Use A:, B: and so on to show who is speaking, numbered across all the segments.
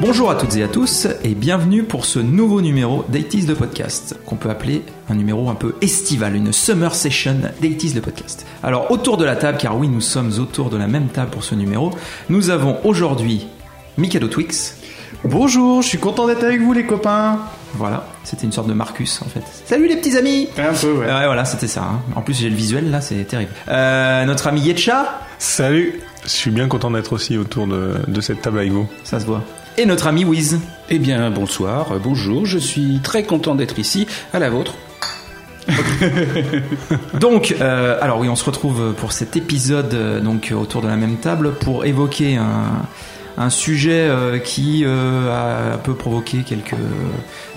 A: Bonjour à toutes et à tous et bienvenue pour ce nouveau numéro d'Aitis le podcast, qu'on peut appeler un numéro un peu estival, une summer session d'Aitis le podcast. Alors autour de la table, car oui nous sommes autour de la même table pour ce numéro, nous avons aujourd'hui Mikado Twix.
B: Bonjour, je suis content d'être avec vous les copains.
A: Voilà, c'était une sorte de Marcus en fait. Salut les petits amis
B: Un peu, ouais.
A: Ouais voilà, c'était ça. hein. En plus j'ai le visuel là, c'est terrible. Euh, notre ami Yetcha,
C: Salut, je suis bien content d'être aussi autour de, de cette table avec vous.
A: ça se voit. Et notre ami Wiz.
D: Eh bien, bonsoir, euh, bonjour, je suis très content d'être ici, à la vôtre.
A: Donc, euh, alors oui, on se retrouve pour cet épisode euh, donc autour de la même table pour évoquer un, un sujet euh, qui euh, a un peu provoqué quelques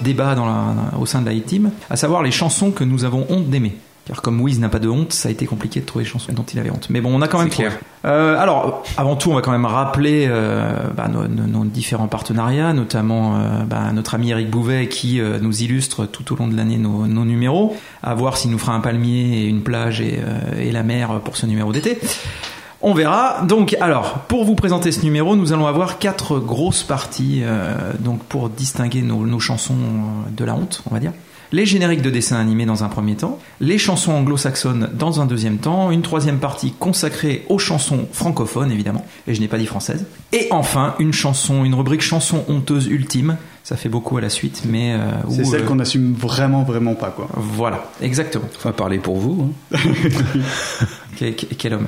A: débats dans la- au sein de la hit team, à savoir les chansons que nous avons honte d'aimer. Car comme Wiz n'a pas de honte, ça a été compliqué de trouver les chansons dont il avait honte. Mais bon, on a quand même
D: C'est clair.
A: trouvé. Euh, alors, avant tout, on va quand même rappeler euh, bah, nos, nos- nos différents partenariats, notamment euh, bah, notre ami Eric Bouvet qui euh, nous illustre tout au long de l'année nos, nos numéros, à voir s'il nous fera un palmier et une plage et, euh, et la mer pour ce numéro d'été. On verra. Donc, alors, pour vous présenter ce numéro, nous allons avoir quatre grosses parties, euh, donc pour distinguer nos, nos chansons euh, de la honte, on va dire. Les génériques de dessins animés dans un premier temps, les chansons anglo-saxonnes dans un deuxième temps, une troisième partie consacrée aux chansons francophones évidemment, et je n'ai pas dit françaises, et enfin une chanson, une rubrique chanson honteuse ultime, ça fait beaucoup à la suite, mais euh,
B: C'est
A: où,
B: celle
A: euh,
B: qu'on assume vraiment, vraiment pas, quoi.
A: voilà, exactement.
D: Enfin, parler pour vous. hein.
A: Quel, quel- quel homme.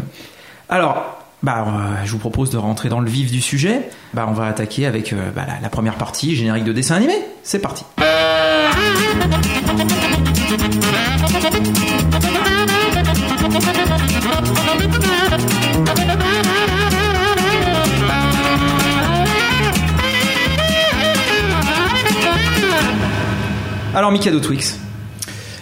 A: Alors, bah, euh, je vous propose de rentrer dans le vif du sujet. Bah, on va attaquer avec euh, bah, la, la première partie, générique de dessin animé. C'est parti. Alors, Mikado Twix,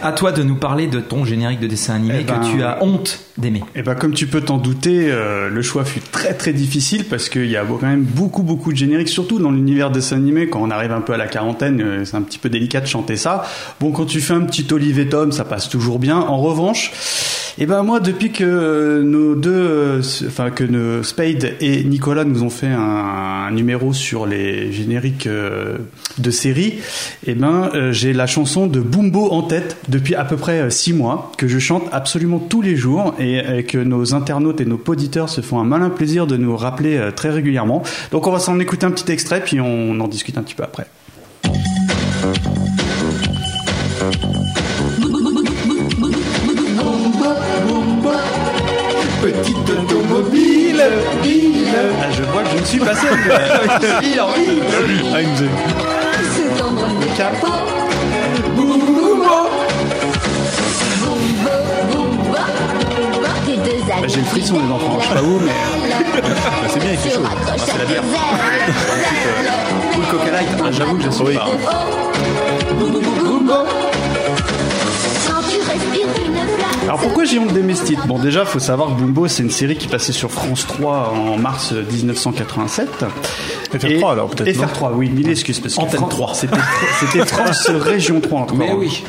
A: à toi de nous parler de ton générique de dessin animé
B: Eh ben,
A: que tu as honte d'aimer.
B: Et ben comme tu peux t'en douter, euh, le choix fut très très difficile parce qu'il y a quand même beaucoup beaucoup de génériques, surtout dans l'univers dessin animé. Quand on arrive un peu à la quarantaine, euh, c'est un petit peu délicat de chanter ça. Bon, quand tu fais un petit Olivier Tom, ça passe toujours bien. En revanche, et ben moi depuis que euh, nos deux, euh, s- enfin que nos Spade et Nicolas nous ont fait un, un numéro sur les génériques euh, de séries, et ben euh, j'ai la chanson de Bumbo en tête depuis à peu près euh, six mois que je chante absolument tous les jours et, euh, que nos internautes et nos poditeurs se font un malin plaisir de nous rappeler euh, très régulièrement. Donc on va s'en écouter un petit extrait puis on en discute un petit peu après. Ah, je vois que je ne suis pas seul.
C: Ah, il nous a-
B: Bah, J'ai le frisson les enfants, je sais pas où mais
C: c'est bien, il fait chaud.
E: c'est la bière.
B: Ou le Coca Light. Ah, j'avoue que je sais pas. Alors pourquoi j'ai honte d'aimer ce titre Bon déjà, faut savoir que Bumbo, c'est une série qui passait sur France 3 en mars euh, 1987.
C: FR3
B: Et-
C: alors, peut-être, non
B: FR3, oui, mille excuses parce que
A: Antenne
B: Fran-
A: 3.
B: C'était c'était France Région 3 en tout cas.
D: Mais oui.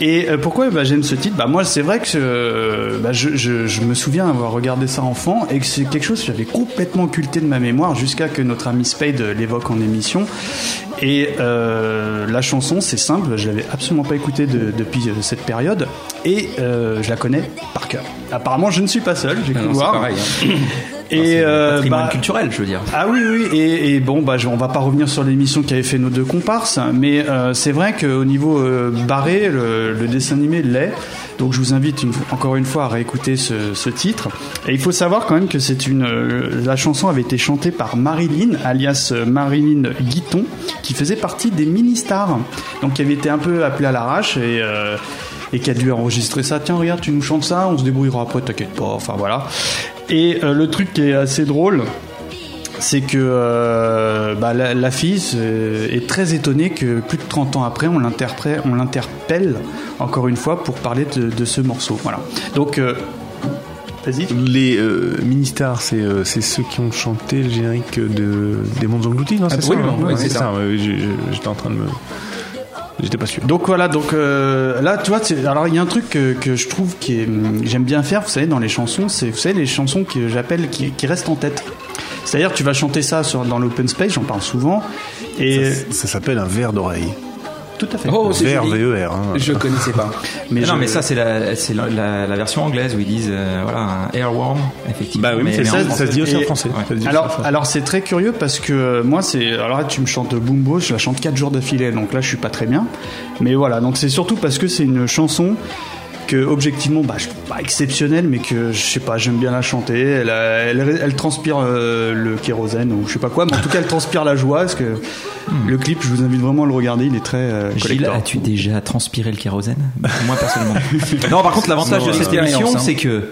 B: Et euh, pourquoi bah, j'aime ce titre Bah moi, c'est vrai que euh, bah, je, je- je me souviens avoir regardé ça enfant et que c'est quelque chose que j'avais complètement occulté de ma mémoire jusqu'à que notre ami Spade euh, l'évoque en émission. Et euh, la chanson, c'est simple, je l'avais absolument pas écoutée de- depuis euh, cette période et euh, je la connais par cœur. Apparemment, je ne suis pas seul, j'ai
D: Ah
B: cru
D: non, c'est
B: voir.
D: pareil. hein.
B: Et euh,
A: Patrimoine
B: bah,
A: culturel, je veux dire.
B: ah oui, oui, et, et bon, bah, je, on va pas revenir sur l'émission qu'avaient fait nos deux comparses, mais euh, c'est vrai qu'au niveau euh, barré, le, le dessin animé l'est. Donc je vous invite une- encore une fois à réécouter ce, ce titre. Et il faut savoir quand même que c'est une. euh, la chanson avait été chantée par Marilyn, alias euh, Marilyn Guiton, qui faisait partie des mini-stars, donc qui avait été un peu appelée à l'arrache et. euh, et qui a dû enregistrer ça. Tiens, regarde, tu nous chantes ça, on se débrouillera après, t'inquiète pas. Enfin voilà. Et euh, le truc qui est assez drôle, c'est que euh, bah, la, la fille euh, est très étonnée que plus de 30 ans après, on l'interprète- on l'interpelle encore une fois pour parler de, de ce morceau. Voilà. Donc, euh, vas-y.
C: Les euh, mini-stars, c'est euh, c'est ceux qui ont chanté le générique de, des Mondes Engloutis, non c'est ça,
D: Absolument, oui,
C: hein Ouais,
D: c'est
C: c'est
D: ça.
C: ça. ouais, j'ai- j'ai- J'étais en train de me. J'étais pas sûr.
B: Donc voilà, donc euh, là, tu vois, c'est- alors il y a un truc que, que je trouve qui est, hum, j'aime bien faire, vous savez, dans les chansons, c'est vous savez les chansons que j'appelle qui, qui restent en tête. C'est-à-dire que tu vas chanter ça sur- dans l'open space, j'en parle souvent. Et
C: Ça, ça s'appelle un verre d'oreille.
B: tout à fait.
D: Oh, c'est
C: Verre,
D: joli.
C: V-E-R. hein.
D: Je connaissais pas.
A: Mais non,
B: je-
A: mais ça, c'est la, c'est la, la- la version anglaise où ils disent euh, voilà, un airworm, effectivement.
C: Bah oui, mais
A: Mais-
C: c'est
A: mais en
C: ça, ça
A: français.
C: se dit aussi en
B: Et-
C: français.
A: ouais.
C: Ça se dit aussi en
B: Alors,
C: français.
B: alors c'est très curieux parce que euh, moi, c'est. Alors là, tu me chantes Bumbo, je la chante 4 jours d'affilée, donc là, je suis pas très bien. Mais voilà, donc c'est surtout parce que c'est une chanson que, objectivement, bah, je trouve pas exceptionnelle, mais que, je sais pas, j'aime bien la chanter. Elle, a- elle, elle transpire euh, le kérosène ou je sais pas quoi, mais en tout cas, elle transpire la joie parce que le clip, je vous invite vraiment à le regarder, il est très. euh,
A: Gilles,
B: collector.
A: as-tu déjà transpiré le kérosène Moi, personnellement. non, par contre, l'avantage
D: Sinon,
A: de cette
D: euh,
A: émission,
D: expérience, hein.
A: c'est que,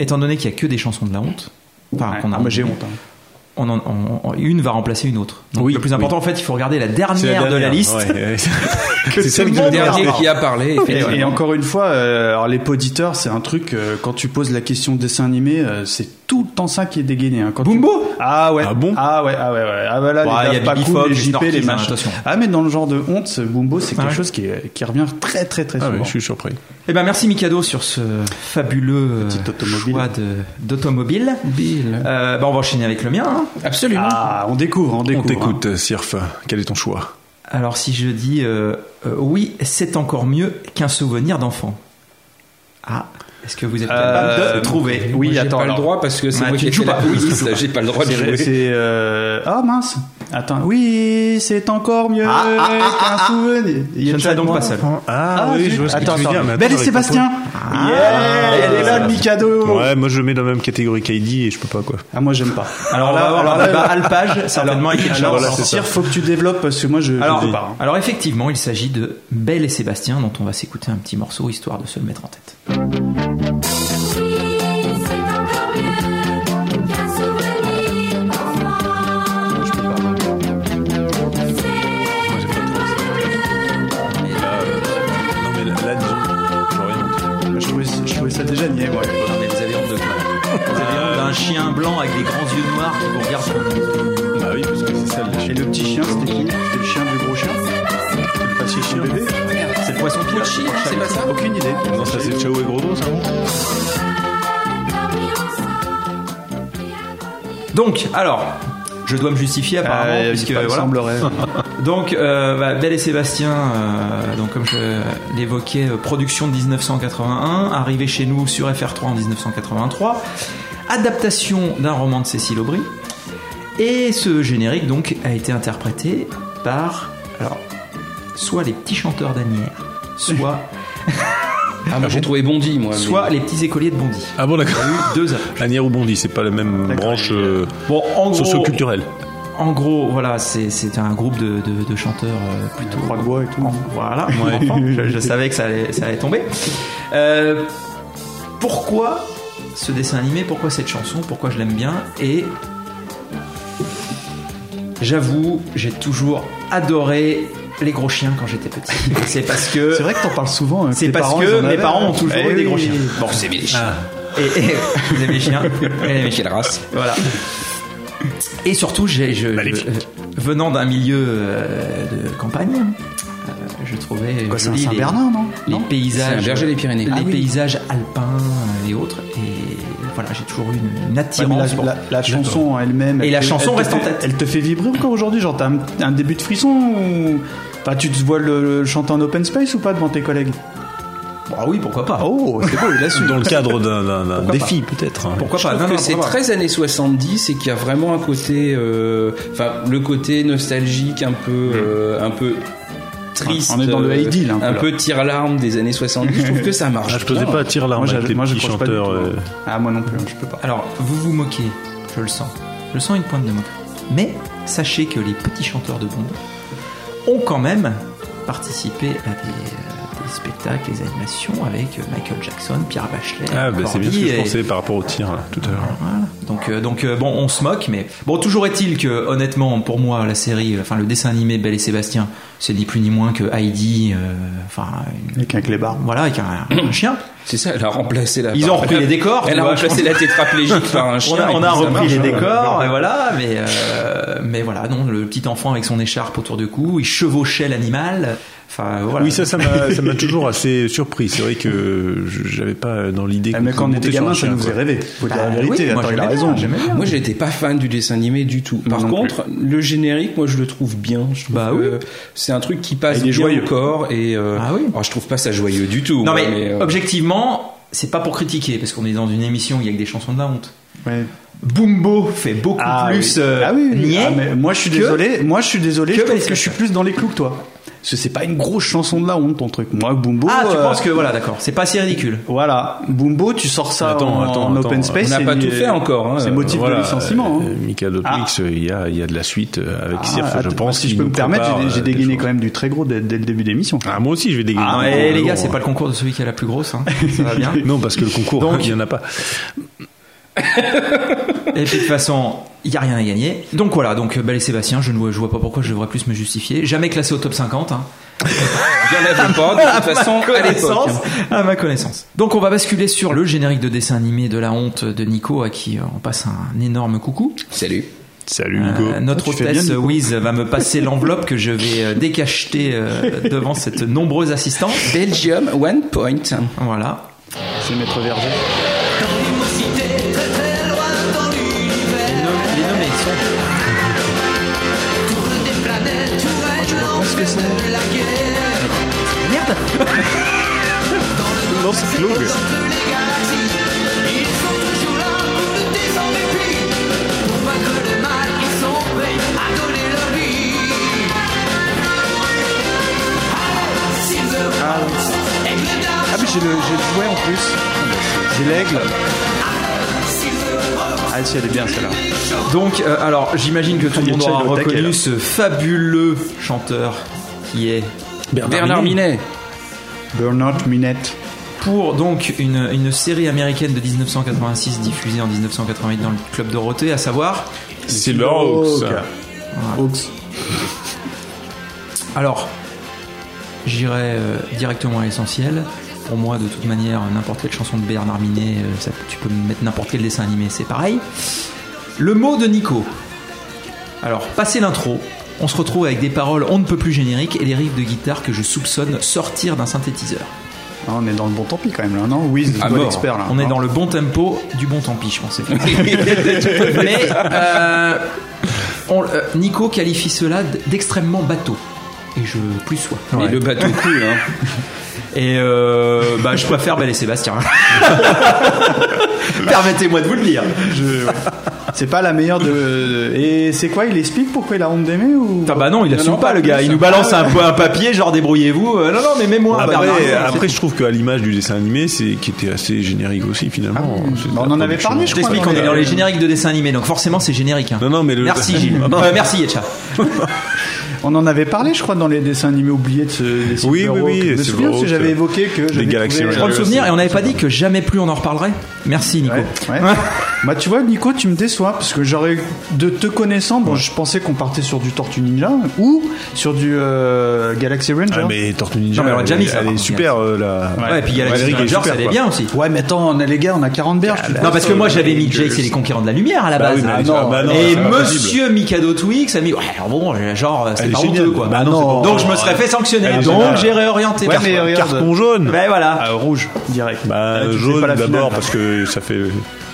A: étant donné qu'il n'y a que des chansons de la honte, enfin,
B: Ouais,
A: qu'on a
B: ah, bah, j'ai honte. hein.
A: on en- on- on- une va remplacer une autre. Donc,
C: Oui,
A: le plus important, en fait, il faut regarder la dernière,
C: C'est
A: de la liste.
C: ouais, ouais.
B: Que
C: C'est celle
B: tout
C: que
B: le
D: Le
B: monde
C: regarde.
D: dernier
B: regarde.
D: qui a parlé,
B: Et,
D: effectivement.
B: et encore une fois, euh, alors les poditeurs, c'est un truc, euh, quand tu poses la question dessin animé, euh, c'est tout le temps ça qui est dégainé. Hein. Quand tu-
A: Bumbo
B: Ah ouais.
C: Ah bon
B: Ah ouais, ah ouais, ouais. Ah bah là,
A: Ouais,
B: les
A: il y a
B: Daft
A: Bibi
B: Punk,
A: Fox,
B: les
A: les
B: JP, les
A: Snorky,
B: machins.
A: attention.
B: Ah mais dans le genre de honte, ce Bumbo, c'est quelque
A: Ouais.
B: chose qui, est- qui revient très très très
C: Ah
B: souvent.
C: ouais, je suis surpris.
A: Eh ben, merci Mikado sur ce fabuleux euh,
B: Petite automobile.
A: choix de- d'automobile.
D: Bill.
A: Euh, bah, on va enchaîner avec le mien. hein.
D: Absolument.
B: Ah, on découvre, on
C: On
B: découvre. hein.
C: t'écoute, Sirf. Quel est ton choix
A: Alors si je dis euh, euh, oui, c'est encore mieux qu'un souvenir d'enfant. Ah, est-ce que vous êtes capable
B: Euh,
A: de trouver
B: oui,
D: Moi, j'ai
B: attends,
D: pas
B: alors.
D: le droit parce que c'est
A: Ouais,
D: moi
A: tu
D: qui ai
A: joues
D: fait la
A: pas.
D: police, j'ai pas le droit de
B: C'est,
D: jouer.
B: c'est, euh, ah mince. Attends. Oui, c'est encore mieux
A: Ah, ah, ah,
B: qu'un
A: ah.
B: souvenir. Il y a
A: Je ne
B: déjà
A: sais donc
B: moi.
A: pas seul.
C: Ah, oui, je vois ce que
B: attends,
C: tu veux
B: attends.
C: dire. mais attends,
B: Belle et
C: avec
B: Sébastien.
A: Ah,
B: Yeah, elle est là, le
C: ton-
B: Mikado.
C: Ouais, moi je le mets dans la même catégorie qu'Heidi et je peux pas quoi.
B: Ah moi j'aime pas.
A: Alors là, alors là, bah, Alpage, certainement avec une
B: alors,
A: chance.
C: voilà, c'est
B: Cyr, faut que tu développes parce que moi je. je
A: Alors,
B: peux pas, hein.
A: alors effectivement, il s'agit de Belle et Sébastien dont on va s'écouter un petit morceau histoire de se le mettre en tête.
C: Moi j'ai pas Non mais là,
B: Je trouvais, je trouvais ça déjà niais. Ouais.
A: Non mais vous avez honte de quoi Vous avez honte d'un chien blanc avec des grands yeux noirs qui vous regarde sur le
C: Bah oui, parce que c'est ça le
B: Et le petit chien, c'était qui C'était le chien du gros chien Pas si chien bébé
A: C'est le poisson
D: Pochi, c'est pas ça
B: Aucune idée.
A: Euh,
C: Non, ça c'est Ciao et Gros Dos, ça non
A: Donc, alors, je dois me justifier apparemment
B: Euh,
A: puisque
B: il
A: voilà.
B: semblerait.
A: Donc, euh, bah, Belle et Sébastien, euh, donc comme je l'évoquais, euh, production de 1981, arrivé chez nous sur FR3 en 1983, adaptation d'un roman de Cécile Aubry, et ce générique donc a été interprété par, alors, soit les petits chanteurs d'Anières, soit,
D: Ah, moi j'ai trouvé Bondy, moi. mais-
A: soit les petits écoliers de Bondy.
C: Ah bon, d'accord.
A: Il y a eu deux appels.
C: Anière ou Bondy, c'est pas la même
B: D'accord.
C: branche euh,
A: Bon, en gros,
C: socio-culturelle.
A: en gros, voilà, c'est c'est un groupe de, de- de chanteurs euh, plutôt
B: Croix de bois et tout.
A: Voilà, mon enfant, je, je savais que ça allait, ça allait tomber. Euh, pourquoi ce dessin animé Pourquoi cette chanson Pourquoi je l'aime bien Et j'avoue, j'ai toujours adoré les gros chiens quand j'étais petit. C'est parce que
B: C'est vrai que t'en parles souvent. hein,
A: c'est
B: tes
A: parce
B: parents, ils
A: que
B: en
A: mes
B: avaient,
A: parents
B: hein.
A: ont toujours
B: Eh
A: eu des
B: oui.
A: gros chiens.
D: Bon, c'est Bill.
A: Et, et- vous aimez les chiens Elle aime les chiens.
D: Quelle race
A: Voilà. Et surtout, j'ai, je,
C: Magnifique.
A: euh, venant d'un milieu euh, de campagne, euh, je trouvais
B: Quoi, c'est un
A: joli les-
B: Saint-Bernard, non
A: les
B: Non
A: paysages,
D: C'est un berger des Pyrénées.
A: les
D: Ah oui.
A: paysages alpins euh, et autres. Et voilà, j'ai toujours eu une, une
B: Ouais, mais
A: attirance.
B: la,
A: pour-
B: la- la chanson en elle-même.
A: Et
B: elle
A: la
B: te-
A: chanson
B: elle te
A: reste en
B: fait-
A: tête.
B: Elle te fait vibrer encore aujourd'hui. Genre, t'as un, un début de frisson ou. Enfin, tu te vois le, le chanter en open space ou pas devant tes collègues
A: Ah oui, pourquoi pas
B: Oh, c'est beau, il a su.
C: Dans le cadre d'un- d'un d'un défi, peut-être. hein.
A: Pourquoi
D: Je
A: pas
D: trouve
A: Non, non,
D: que c'est
A: pourquoi pas.
D: très années 70 et qu'il y a vraiment un côté, euh, enfin le côté nostalgique, un peu, euh, un peu triste.
B: On est dans le
D: euh,
B: Heidi, là, un
D: un,
B: peu, là.
D: peu tire-larme des années 70. Je trouve que ça marche.
C: Ah, je faisais
D: bien.
C: pas tir l'arme
B: Moi,
C: avec
B: j'avais-
C: les
B: moi, je
C: petits
B: croche pas du
C: chanteurs.
B: tout.
C: euh,
B: Ah, moi non plus, je peux pas.
A: Alors, vous vous moquez, je le sens. Je sens une pointe de moquerie. Mais sachez que les petits chanteurs de Bond ont quand même participé à des, euh, des spectacles, des animations avec euh, Michael Jackson, Pierre Bachelet.
C: Ah, bah, c'est bien ce que je
A: Cordy et-
C: pensais par rapport au tir, là, tout à l'heure.
A: Voilà. Donc, euh, donc euh, bon, on se moque, mais bon, toujours est-il que, honnêtement, pour moi, la série, euh, enfin, le dessin animé Belle et Sébastien, c'est ni plus ni moins que Heidi, euh, enfin, une-
B: Avec un clébard.
A: voilà, avec un, un chien.
D: C'est ça, elle a remplacé la.
A: Ils ont repris les décors, tu
D: Elle a
A: vois,
D: remplacé la tétraplégique par un chien.
A: On a, on
D: et puis
A: a
D: ça
A: repris
D: marche.
A: les décors, et voilà, mais euh, mais voilà, non, le petit enfant avec son écharpe autour du cou, il chevauchait l'animal. Enfin, voilà.
C: Oui, ça, ça m'a, ça m'a toujours assez surpris. C'est vrai que je- j'avais pas dans l'idée
B: Ah,
C: qu'on
B: mais quand on
C: pouvait
B: était
C: monter sur un
B: gamin, ça
C: chien,
B: nous faisait
C: quoi.
B: rêver. Faut dire la
A: Bah,
B: vérité.
A: oui, moi,
B: Attends, il a
A: j'aimais
B: raison.
A: bien, j'aimais bien.
D: Moi, j'étais pas fan du dessin animé du tout. Par
B: non
D: contre, le générique, moi, je le trouve bien. Je trouve
A: Bah
D: que
A: oui.
D: C'est un truc qui passe
B: Ah, il est
D: bien
B: joyeux.
D: au corps et euh,
A: Ah oui.
D: alors, je trouve pas ça joyeux du tout.
A: Non
D: ouais,
A: mais,
D: euh,
A: objectivement, c'est pas pour critiquer parce qu'on est dans une émission où il y a que des chansons de la honte.
B: Ouais.
A: Boombo fait beaucoup plus
B: oui.
A: euh,
B: Ah oui, oui.
A: niais.
B: Ah, mais moi je suis
A: que-
B: désolé, moi je suis désolé,
A: que
B: je trouve
A: Bellscat.
B: que je suis plus dans les clous que toi. Parce que c'est pas une grosse chanson de la honte ton truc. Moi Bumbo
A: Ah, tu
B: euh,
A: penses que voilà, d'accord, c'est pas si ridicule.
B: voilà, Bumbo tu sors ça
C: Attends,
B: en,
C: attends,
B: en
C: attends.
B: open space,
D: on n'a
B: c'est
D: pas
B: une-
D: tout fait encore. hein.
B: C'est motif
C: Voilà,
B: de licenciement. hein.
C: euh, Mika Dotmix, il y, a, il y a de la suite euh, avec
B: Ah,
C: Sirf, je
B: attends,
C: pense.
B: si je
C: il
B: peux
C: nous
B: me permettre,
C: prépare,
B: j'ai-
C: euh,
B: j'ai
C: des
B: dégainé
C: choses.
B: quand même du très gros dès, dès le début de l'émission.
C: Ah, moi aussi, je vais dégainer.
A: Ah,
C: Non,
A: mais les
C: non,
A: gars,
C: non.
A: c'est pas le concours de celui qui a la plus grosse, hein. ça va bien.
C: Non, parce que le concours,
A: Donc-
C: il y en a pas.
A: Et puis de toute façon, il n'y a rien à gagner. Donc voilà, donc Belle et Sébastien, je ne vois, je vois pas pourquoi je devrais plus me justifier. Jamais classé au top 50, hein,
D: Il y en avait pas, de toute façon, à l'époque. hein.
A: connaissance, hein. à ma connaissance. Donc on va basculer sur le générique de dessin animé de la honte de Nico, à qui euh, on passe un énorme coucou.
D: Salut.
C: Salut,
A: Euh,
C: Hugo.
A: notre
B: Ah, tu fais
A: hôtesse
B: bien, Nico.
A: Wiz va me passer l'enveloppe que je vais euh, décacheter euh, devant cette nombreuse assistance.
D: Belgium, one point.
A: Voilà.
B: C'est le maître Verger.
A: Les nommés sont- Merde
C: Non, c'est Claude.
B: Ah mais j'ai le, j'ai le jouet en plus. J'ai l'aigle. Ah si elle est bien celle-là.
A: Donc, euh, alors, j'imagine que tout le monde
B: Michel
A: aura
B: au taquet,
A: reconnu
B: là.
A: ce fabuleux chanteur qui est
D: Bernard Minet.
B: Bernard Minette.
A: pour donc une, une série américaine de 1986 diffusée en 1988 dans le club Dorothée, à savoir.
C: Silverhawks.
B: Hawks.
A: Alors, j'irai euh, directement à l'essentiel. Pour moi, de toute manière, n'importe quelle chanson de Bernard Minet, euh, ça- tu peux mettre n'importe quel dessin animé, c'est pareil. Le mot de Nico. Alors, passez l'intro, on se retrouve avec des paroles on ne peut plus génériques et des riffs de guitare que je soupçonne sortir d'un synthétiseur.
B: Ah, on est dans le bon tant pis quand même là, non Oui, c'est
D: Ah,
B: toi
D: mort.
B: l'expert là.
A: On est
B: hein.
A: dans le bon tempo du bon tant pis, je pensais. Mais euh, on- euh, Nico qualifie cela d- d'extrêmement bateau. Et je plus sois.
D: Mais
A: Ouais.
D: le bateau coule. Hein.
A: Et euh, bah, je préfère Belle et Sébastien. Permettez-moi de vous le dire.
B: Je- ouais. C'est pas la meilleure de. Et c'est quoi Il explique pourquoi il a honte d'aimer ou
A: Putain, bah non, il assume
D: non,
A: pas
D: pas
A: le gars.
D: plus.
A: Il nous balance un, peu un papier, genre débrouillez-vous. Euh, non, non, mais
C: Ah,
A: mets-moi.
B: Ah,
A: un Bernard
C: bah, Après,
A: Minet,
C: après, je trouve qu'à l'image du dessin animé, c'est qui était assez générique aussi finalement. C'est de
B: Bah,
C: la
B: on en avait
C: production.
B: parlé, je
A: Je
B: crois.
A: t'explique,
B: dans
A: on est
B: les-
A: dans les génériques de dessins animés, donc forcément c'est générique. hein.
C: Non, non, mais le.
A: Merci Gilles. Euh, merci Yetcha.
B: On en avait parlé, je crois, dans les dessins animés oubliés de ce. des
C: Oui, oui,
B: Silver
C: oui,
B: Hawks. Je me
C: Silver
B: souviens parce que
C: Hawks,
B: j'avais
C: euh,
B: évoqué que j'avais
C: Galaxy
B: trouvé-
A: Je crois me souvenir et on n'avait pas dit que jamais plus on en reparlerait. Merci Nico.
B: Ouais, ouais. bah tu vois Nico tu me déçois parce que j'aurais de te connaissant bon je pensais qu'on partait sur du Tortue Ninja ou sur du euh, Galaxy Ranger
C: Ah, mais Tortue Ninja,
A: Non, mais on l'a déjà
C: elle-
A: mis, ça,
C: elle
A: par
C: est
A: contre.
C: super euh, la.
A: Ouais, et puis
C: la
A: Galaxy
C: lyrique est
A: Ranger,
C: super,
A: ça allait
C: quoi.
A: bien aussi.
B: ouais mais attends on a- les gars on a 40 berges tu-
A: Non, parce que moi j'avais mis Jake et les conquérants de la lumière à la
C: Bah
A: base.
C: oui, mais
A: Ah,
C: elle est-
A: non.
C: ah, bah non,
A: et
C: c'est pas
A: monsieur Mikado Twix a mis. Ouais, alors bon, genre, c'est
C: Elle est
A: pas
C: géniale.
A: honteux quoi.
C: Bah non, c'est pas-
A: Donc je me serais fait sanctionner.
C: Elle est
A: Donc
C: géniale. euh,
A: j'ai réorienté.
B: Ouais,
A: vers-
B: mais regarde.
C: Carton jaune.
A: Ben voilà.
C: euh,
B: Ah, rouge direct
C: Bah,
B: Là, Ah, tu fais
C: jaune
B: pas la finale,
C: d'abord
B: là.
C: parce que ça fait.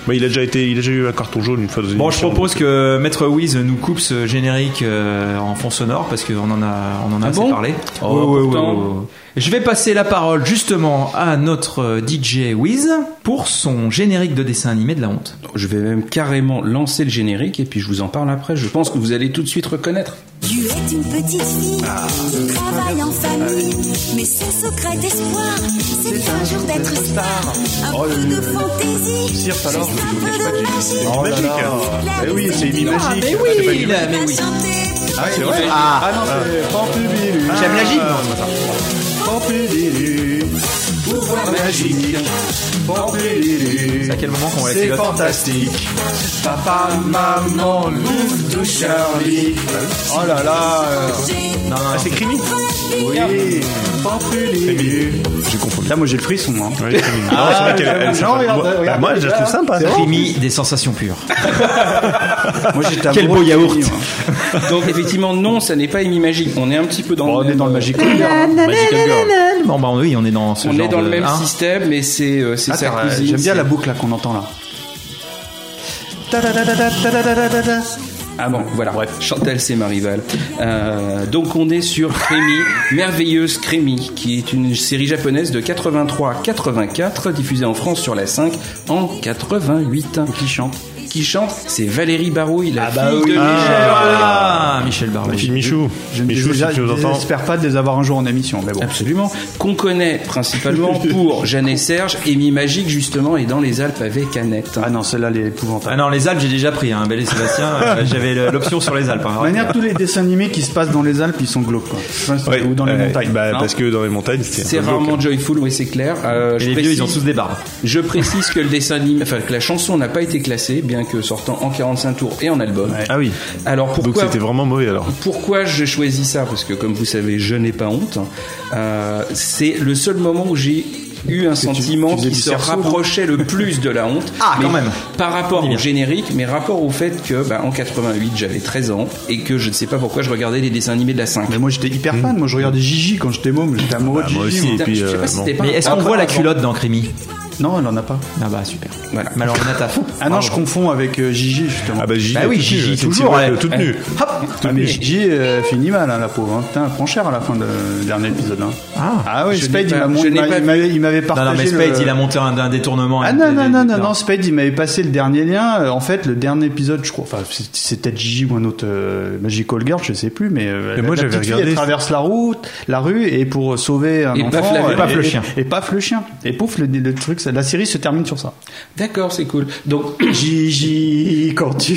C: Bah, il a déjà été, il a déjà eu un carton jaune une fois. dans une
A: Bon, je
C: émission,
A: propose
C: donc,
A: que Maître Wiz nous coupe ce générique euh, en fond sonore parce qu'on en a, on en a
D: Ah
A: assez
D: bon
A: parlé.
D: Oh,
A: Ouais, ouais,
D: pourtant.
A: ouais, ouais, ouais. Je vais passer la parole justement à notre euh, DJ Wiz pour son générique de dessin animé de la honte.
D: Je vais même carrément lancer le générique et puis je vous en parle après. Je pense que vous allez tout de suite reconnaître.
E: Tu es une petite fille qui travaille en famille, mais ce secret d'espoir, c'est un jour d'être star. Un peu de fantaisie, juste un peu de magie.
C: Oh là là.
E: Eh
C: oui, c'est une image.
A: Ah, mais oui, là, mais oui.
B: ah, c'est vrai ah, non c'est Pampubilu
C: Ah,
A: J'aime la gym.
B: Pampubilu pouvoir magique
A: C'est à quel moment qu'on va la
B: C'est
A: culotte
B: fantastique. Papa, maman, louvre de Charlie. Oh là là. euh,
A: Non, non,
C: Ah,
A: non.
B: C'est creamy Oui. Pampulé.
C: J'ai confondu.
B: Là, moi, j'ai le frisson. Hein.
C: Ouais, c'est mignon. Non, Ah, c'est vrai qu'elle- elle est
B: non,
C: sympa.
B: Ah, regarde,
C: Bah,
B: regarde,
C: moi, je la trouve sympa. ça.
A: Rémi, des sensations pures.
B: Moi, j'étais
A: Quel
B: amoureux
A: beau
B: de
A: yaourt.
B: Creamy, moi.
D: Donc effectivement, non, ça n'est pas Imagique. On est un petit peu dans
B: Bon,
D: le
B: Oh, on est
D: même,
B: dans le
D: euh,
B: Magic Finger, hein.
A: Magical Girl. Bon, bah, oui, on est dans ce
D: On
A: genre
D: est dans
A: de-
D: le même
A: hein Ah,
D: système, mais c'est euh, c'est sa
B: Attends, euh,
D: cousine.
B: J'aime bien
D: c'est-
B: la boucle là qu'on entend là.
D: Ah bon, voilà. Chantal, c'est ma rivale. Euh, donc on est sur Crémy, merveilleuse Crémy, qui est une série japonaise de 83 à 84, diffusée en France sur la 5 en 88. Qui chante Qui chante C'est Valérie Barouille, la fille de Michel Barlet.
A: bah Ah, Michel Barlet.
C: Puis Michou,
B: Je ne
C: Michou, si
B: désespère-
C: tu nous entends.
B: désespère pas de les avoir un jour en émission, mais bon.
D: Absolument. Qu'on connaît principalement pour Jeanne et Serge, Amy Magique justement, et dans les Alpes avec Annette.
B: Ah non, celle-là, elle est
A: Ah
B: épouvantable.
A: non, les Alpes, j'ai déjà pris, hein, Belle et Sébastien. euh, J'avais le- l'option sur les Alpes. hein.
B: De manière, tous les dessins animés qui se passent dans les Alpes, ils sont glauques, quoi. Enfin,
C: Ouais,
B: ou dans les
C: euh,
B: montagnes.
C: bah,
B: Non
C: parce que dans les montagnes,
D: C'est
C: c'était. un peu glauque.
D: rarement joyful, oui, c'est clair. Euh,
A: Bah, Et
D: je
A: les vieux,
D: précise-
A: ils ont tous des barbes.
D: Je précise que le dessin animé, enfin que la chanson n'a pas été classée, bien que sortant en 45 tours et en album.
C: Ah oui.
D: Alors
C: Donc
D: pourquoi
C: c'était vraiment mauvais alors.
D: pourquoi je choisis ça Parce que comme vous savez, je n'ai pas honte. Euh, c'est le seul moment où j'ai eu un sentiment
B: tu faisais
D: qui
B: du
D: se
B: cerceau, non
D: rapprochait le plus de la honte.
A: Ah,
D: Mais
A: quand même.
D: Par
A: On
D: rapport
A: y
D: au
A: vient.
D: générique, mais rapport au fait que bah, en 88 j'avais 13 ans et que je ne sais pas pourquoi je regardais les dessins animés de la 5.
B: Mais moi, j'étais hyper fan. Moi, je regardais Gigi quand j'étais môme. J'étais amoureux
C: Bah,
B: de
C: moi
B: Gigi.
C: aussi.
B: moi.
C: Et puis,
D: je sais
C: euh,
D: pas si
C: bon.
D: c'était pas
A: Mais est-ce qu'on
D: après-
A: voit la
D: avant.
A: culotte dans Crémy
B: Non, elle en a pas.
A: Ah bah, super.
D: Voilà.
A: Mais alors, on a ta faute.
B: Ah non, je confonds avec euh, Gigi, justement.
C: Ah bah Gigi.
A: Bah oui,
C: toute
A: Gigi,
C: nue, c'est-
A: toujours,
C: c'est vrai
A: ouais.
C: que Toute nue.
A: Hop
B: Ah, mais Gigi euh, finit mal, hein, la pauvre. Hein. Putain, elle prend cher à la fin de- du dernier épisode. hein.
A: Ah.
B: oui,
D: Je
B: Spade,
D: n'ai
B: il
D: pas-
B: m'a
D: je
B: montré-
D: n'ai
B: il
D: pas-
B: m'avait il m'avait
A: Non,
B: partagé.
A: non, mais Spade,
B: le-
A: il a monté un, un détournement.
B: Ah
A: hein,
B: non,
A: de-
B: non,
A: de-
B: non,
A: de-
B: non, non, Spade, il m'avait passé le dernier lien. Euh, En fait, le dernier épisode, je crois, enfin, c'est- c'est peut-être Gigi ou un autre euh, Magical Girl, je sais plus, mais euh,
C: Mais moi,
B: la
C: j'avais
B: petite fille,
C: regardé-
B: elle traverse la route, la rue, et pour euh, sauver un
D: Et
B: enfant,
D: paf, la-
B: elle-
D: et paf,
A: le chien.
B: Et, paf, le chien. Et pouf, le, le truc, ça- la série se termine sur ça.
D: D'accord, c'est cool. Donc
B: Gigi, quand tu...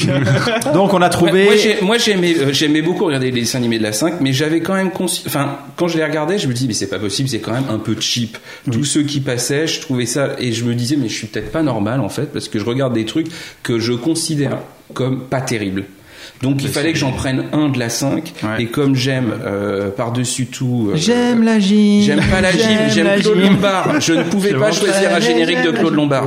A: Donc, on a
D: Ouais,
A: trouvé.
D: Moi, j'ai- moi, j'aimais, euh, j'aimais beaucoup regarder les dessins animés de la 5, mais j'avais quand même, consci- enfin, quand je les regardais, je me dis, mais c'est pas possible, c'est quand même un peu cheap. Tous ceux qui passaient, je trouvais ça, et je me disais, mais je suis peut-être pas normal, en fait, parce que je regarde des trucs que je considère comme pas terribles. Donc, il fallait que j'en prenne un de la 5,
B: Ouais.
D: et comme j'aime, euh, par-dessus tout, euh,
A: J'aime la gym.
D: J'aime pas la gym, j'aime Claude Lombard. Je ne pouvais pas choisir un générique de Claude Lombard.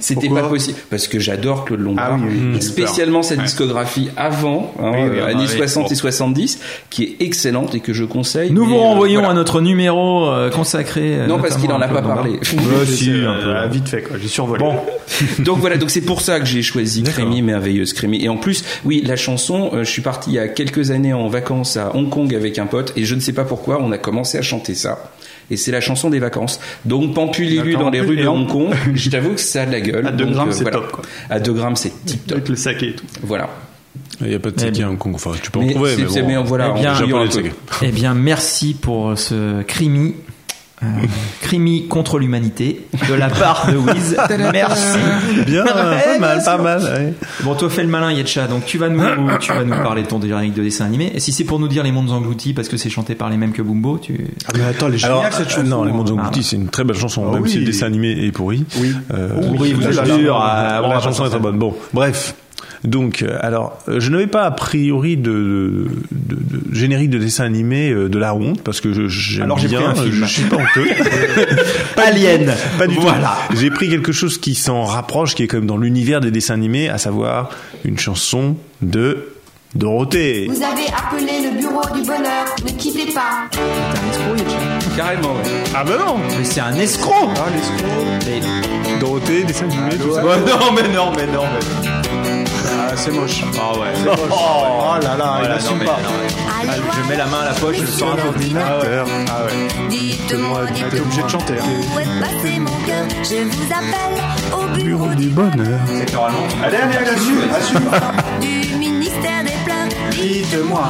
D: C'était pas
B: Pourquoi
D: possible parce que j'adore Claude Lombard,
B: Ah oui, oui, oui.
D: Et spécialement sa discographie avant hein,
B: Oui, oui,
D: euh,
B: ah,
D: années
B: oui.
D: 60
B: Bon.
D: et 70 qui est excellente et que je conseille.
A: Nous
D: mais,
A: vous
D: euh,
A: renvoyons
D: voilà.
A: à notre numéro euh, consacré. euh,
D: Non, parce qu'il en a
A: notamment à
D: pas
A: Claude
D: parlé.
A: Lombard.
B: Ouais,
A: si,
B: c'est,
A: un peu.
B: euh, Vite fait, quoi. J'ai survolé. Bon.
D: Donc voilà, donc c'est pour ça que j'ai choisi Crémy, merveilleuse Crémy. Et en plus, oui, la chanson, euh, je suis parti il y a quelques années en vacances à Hong Kong avec un pote et je ne sais pas pourquoi on a commencé à chanter ça. Et c'est la chanson des vacances. Donc Pampulilulu
B: Attends,
D: dans les
B: et
D: rues de
B: en-
D: Hong Kong, je t'avoue que ça a de la gueule.
B: À deux
D: Donc, euh,
B: grammes, c'est top, quoi.
D: À 2 grammes, c'est tip top.
B: Avec le saké et tout.
D: Voilà.
C: Il n'y a pas de saké à Hong Kong. Enfin, tu peux en
D: Mais
C: trouver,
D: c'est-
C: mais bon.
D: c'est- mais voilà,
A: Eh bien,
D: on-
A: j'ai
D: on-
C: Japonais,
D: on-
C: le saké.
A: Eh bien, merci pour ce crimi. Euh, crimi contre l'humanité de la part de Wiz. Merci. Eh,
C: Bien, pas
B: Eh,
C: mal, pas mal. ouais.
A: Bon, toi, fais le malin, Yetcha. Donc, tu vas nous, tu vas nous parler de ton générique de dessin animé. Et si c'est pour nous dire les mondes engloutis parce que c'est chanté par les mêmes que Bumbo, tu.
B: Ah, mais attends, les
C: Alors, euh, non, Les Mondes Engloutis,
A: Ah.
C: c'est une très belle chanson,
B: Ah
C: même
B: oui.
C: si le dessin animé est pourri.
B: Oui.
C: Euh,
B: Oui, vous
C: la
B: êtes
C: chanson-
A: euh,
B: dur,
A: on va
C: la
A: pas
C: chanson
A: sortir.
C: est très bonne. Bon, bref. Donc, euh, alors, euh, je n'avais pas a priori de, de- de- de générique de dessin animé euh, de la honte parce que je, j'aime
A: Alors, j'ai
C: bien, euh,
A: pris un film.
C: Je suis pas honteux.
A: Alien.
C: Pas du
A: Voilà.
C: tout. J'ai pris quelque chose qui s'en rapproche, qui est comme dans l'univers des dessins animés, à savoir une chanson de Dorothée.
F: Vous avez appelé le bureau du bonheur. Ne quittez pas.
D: Carrément, ouais. Ah,
C: Ah
B: bah
C: ben non
A: Mais c'est un escroc. ah,
C: Dorothée, dessin animé, tout ça.
A: Ouais, non, mais non, mais non. mais-
B: Ah, c'est moche.
A: Ah ouais.
B: Oh, là là, il
A: Voilà, non,
B: assume
A: mais-
B: pas.
A: non, mais-
E: Allez
A: Ah,
E: voir
A: je mets la main à la poche, je le sors un peu.
C: Ordinateur.
B: Ah ouais.
E: Dites-moi,
B: Ah, T'es
E: dites-moi,
B: obligé de chanter. hein.
E: Où est passé mon cœur Je vous appelle au bureau
C: Bureau
E: du,
C: du bonheur.
A: C'est normalement.
B: Allez, allez, allez, assume, assume.
E: du ministère des pleurs.
B: Dites-moi.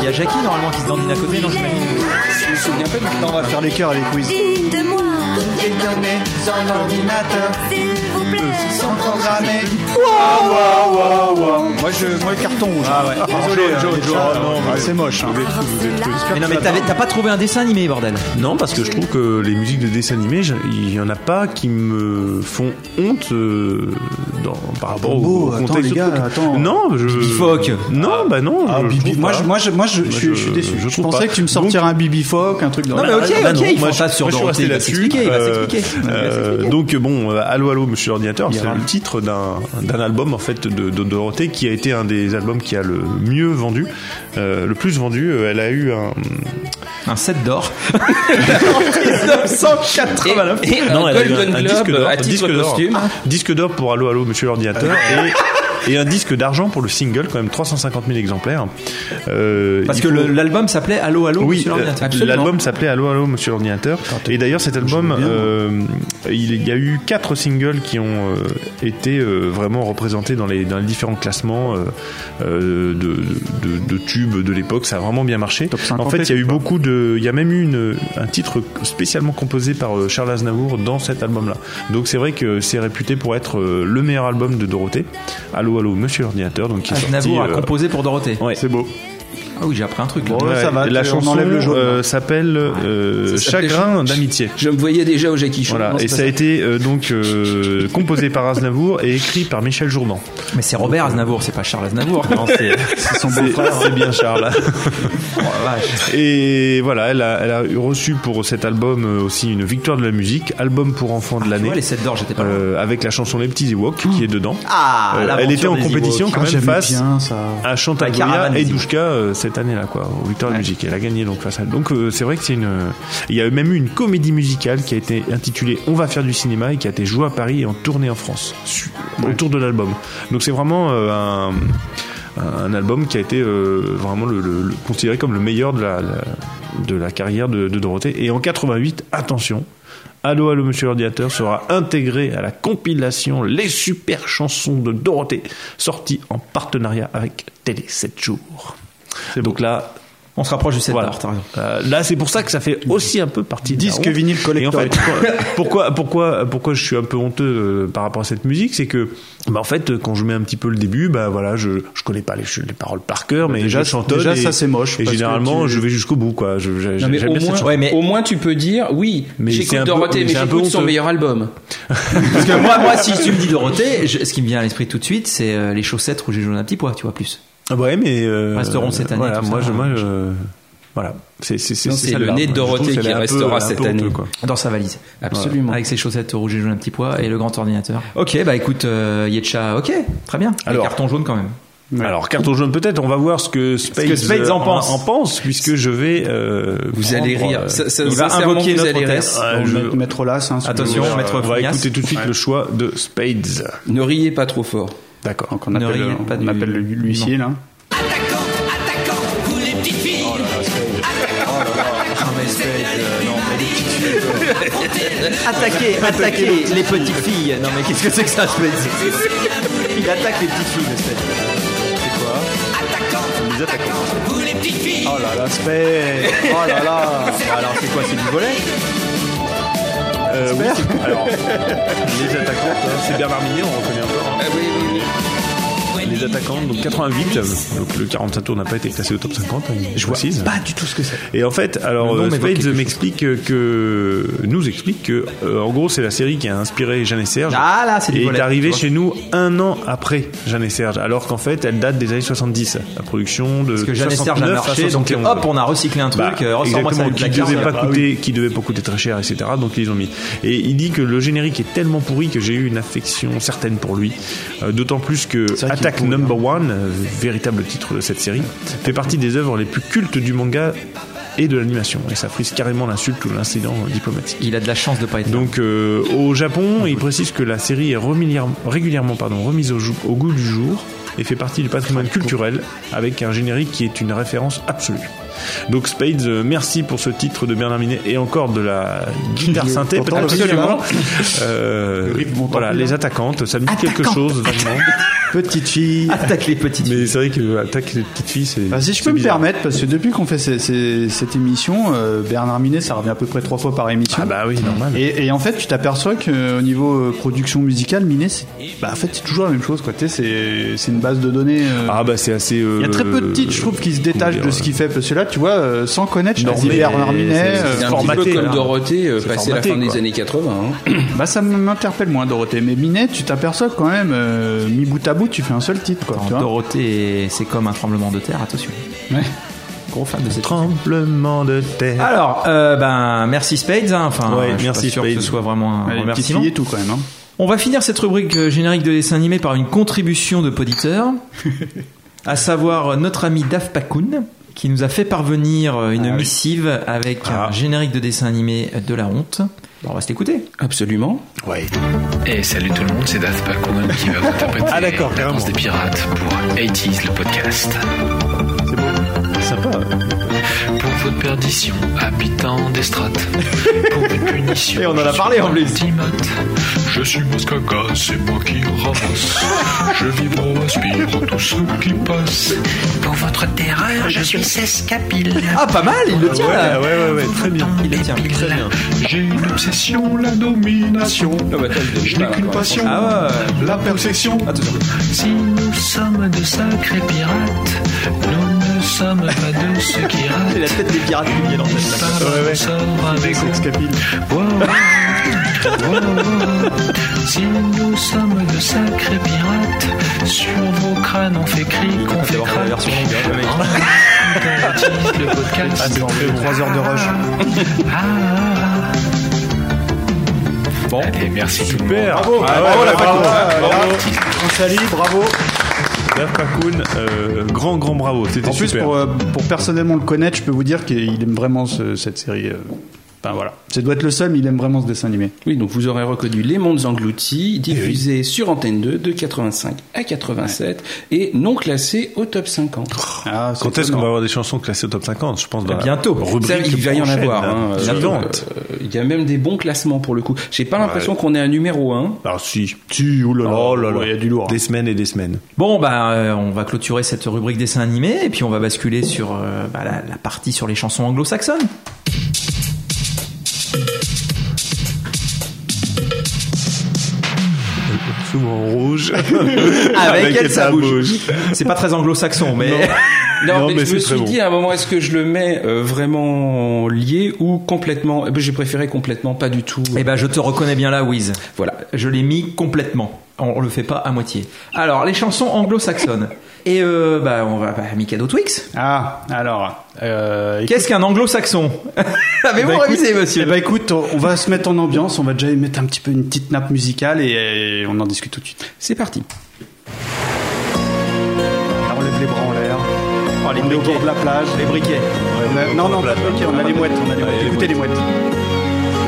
A: Il y a Jackie normalement qui se dandine à côté, non j'imagine.
D: Je me souviens pas du
B: On va faire les cœurs et les quiz.
E: Dites-moi,
B: Des données sur l'ordinateur.
E: s'il vous vous plaît.
B: Sans programmer. Moi, je, moi, carton rouge. Ah ouais. Désolé,
A: hein,
C: Joe, Joe, oh non, mais-
B: c'est moche. hein.
A: Mais non, mais t'avais- t'as pas trouvé un dessin animé, bordel.
C: Non, parce que je trouve que les musiques de dessins animés, je- il y en a pas qui me font honte euh, dans, par
A: Oh,
C: rapport au,
B: Beau,
C: au
B: attends,
C: contexte.
B: les
C: du
B: gars,
C: truc.
B: attends.
C: Non, je.
A: Bibi Fock.
C: Non, bah non.
B: Ah,
C: je
B: Bibi-
C: trouve
B: moi,
C: pas.
B: je, moi, je, moi, je,
C: Moi,
B: je, je suis déçu. Je,
C: trouve
B: pensais
C: pas.
B: que tu me sortirais un Bibi Fock, un truc dans
A: Non,
B: le-
A: mais ok,
C: Ah,
A: ok,
C: non,
A: il
C: moi,
A: faut pas
C: je-
A: sur
C: moi, je suis
A: Dorothée,
C: resté
A: il va
C: là-dessus.
A: s'expliquer, il va
C: Euh,
A: s'expliquer. Il va
C: euh,
A: s'expliquer.
C: donc bon, euh, Allô Allô Monsieur Ordinateur, c'est
B: aura-
C: le titre d'un d'un album en fait de, de Dorothée qui a été un des albums qui a le mieux vendu, euh, le plus vendu. Euh, Elle a eu un.
A: Un set d'or. Ah, bah,
D: Et- et un
C: elle a eu
D: euh, Golden Globe à titre
C: disque d'or. Ah,
D: posthume. Ah,
C: Disque d'or pour Allô Allô Monsieur l'ordinateur et, et un disque d'argent pour le single quand même 350 000 exemplaires. Euh,
A: Parce
C: il
A: que
C: faut-
A: le- l'album s'appelait Allô, Allô,
C: oui,
A: Monsieur l'ordinateur.
C: euh, l'album s'appelait Allô Allô Monsieur l'ordinateur et d'ailleurs cet album euh, il il y a eu quatre singles qui ont euh, été euh, vraiment représentés dans les, dans les différents classements euh, euh, de, de- de tubes de l'époque ça a vraiment bien marché
B: Top 50
C: en fait il y a
B: et
C: eu
B: tout, quoi.
C: beaucoup de il y a même eu une, un titre spécialement composé par euh, Charles Aznavour dans cet album là donc c'est vrai que c'est réputé pour être euh, le meilleur album de Dorothée Allô Allô Monsieur l'ordinateur donc qui est sorti
A: Aznavour a
C: euh,
A: composé pour Dorothée.
C: ouais.
B: C'est beau.
A: Ah oui, j'ai appris un truc là.
B: Bon, ça va,
C: Et la
B: tu- on
C: chanson
B: enlève le jaune.
C: euh, s'appelle euh,
D: Ça s'appelait
C: Chagrin
D: Ch-
C: d'amitié.
D: Je me voyais déjà au Jackie Chan.
C: Voilà,
D: Non, c'est
C: et
D: pas
C: ça a été euh, donc euh, composé par Aznavour et écrit par Michel Jourdan.
A: Mais c'est Robert Aznavour, c'est pas Charles Aznavour. Non, c'est.
C: C'est c'est bien Charles.
A: Oh, la vache.
C: Et voilà, elle a, elle a eu reçu pour cet album euh, aussi une victoire de la musique, album pour enfants de
A: Tu
C: l'année.
A: vois, les 7 d'or, j'étais pas loin.
C: euh, avec la chanson Les Petits Ewoks qui est dedans.
A: Ah,
C: Euh,
A: l'aventure
C: elle était en
A: des
C: compétition
A: Ewoks.
C: quand
B: Ah,
C: même
B: j'aimais
C: face
B: bien ça.
C: à
A: La caravane
C: Chantabria
A: des
C: et
A: Ewoks.
C: Douchka euh, cette année-là, quoi, au Victoire de la Musique. Elle a gagné donc face à elle. Donc euh, c'est vrai que c'est une. Il y a même eu une comédie musicale qui a été intitulée On va faire du cinéma et qui a été jouée à Paris et en tournée en France su- autour de l'album. Donc c'est vraiment euh, un un album qui a été euh, vraiment le, le- le- considéré comme le meilleur de la, la- de la carrière de, de Dorothée. Et en 88, attention, Allo Allo Monsieur l'ordinateur sera intégré à la compilation Les super chansons de Dorothée, sortie en partenariat avec Télé 7 jours. Donc là,
A: On se rapproche du 7
C: voilà.
A: d'or, t'as raison.
C: Euh, là, c'est pour ça que ça fait aussi un peu partie de la
B: Disque
C: honte.
B: vinyle collector.
C: Et en fait, pourquoi, pourquoi, pourquoi, pourquoi je suis un peu honteux euh, par rapport à cette musique, c'est que, bah, en fait, quand je mets un petit peu le début, bah voilà, je, je connais pas les, les paroles par cœur, mais
B: Bah, déjà,
C: je chantonne.
B: déjà,
C: et-
B: ça, c'est moche,
C: Et
B: parce que
C: généralement,
B: tu-
C: je vais jusqu'au bout, quoi. Je, je-
D: Non, mais
C: j'aime
D: au
C: bien cette
D: moins,
C: chanson.
A: Ouais, mais-
D: au moins tu peux dire oui,
C: Mais c'est
D: j'écoute
C: un peu-
D: Dorothée,
C: mais
D: mais
C: c'est un peu
D: j'écoute son
C: honteux.
D: meilleur album.
A: Parce que moi, moi, si tu me dis Dorothée, je- ce qui me vient à l'esprit tout de suite, c'est euh, les chaussettes rouges et jaunes à petits pois, tu vois plus.
C: Ah, Ouais, mais euh,
A: Resteront cette année,
C: Voilà,
A: tout
C: moi,
A: ça.
C: je, moi, je- voilà. C'est, c'est, c'est,
D: Non, hein. c'est le nez de Dorothée qui restera cette année.
A: Dans sa valise.
D: Absolument.
A: Avec ses chaussettes rouges et jaunes à petits pois et le grand ordinateur. Ok, bah écoute, euh, Yetcha, ok, très bien.
C: Alors.
A: Les cartons jaunes quand même.
C: Alors, carton jaune peut-être, on va voir ce que Spades,
A: que Spades
C: euh,
A: en pense.
C: puisque je vais... euh,
D: Vous allez
C: prendre,
D: rire.
C: euh,
D: Ça- ça-
A: il va
D: sincèrement,
A: invoquer
D: vous
A: notre
D: allez rire.
A: hôtesse.
C: euh,
B: Donc,
C: je-
B: mettre- mettre las, hein, sur
A: Attention,
B: le-
A: maître
C: on va
A: Fognas.
C: écouter tout de suite le choix de Spades.
D: Ne riez pas trop fort.
C: D'accord.
B: Donc on
A: Ne riez
B: appelle,
A: pas
B: on
A: du-
B: appelle le- l'huissier là.
A: Attaquez, attaquez les petites filles. Non mais qu'est-ce que c'est que ça, Spades Il attaque les petites filles, le Spades.
B: Oh là là, Spade Oh là là
A: Alors c'est quoi, c'est du volet
C: Euh, oui, c'est- alors, les attaquants, c'est Bernard Minier, on reconnaît encore. hein. Les attaquants, donc 88, euh, donc le 45 tours n'a pas été classé au top 50, hein, je précise.
A: Pas du tout ce que c'est.
C: Et en fait, alors
A: Le nom
C: euh,
A: m'évoque quelque
C: Spades
A: chose.
C: m'explique que nous explique que euh, en gros c'est la série qui a inspiré Jeanne et Serge.
A: Ah, là, c'est du
C: Et
A: volet,
C: est
A: tu
C: arrivée
A: vois.
C: chez nous un an après Jeanne et Serge, alors qu'en fait elle date des années 70. La production de
A: Parce que Jeanne et Serge a
C: 69 à
A: marché, donc
C: 71.
A: hop, on a recyclé un truc.
C: euh, Bah,
A: euh, ressors-moi ça
C: exactement,
A: avec de
C: qui
A: la
C: devait
A: carte. Bah Ah
C: pas coûter, qui devait pas coûter très cher, etc. Donc ils ont mis. Et il dit que le générique est tellement pourri que j'ai eu une affection certaine pour lui. Euh, D'autant plus que
B: vrai qu'il est
C: Attack
B: pourri,
C: Number
A: hein.
C: One, euh, véritable titre de cette série, fait partie des œuvres les plus cultes du manga et de l'animation. Et ça frise carrément l'insulte ou l'incident euh, diplomatique.
A: Il a de la chance de pas être. là.
C: Donc euh, au Japon, il précise que la série est régulièrement, régulièrement pardon, remise au, jou- au goût du jour et fait partie du patrimoine culturel avec un générique qui est une référence absolue. Donc Spades, euh, merci pour ce titre de Bernard Minet et encore de la guitare synthé peut-être
B: Absolument.
C: Euh,
B: rythme monte en
C: voilà,
B: plus,
C: les attaquantes, ça me dit quelque chose vraiment.
B: Petite fille.
A: Attaque les petites
C: Mais c'est vrai que euh, attaque les petites filles, c'est.
B: Bah, Ah, si je
C: Ah, c'est
B: peux me
C: bizarre.
B: permettre, parce que depuis qu'on fait ces- ces- cette émission, euh, Bernard Minet, ça revient à peu près trois fois par émission.
C: Ah bah oui, normal.
B: Et, et en fait, tu t'aperçois qu'au niveau euh, production musicale, Minet, c'est bah, en fait, c'est toujours la même chose. quoi. Tu sais, C'est c'est une base de données. euh,
C: Ah bah euh, c'est assez.
B: Il y a très peu de titres, je trouve, qui se détachent de ce qu'il fait. Parce que là, tu vois, euh, sans connaître, je te dis
C: Normé,
B: Bernard Minet.
C: c'est-
B: euh,
D: C'est un
C: Formaté,
D: petit peu comme
C: alors.
D: Dorothée, euh,
C: C'est
D: passé la fin
C: formaté,
D: des
C: quoi.
D: années 80. hein.
B: Bah, ça m'interpelle moins, Dorothée. Mais Minet, tu t'aperçois quand même, euh, mi bout à bout, tu fais un seul titre. Quoi, tu vois.
A: Dorothée, c'est comme un tremblement de terre, attention.
B: Ouais.
A: Gros fan de cette
C: Tremblement de terre.
A: Alors, euh, ben, merci Spades. hein. Enfin,
C: Ouais,
A: je suis
C: merci
A: pas sûr que
C: Spades.
A: ce soit vraiment un
B: Elle est petite
A: remerciement.
B: fille et tout quand même. hein.
A: On va finir cette rubrique euh, générique de dessin animé par une contribution de poditeurs, à savoir euh, notre ami Daf Pakoun, qui nous a fait parvenir euh,
C: Ah
A: une missive avec un générique de dessin animé euh, de la honte. Bon, on va se l'écouter.
D: Absolument.
G: Et salut tout le monde, c'est Daft Pakoun qui va vous interpréter
C: Ah, d'accord,
G: la danse
C: carrément.
G: des pirates pour 80s le podcast.
C: Sympa.
G: Pour votre perdition, habitant des strates. Pour votre punition.
A: Et on en a
G: je
A: parlé,
G: suis
A: en plus.
G: Timote. Je suis Moscaga, c'est moi qui ramasse. Je vibre, aspire tout ce qui passe.
H: Pour votre terreur, je suis Sescapille.
A: Ah, pas mal, il le tient là.
C: Ouais, ouais, ouais, très bien.
A: Il le tient.
G: J'ai une obsession, la domination. Je n'ai qu'une passion,
A: Ah ouais.
G: la perfection.
B: Ah,
G: Si nous sommes de sacrés pirates, nous ne sommes pas de ceux qui ratent.
A: tête des pirates qui vient en tête.
G: Pas de sort avec
B: Sexcapile.
G: Wow, wow, wow. Si nous sommes de sacrés pirates, sur vos crânes on fait cric, on fait
A: la
G: crac.
A: version longue, hein, le mec.
G: On utilise le podcast.
B: Ah, c'est en fait 3 heures de rush.
G: Ah, ah, ah. Bon, allez, merci tout le monde.
C: Super.
B: Bravo,
C: Ah ouais,
B: bravo,
C: ouais,
B: la
C: bravo,
B: fac.
C: bravo.
B: Bravo. On salue, bravo.
C: Dave Pakoun, euh, grand, grand bravo. C'était
B: En plus,
C: super.
B: pour, euh, pour personnellement le connaître, je peux vous dire qu'il aime vraiment ce- cette série. euh, Enfin voilà. Ça doit être le seul, mais il aime vraiment ce dessin animé.
D: Oui, donc vous aurez reconnu Les Mondes
C: Eh
D: Engloutis, diffusé sur Antenne 2 de 85 à 87 et non classé au top 50.
C: Oh,
B: Ah,
C: Quand est-ce qu'on va avoir des chansons classées au top 50 Je pense dans la
A: Bientôt.
C: rubrique
D: Ça, il va y en
C: prochaine,
D: avoir.
C: là,
D: hein, euh,
C: suivante.
D: euh, Il y a même des bons classements pour le coup. J'ai pas l'impression qu'on est un numéro 1.
C: Alors si, si, oulala,
B: Oh là là.
C: il y a du lourd. Des semaines et des semaines.
A: Bon, bah, euh, on va clôturer cette rubrique dessin animé et puis on va basculer sur euh, bah, la, la partie sur les chansons anglo-saxonnes.
C: Souvent rouge.
A: Avec elle, ça
C: Elsa
A: bouge. C'est pas très anglo-saxon, mais.
D: Non,
C: Non,
D: mais,
C: mais
D: je me
C: c'est
D: suis
C: très
D: dit hein, à un moment, est-ce que je le mets euh, vraiment lié ou complètement Eh ben, J'ai préféré complètement, pas du tout.
A: Eh ben, je te reconnais bien là, Wiz.
D: Voilà.
A: Je l'ai mis complètement. On, on le fait pas à moitié. Alors, les chansons anglo-saxonnes. Et euh, bah, on va bah, Mikado Twix.
B: Ah, alors. Euh, écoute-
A: Qu'est-ce qu'un anglo-saxon Avez-vous
B: Bah,
A: révisé,
B: écoute-
A: monsieur
B: Eh ben, écoute, on on va se mettre en ambiance, on va déjà y mettre un petit peu une petite nappe musicale et, et on en discute tout de suite.
D: C'est parti.
B: Là, Ah, on lève les bras en l'air. on est au bord de la plage.
A: Les briquets.
B: On a- non, non, pas de briquet, on a les mouettes. On a les mouettes. Écoutez les mouettes.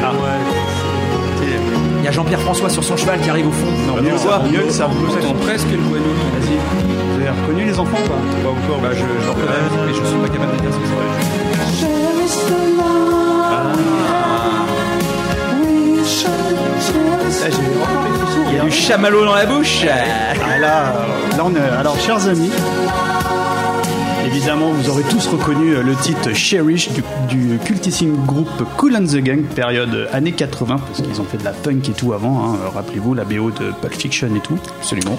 B: Ah ouais.
A: Il y a Jean-Pierre François sur son cheval qui arrive au fond. Non,
B: Mieux que ça, mieux que ça.
D: On entend presque le Guadeloupe.
B: Vous avez reconnu les enfants ou pas
A: bah, je, je le reconnais, mais je suis pas capable de dire ce que c'est.
B: Là, j'ai-
A: Il y a du chamallow dans la bouche.
B: Ah, là, euh, là, on est- alors, chers amis, évidemment, vous aurez tous reconnu euh, le titre Cherish du, du cultissime groupe Cool and the Gang, période euh, années 80, parce qu'ils ont fait de la punk et tout avant, hein, euh, rappelez-vous, la BO de Pulp Fiction et tout. Absolument.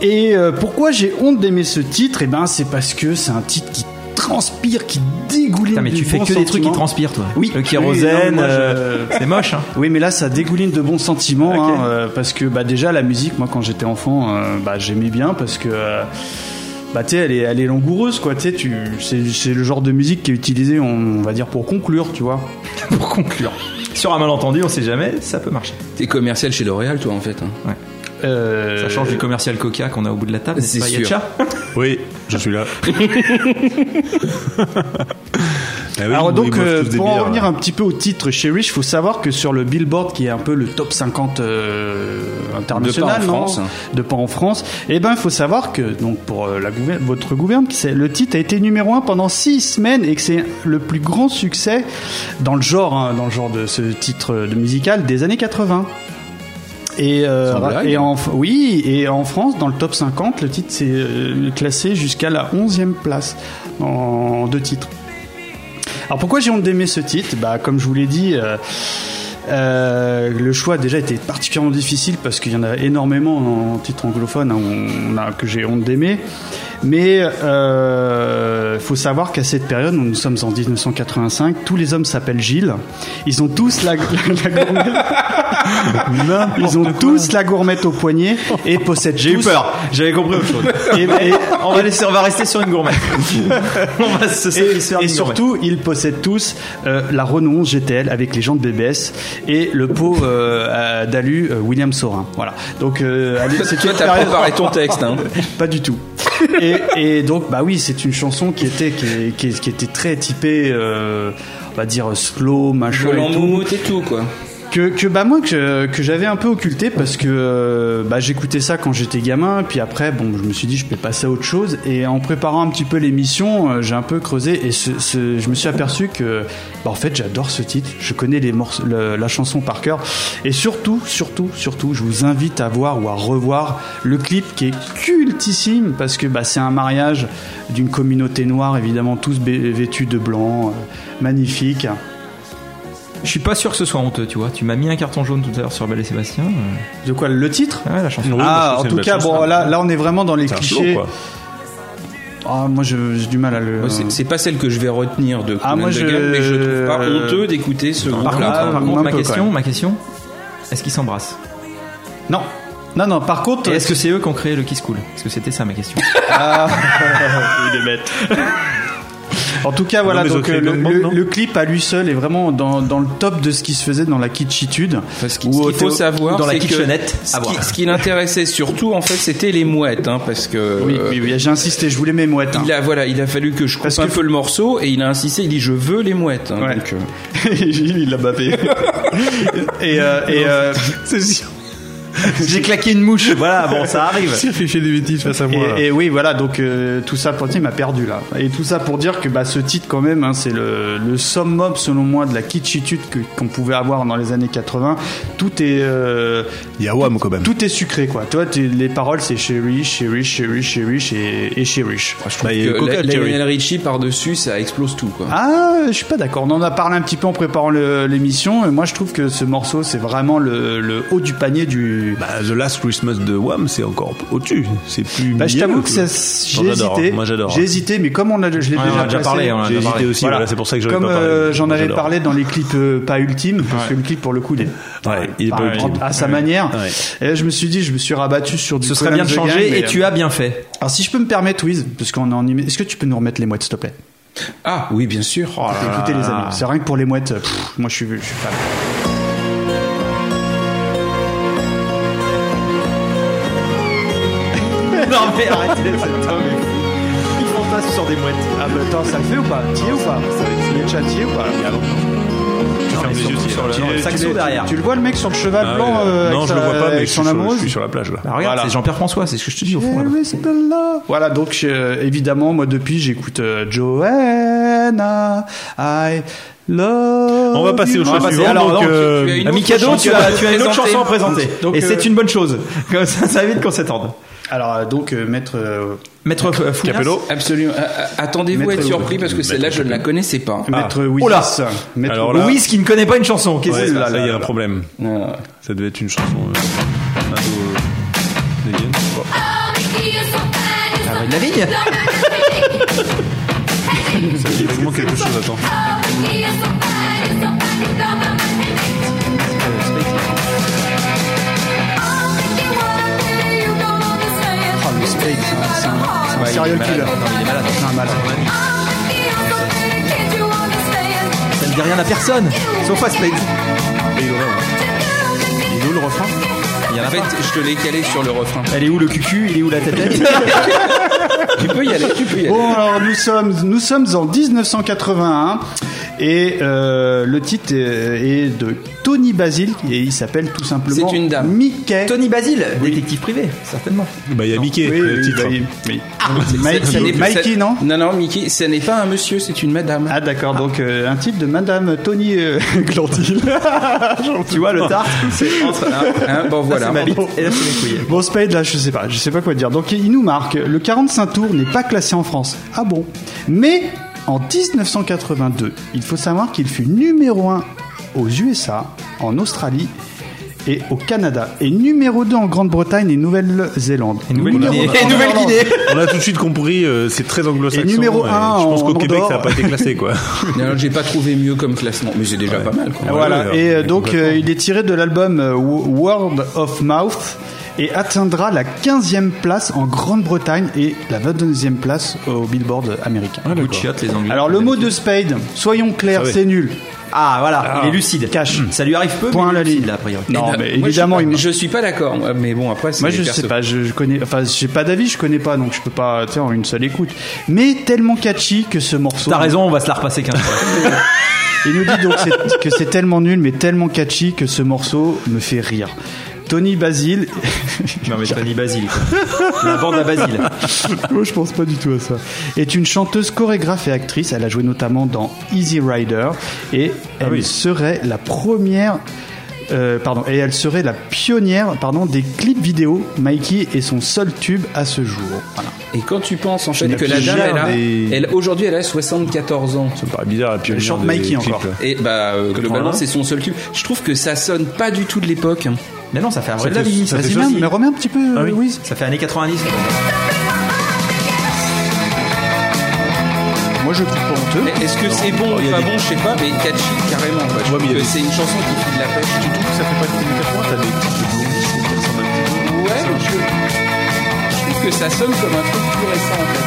B: Et euh, pourquoi j'ai honte d'aimer ce titre Eh ben, c'est parce que c'est un titre qui transpire, qui dégouline.
A: Putain, mais
B: du
A: tu fais
B: bon
A: que des trucs qui
B: sentiment.
A: transpirent, toi.
B: Oui.
A: Le
B: Oui, non,
A: kérosène.
B: moi, je-
A: euh, C'est moche, hein.
B: Oui, mais là, ça dégouline de bons sentiments, hein, euh, parce que bah, déjà la musique, moi, quand j'étais enfant, euh, bah, j'aimais bien parce que. euh, bah, tu sais, elle est, elle est langoureuse, quoi. Tu sais, tu- c'est c'est le genre de musique qui est utilisée, on, on va dire, pour conclure, tu vois.
A: Pour conclure. Sur un malentendu, on sait jamais, ça peut marcher.
D: T'es commercial chez L'Oréal, toi, en fait. hein.
A: Ça change du commercial Coca qu'on a au bout de la table,
D: c'est
A: n'est-ce pas,
D: sûr.
A: Yatcha
C: Oui, je suis là. Ah oui,
B: Alors
C: ils
B: donc,
C: boivent
B: euh,
C: tous des
B: pour en
C: bières,
B: revenir
C: là.
B: un petit peu au titre Cherish, il faut savoir que sur le Billboard, qui est un peu le top 50 euh, international,
D: De pas en
B: non
C: hein.
D: France.
B: de pas en France, eh ben, il faut savoir que donc pour euh, la gouverne- votre gouverne, qui c'est- le titre a été numéro 1 pendant 6 semaines et que c'est le plus grand succès dans le genre, hein, dans le genre de ce titre euh, de musical des années 80. Et, euh,
D: Sans blague.
B: et en, oui, et en France, dans le top 50, le titre s'est euh, classé jusqu'à la 11e place en deux titres. Alors pourquoi j'ai honte d'aimer ce titre Bah comme je vous l'ai dit. euh, euh, le choix déjà était particulièrement difficile parce qu'il y en a énormément en titre anglophone hein, on- on a- que j'ai honte d'aimer. Mais euh, faut savoir qu'à cette période, nous sommes en 1985, tous les hommes s'appellent Gilles. Ils ont tous la, la- la gourmette. Ils ont tous la gourmette au poignet et possèdent
A: J'ai eu
B: tous-
A: peur, j'avais compris autre chose.
B: Et- et-
A: On va, laisser- on va rester sur une gourmette. on va se
B: Et,
A: satisfaire
B: et
A: d'une gourmette.
B: surtout, ils possèdent tous euh, la Renon GTL avec les gens de BBS et le pot euh, euh, d'alu euh, William Sorin. Voilà. Donc, euh, allez, c'est
D: Toi,
B: une
D: t'as
B: période-
D: préparé ton texte, hein.
B: Pas du tout. Et, et donc, bah oui, c'est une chanson qui était qui, est- qui est- qui était très typée, euh, on va dire slow, machin et tout
D: L'emboumoute et tout, quoi.
B: que, que bah moi que, que j'avais un peu occulté parce que euh, bah, j'écoutais ça quand j'étais gamin puis après bon je me suis dit je peux passer à autre chose et en préparant un petit peu l'émission euh, j'ai un peu creusé et ce- ce- je me suis aperçu que bah, en fait j'adore ce titre je connais les morceaux le- la chanson par cœur et surtout surtout surtout je vous invite à voir ou à revoir le clip qui est cultissime parce que bah, c'est un mariage d'une communauté noire évidemment tous bé- vêtus de blanc euh, magnifique
A: Je suis pas sûr que ce soit honteux, tu vois. Tu m'as mis un carton jaune tout à l'heure sur Belle et Sébastien. euh.
B: de quoi le titre
A: Ah ouais, la chanson.
C: Oui,
B: ah,
C: moi, je trouve que
B: en tout
C: c'est une
B: cas,
C: belle
B: bon,
C: chanson.
B: là, là, on est vraiment dans les
C: C'est un
B: clichés.
C: slow, quoi.
B: Ah, moi, je- j'ai du mal à le.
D: Moi, c'est- C'est pas celle que je vais retenir de
B: Ah,
D: Conan
B: moi, je-
D: Doyle, mais je trouve pas honteux d'écouter ce
A: Par
D: groupe-là.
A: contre,
B: Ah,
A: par
B: par
A: contre,
B: contre,
A: ma
B: un peu, quand
A: question,
B: même.
A: ma question, est-ce qu'ils s'embrassent
B: Non, non, non. Par contre,
A: Et est-ce que c'est eux qui ont créé le Kiss Cool Parce que c'était ça ma question.
B: en tout cas, voilà.
C: mais ils ont
B: donc,
C: créé
B: euh, le,
C: Bang Bang,
B: le-
C: non
B: le clip à lui seul est vraiment dans, dans le top de ce qui se faisait dans la kitschitude.
D: Parce que
B: Ou
D: ce
B: au
D: qu'il faut
B: théo-
D: savoir,
A: dans la
D: c'est que
A: kitchenette,
D: ce
A: à
D: qui-
A: voir.
D: Ce qui l'intéressait surtout, en fait, c'était les mouettes, hein, parce que
B: Oui,
D: euh,
B: oui, oui, j'ai insisté. Je voulais mes mouettes. hein.
D: il a voilà, il a fallu que je coupe
B: Parce
D: un
B: que-
D: peu le morceau et il a insisté, il dit je veux les mouettes. hein,
B: Ouais.
D: donc, euh,
B: Gilles, il l'a bavé. et euh, et euh,
C: C'est sûr.
B: j'ai claqué une mouche. Voilà, bon, ça arrive.
C: Cyril fait- fait des bêtises face à moi. là.
B: Et, et oui, voilà, donc euh, tout ça pour dire, il m'a perdu là. Et tout ça pour dire que bah, ce titre, quand même, hein, c'est le, le summum, selon moi, de la kitschitude que- qu'on pouvait avoir dans les années 80. Tout est, euh,
C: Il y a Wham quand même.
B: tout est sucré, quoi. Toi, t'es- les paroles, c'est chérie, chérie, chérie, chérie et, et chérie.
C: Bah, il y a eu
D: que
C: Coca,
D: la- la
C: Jerry.
D: Lionel Richie par dessus, ça explose tout quoi.
B: Ah, je suis pas d'accord. On en a parlé un petit peu en préparant le- l'émission. Et moi, je trouve que ce morceau, c'est vraiment le, le haut du panier du.
C: Bah, The Last Christmas de Wham, c'est encore au-dessus. C'est plus.
B: Bah, je
C: mielleux
B: t'avoue que ça-
C: Moi,
B: j'ai
C: j'adore.
B: hésité.
C: Moi, j'adore.
B: J'ai hésité, mais comme on a, je l'ai
A: Ouais,
B: déjà,
A: on en a déjà
B: placé-
A: parlé, on en a
C: J'ai
A: déjà
C: hésité
A: parlé.
C: aussi,
B: Voilà.
C: voilà, c'est pour ça que j'en ai
B: Comme
C: pas parlé.
B: euh, j'en
C: Moi,
B: avais
C: j'adore.
B: parlé dans les clips euh, pas ultimes, parce que le clip pour le coup, il est,
C: Ouais, il est pas
B: enfin,
C: ultime.
B: à sa manière.
C: Ouais.
B: Et là, je me suis dit, je me suis rabattu sur du.
A: Ce serait
B: Conan
A: bien de
B: the
A: changer
B: Gang,
A: et
B: mais- euh,
A: tu as bien fait.
B: Alors si je peux me permettre, Wiz, parce qu'on est en Est-ce que tu peux nous remettre les mouettes, s'il te plaît
D: Ah oui, bien sûr.
B: Écoutez les amis, c'est rien que pour les mouettes. euh, pff, moi, je suis, je suis fan. non mais arrêtez, c'est dingue. Ils fantasment sur des mouettes. Ah bah attends, ça le fait ou pas Tié ou pas Le chat tié ou pas
C: Tu fermes les yeux sur le.
A: Sur le
B: Tu- tu
A: saxo
B: le-
A: derrière.
B: Tu le vois le mec sur le cheval
C: Ah,
B: blanc
C: oui, là.
B: euh,
C: Non,
B: avec
C: je le
B: sa-
C: vois pas, mais
B: avec
C: je suis
B: son
C: sur- je
B: amoureuse Ah,
C: suis sur la plage là.
A: Bah, regarde,
B: Voilà.
A: c'est Jean-Pierre François, c'est ce que je te dis au fond. là-bas.
B: Voilà, donc euh, évidemment, moi depuis, j'écoute euh, Joanna, I love.
C: On va passer au
B: you.
C: choix
B: On va passer-
C: suivant,
B: alors,
C: donc,
B: donc,
C: euh,
D: tu as une autre
A: Mikado,
D: chanson
A: tu as, tu as une autre
D: présentée.
A: chanson à présenter.
B: Donc,
A: et
B: euh,
A: c'est une bonne chose. Comme ça, ça évite qu'on s'étende.
B: alors, euh, donc, euh, maître. euh,
A: Maître euh, Fouillasse.
C: Capello.
D: Absolument. A- a- Attendez-vous à
B: Maître-
D: être surpris parce que celle-là, je ne la connaissais pas.
B: Maître Willis.
A: Oh là
B: Maître
C: Alors là-
A: Louis qui ne connaît pas une chanson. Qu'est-ce que
C: Ouais,
A: c'est
C: là,
A: là,
C: il y
A: là
C: a un problème.
B: Ah,
D: Euh,
C: Ça devait être une chanson. euh, ado, euh, dégaine, je sais pas.
A: La Rue Ah, bah, de la Vigne
C: Il y a vraiment quelque chose, attends.
B: Oh, le Spade, c'est un- c'est un serial killer. C'est un malade.
A: Ça ne dit rien à personne. Sauf à Spade.
B: Il est où le refrain
D: en fait, je te l'ai calé sur le refrain.
A: Elle est où le cucu Il est où la tête
D: tu peux y aller, tu peux y aller.
B: Bon, alors nous sommes, nous sommes en 1981 Et euh, le titre est, est de Tony Basile et il s'appelle tout simplement
D: C'est une dame.
B: Mickey.
A: Tony Basile, détective privé, certainement.
C: Bah, il y a Mickey,
B: Oui,
C: le
B: oui,
C: titre.
B: bah oui, oui.
D: C'est- ça n'est-
B: Mikey, Mikey,
D: ça-
B: non
D: Non, non, Mickey, ce n'est pas un monsieur, c'est une madame.
B: hein Ah d'accord, donc euh, un titre de Madame Tony euh, Glandil. tu vois le tarte
D: C'est entre-
A: Bah,
D: hein, hein, bon, voilà.
A: C'est ma bite, et là, c'est mes couilles.
B: Bon Spade là je sais pas, je sais pas quoi dire. Donc il nous marque, le 45 tours n'est pas classé en France. Ah bon Mais en 1982, il faut savoir qu'il fut numéro 1 aux USA, en Australie et au Canada, et numéro 2 en Grande-Bretagne et Nouvelle-Zélande.
A: Et Nouvelle-Guinée.
B: Numéro-
A: Et Nouvelle-Guinée.
C: On a tout de suite compris, euh, c'est très anglo-saxon.
B: Et numéro
C: euh,
B: un
C: Je pense
B: en
C: qu'au Québec,
B: Andorre.
C: ça n'a pas été classé, quoi.
D: Non, j'ai pas trouvé mieux comme classement, mais c'est déjà pas mal. quoi.
B: Ah, Voilà,
C: Ouais,
B: et euh,
C: ouais,
B: donc
C: complètement.
B: euh, il est tiré de l'album euh, Wo- Word of Mouth et atteindra la 15e place en Grande-Bretagne et la 22e place au Billboard américain.
A: Coup de chiottes, les Anglais.
B: Alors le mot de Spade, soyons clairs,
C: Ça va.
B: c'est nul.
A: Ah, voilà, il est lucide.
B: Cache.
A: Ça lui arrive peu,
B: Hmm. Point
A: mais
B: à la
A: il est lucide,
B: ligne.
A: là, a priori.
B: Non,
D: Moi,
B: mais
D: je suis
B: évidemment,
D: pas-
B: il me-
D: je suis pas d'accord. moi, Mais bon, après, c'est
B: Moi
D: les
B: je
D: persos.
B: sais pas, je, je connais, enfin j'ai pas d'avis, je connais pas, donc je peux pas, tu sais, en une seule écoute. Mais tellement catchy que ce morceau.
A: T'as raison, on va se la repasser 15 fois.
B: Il nous dit donc c'est- que c'est tellement nul, mais tellement catchy que ce morceau me fait rire. Tony Basile,
A: non, mais Tony Basile, quoi. La bande à Basile.
B: Moi, je pense pas du tout à ça. Est une chanteuse, chorégraphe et actrice. Elle a joué notamment dans Easy Rider et
A: Ah
B: elle serait la première. euh, pardon, et elle serait la pionnière pardon, des clips vidéo. Mikey est son seul tube à ce jour. Voilà.
D: Et quand tu penses en fait
B: n'ai
D: que la
B: plus
D: dame, elle a,
C: jamais-
D: elle- aujourd'hui, elle a 74 ans.
C: Ça me paraît bizarre, la pionnière.
B: chante
C: des
B: Mikey
C: clips,
B: encore.
C: là.
D: Et bah euh, globalement, c'est
C: 81.
D: son seul tube. Je trouve que ça sonne pas du tout de l'époque. hein.
A: Mais non, ça fait un vrai de
C: fait-
A: la vie.
C: ça
A: Ça, c'est
C: fait
B: Vas-y, même,
A: facile.
B: mais remets un petit peu,
A: oui.
B: Louise.
A: Ça fait années 90.
B: Moi, je trouve pas honteux.
D: Mais Est-ce que c'est bon ou pas bon, je sais pas, mais catchy carrément. quoi. Je
C: Ouais, mais il
D: trouve que
C: y a des-
D: c'est une chanson qui fait de la pêche.
C: Tu trouves que ça fait pas de clips à toi T'as des clips de Blondie qui ressemblent un petit peu.
D: Ouais, mais je... je trouve que ça sonne comme un truc plus récent en fait.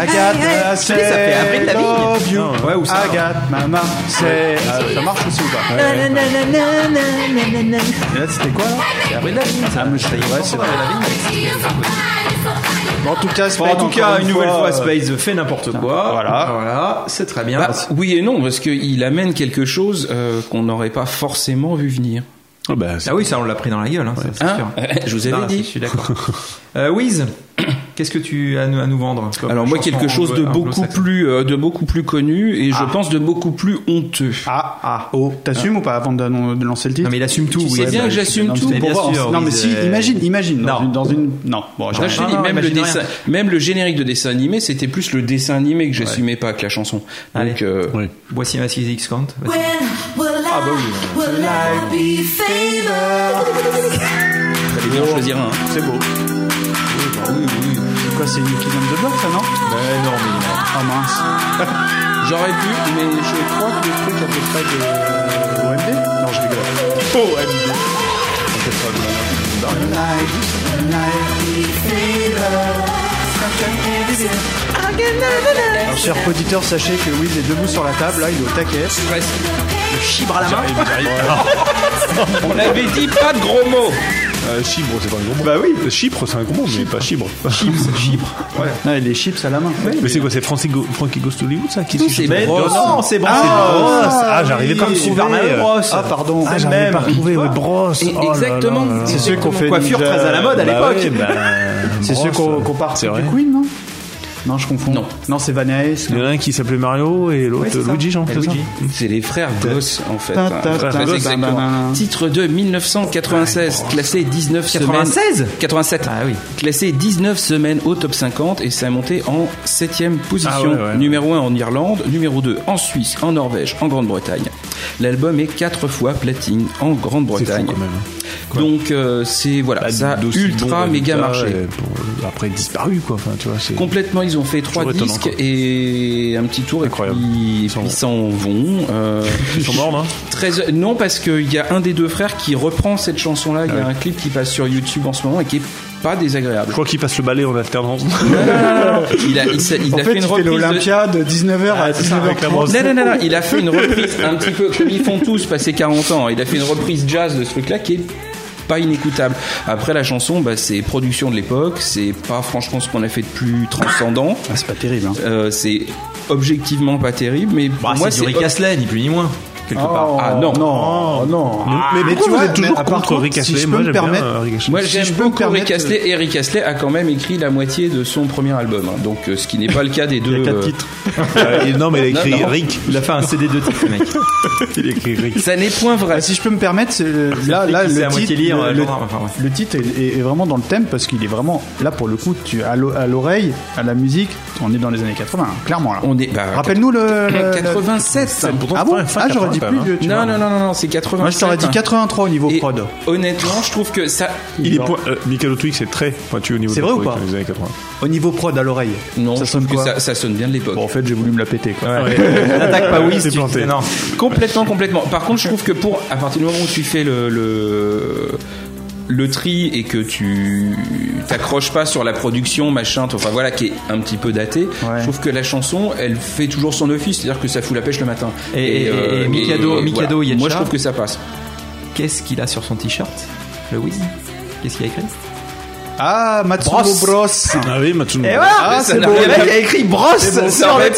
B: Agathe, c'est
A: ça fait avril la vigne.
B: love you.
A: Ouais, ou ça.
B: Agathe, maman, c'est. Ah, ça marche aussi ou pas Et là, c'était quoi là Ah,
A: C'est Avril Lavigne, ça.
B: mais je-
A: Ça y est,
B: ouais, c'est
A: c'est Avril Lavigne.
B: En tout cas,
A: Bon, en tout
B: encore
A: cas, une nouvelle fois,
B: euh,
A: Space fait n'importe quoi.
B: Voilà.
A: Voilà, c'est très bien.
D: Bah, oui et non, parce qu'il amène quelque chose euh, qu'on n'aurait pas forcément vu venir.
C: Ah bah, c'est-
A: Ah oui, ça, on l'a pris dans la gueule, hein, ça, c'est
D: Hein
A: sûr.
D: Je vous avais
A: Ah,
D: dit.
A: Je suis d'accord. euh, Wiz, qu'est-ce que tu as à nous- à nous vendre comme
D: Alors moi
A: chanson
D: quelque chose de
A: anglo-
D: beaucoup
A: anglo-saxonne
D: plus euh, de beaucoup plus connu et je pense de beaucoup plus honteux.
B: Ah, ah, oh, t'assumes ou pas avant de, de lancer le titre
A: Non, mais il assume tout.
D: Tu sais
A: Wiz.
D: bien que j'assume
A: Non,
D: tout.
A: mais bien
B: Bon,
A: sûr,
B: Non, mais
A: Wiz,
B: si,
A: euh,
B: imagine, imagine. Dans,
A: Non.
B: Une, dans une. Non, bon, j'ai
D: Là, je te
A: Non,
D: dis,
A: non,
D: même, le
A: imagine rien.
D: dessin, même le générique de dessin animé, c'était plus le dessin animé que j'assumais pas que la chanson.
A: Allez.
D: Donc, euh,
C: Oui.
A: Voici ma 6X Count. Vas-y.
E: Ah bah oui.
D: fallait bien en choisir un. hein.
B: C'est beau. C'est Quoi, c'est une qui vient de bloc, ça, non
A: Ouais, Bah, non, mais-
B: Ah mince.
D: J'aurais pu, mais je crois que le truc à peu près
B: euh,
D: de...
B: OMD Non, je rigole. Alors, chers auditeurs, sachez que Wiz est debout sur la table, là, il est au taquet.
D: Presque.
A: chibre à la main.
D: On avait dit pas de gros mots.
C: Euh, Chypre, c'est pas un gros mot.
B: Bah oui.
C: Euh, Chypre, c'est un gros mot, mais pas Chypre.
B: Ah, il est chips à la main.
C: Mais c'est quoi C'est Francis Go- Frankie Ghost Hollywood, ça qui se chante
A: Mais
C: Bros.
A: non, c'est bon.
C: Bros.
A: c'est bon.
C: Ah, j'arrivais pas à me
A: oui,
C: trouver.
A: Superman Bros.
B: Ah, pardon.
C: Ah, j'arrivais pas à retrouver, ouais, Bros.
D: Et exactement.
B: C'est ceux qu'on fait.
A: Coiffure
B: Ninja-
A: très à la mode à
C: Bah ouais,
A: l'époque.
C: bah,
B: C'est
C: Bros,
B: ceux qu'on
C: euh,
B: qu'on part
C: c'est vrai.
B: du Queen, non Non, je confonds.
D: Non.
B: non c'est Van Halen.
C: Il y en a un qui s'appelait Mario et l'autre
A: c'est ça.
C: Luigi, j'en
A: Et
C: fais ça.
A: Luigi.
D: C'est les frères Goss, en fait.
B: Ta-
D: hein.
B: ta-
D: Frères
B: ta-
D: Goss,
B: ta-
D: exactement.
B: ta- ta-
D: Titre de 1996, classé 19 semaines...
A: 96
D: 87.
A: Ah oui.
D: Classé 19 semaines au top 50 et ça a monté en 7ème position.
C: Ah ouais, ouais, ouais.
D: numéro 1 en Irlande, numéro 2 en Suisse, en Norvège, en Grande-Bretagne. L'album est 4 fois platine en Grande-Bretagne.
C: quand même,
D: Donc euh, c'est voilà,
C: Bah,
D: ça a
C: d'aussi
D: ultra
C: bons
D: méga
C: résultats,
D: marché.
C: et bon, Après disparu, quoi. Enfin, tu vois, c'est.
D: Complètement, ils ont fait trois
C: Toujours étonnant,
D: disques
C: quoi.
D: et un petit tour
C: Incroyable.
D: et puis- et
C: sont-
D: puis ils s'en vont. Euh,
C: Ils sont morts, non
D: Très- non, parce qu'il y a un des deux frères qui reprend cette chanson-là. Il y a un clip qui passe sur YouTube en ce moment et qui est pas désagréable.
C: Ah Je crois qu'ils passent le balai en alternance.
D: Il a, il, s'est- il a
B: En fait,
D: fait une
B: il fait
D: reprise. de-
B: l'Olympia de Ah, 19h à
C: avec la brosse.
B: 19h30.
D: Non, non, non, non, il a fait une reprise un petit peu comme ils font tous passer 40 ans. Il a fait une reprise jazz de ce truc-là qui est pas inécoutable. Après, la chanson, bah, c'est production de l'époque, c'est pas franchement ce qu'on a fait de plus transcendant.
B: Ah, c'est pas terrible. Hein.
D: Euh, c'est objectivement pas terrible, mais pour
A: Bah,
D: moi,
A: c'est du Rick Astley, ni plus ni moins. Quelque part.
B: Oh,
D: Ah, non.
B: non, non.
C: mais, mais
B: pourquoi
C: tu vois,
B: vous
C: vous êtes
B: êtes-
C: toujours
B: mais, par
C: contre
B: contre,
C: Rick
B: si
C: Astley.
B: je peux
C: Moi,
B: me
C: j'aime bien,
B: permettre-
C: euh, Rick Astley.
D: Moi,
B: Si
D: j'aime
B: je peux
D: beaucoup
B: me
D: Rick
B: permettre-
D: Astley et Rick Astley a quand même écrit la moitié de son premier album. hein. Donc, euh, ce qui n'est pas le cas des deux.
B: Il y a quatre
D: euh,
B: titres.
C: Euh, et non, mais il a écrit
D: Non, non.
C: Rick.
A: Il a fait un CD de titre, mec.
C: Il a écrit Rick.
D: Ça n'est point vrai.
B: Ah, si je peux me permettre, Ah, c'est le- là,
A: fait
B: là,
A: qu'il
B: le
A: sait à moitié
B: titre,
A: lire,
B: le,
A: euh,
B: le-
A: genre, enfin, ouais.
B: le titre est, est- est vraiment dans le thème parce qu'il est vraiment là pour le coup, tu à l'o- à l'oreille, à la musique, on est dans les années 80, hein, clairement là.
D: On est. bah,
B: Rappelle-nous le, le-
D: 87.
C: pourtant
B: Ah bon
C: fin- fin
B: Ah j'aurais dit
C: 80,
B: plus
C: hein.
B: vieux, tu
D: Non,
B: vois.
D: non, non, non, non, c'est 87.
B: Moi je t'aurais dit
D: hein.
B: 83 au niveau
D: Et
B: prod.
D: Honnêtement, je trouve que ça.
C: Il est point, euh, Michael O'Twig, c'est très pointu au niveau
B: C'est
C: de
B: vrai
C: la
B: ou
C: Rick
B: pas
C: dans les années 80.
B: Au niveau prod à l'oreille.
D: Non,
B: ça
D: je trouve
B: sonne
D: que
B: quoi
D: ça, ça sonne bien de l'époque.
B: Bon, en fait, j'ai voulu me la péter quoi.
A: N'attaque pas Wiz,
C: Ah, C'est
A: tu-
C: planté.
A: Non.
D: Complètement, complètement. Par contre, je trouve que pour à partir du moment où tu fais le le, le tri et que tu t'accroches pas sur la production, machin, t- enfin voilà, qui est un petit peu datée, je trouve que la chanson, elle fait toujours son office, c'est-à-dire que ça fout la pêche le matin. euh,
A: Et- et- et Mikado- Mikado
D: voilà.
A: Yetcha.
D: Moi, je trouve que ça passe.
A: Qu'est-ce qu'il a sur son t-shirt Le Wiz Qu'est-ce qu'il a écrit
B: Ah, Matsumo
A: Brosse.
B: Bros.
C: Ah oui, Matsuno.
D: Ah,
B: Ah,
D: ça
B: c'est
D: n'a
B: beau.
D: rien à voir.
B: a écrit Brosse
D: ça aurait, ça
C: vrai,
D: aurait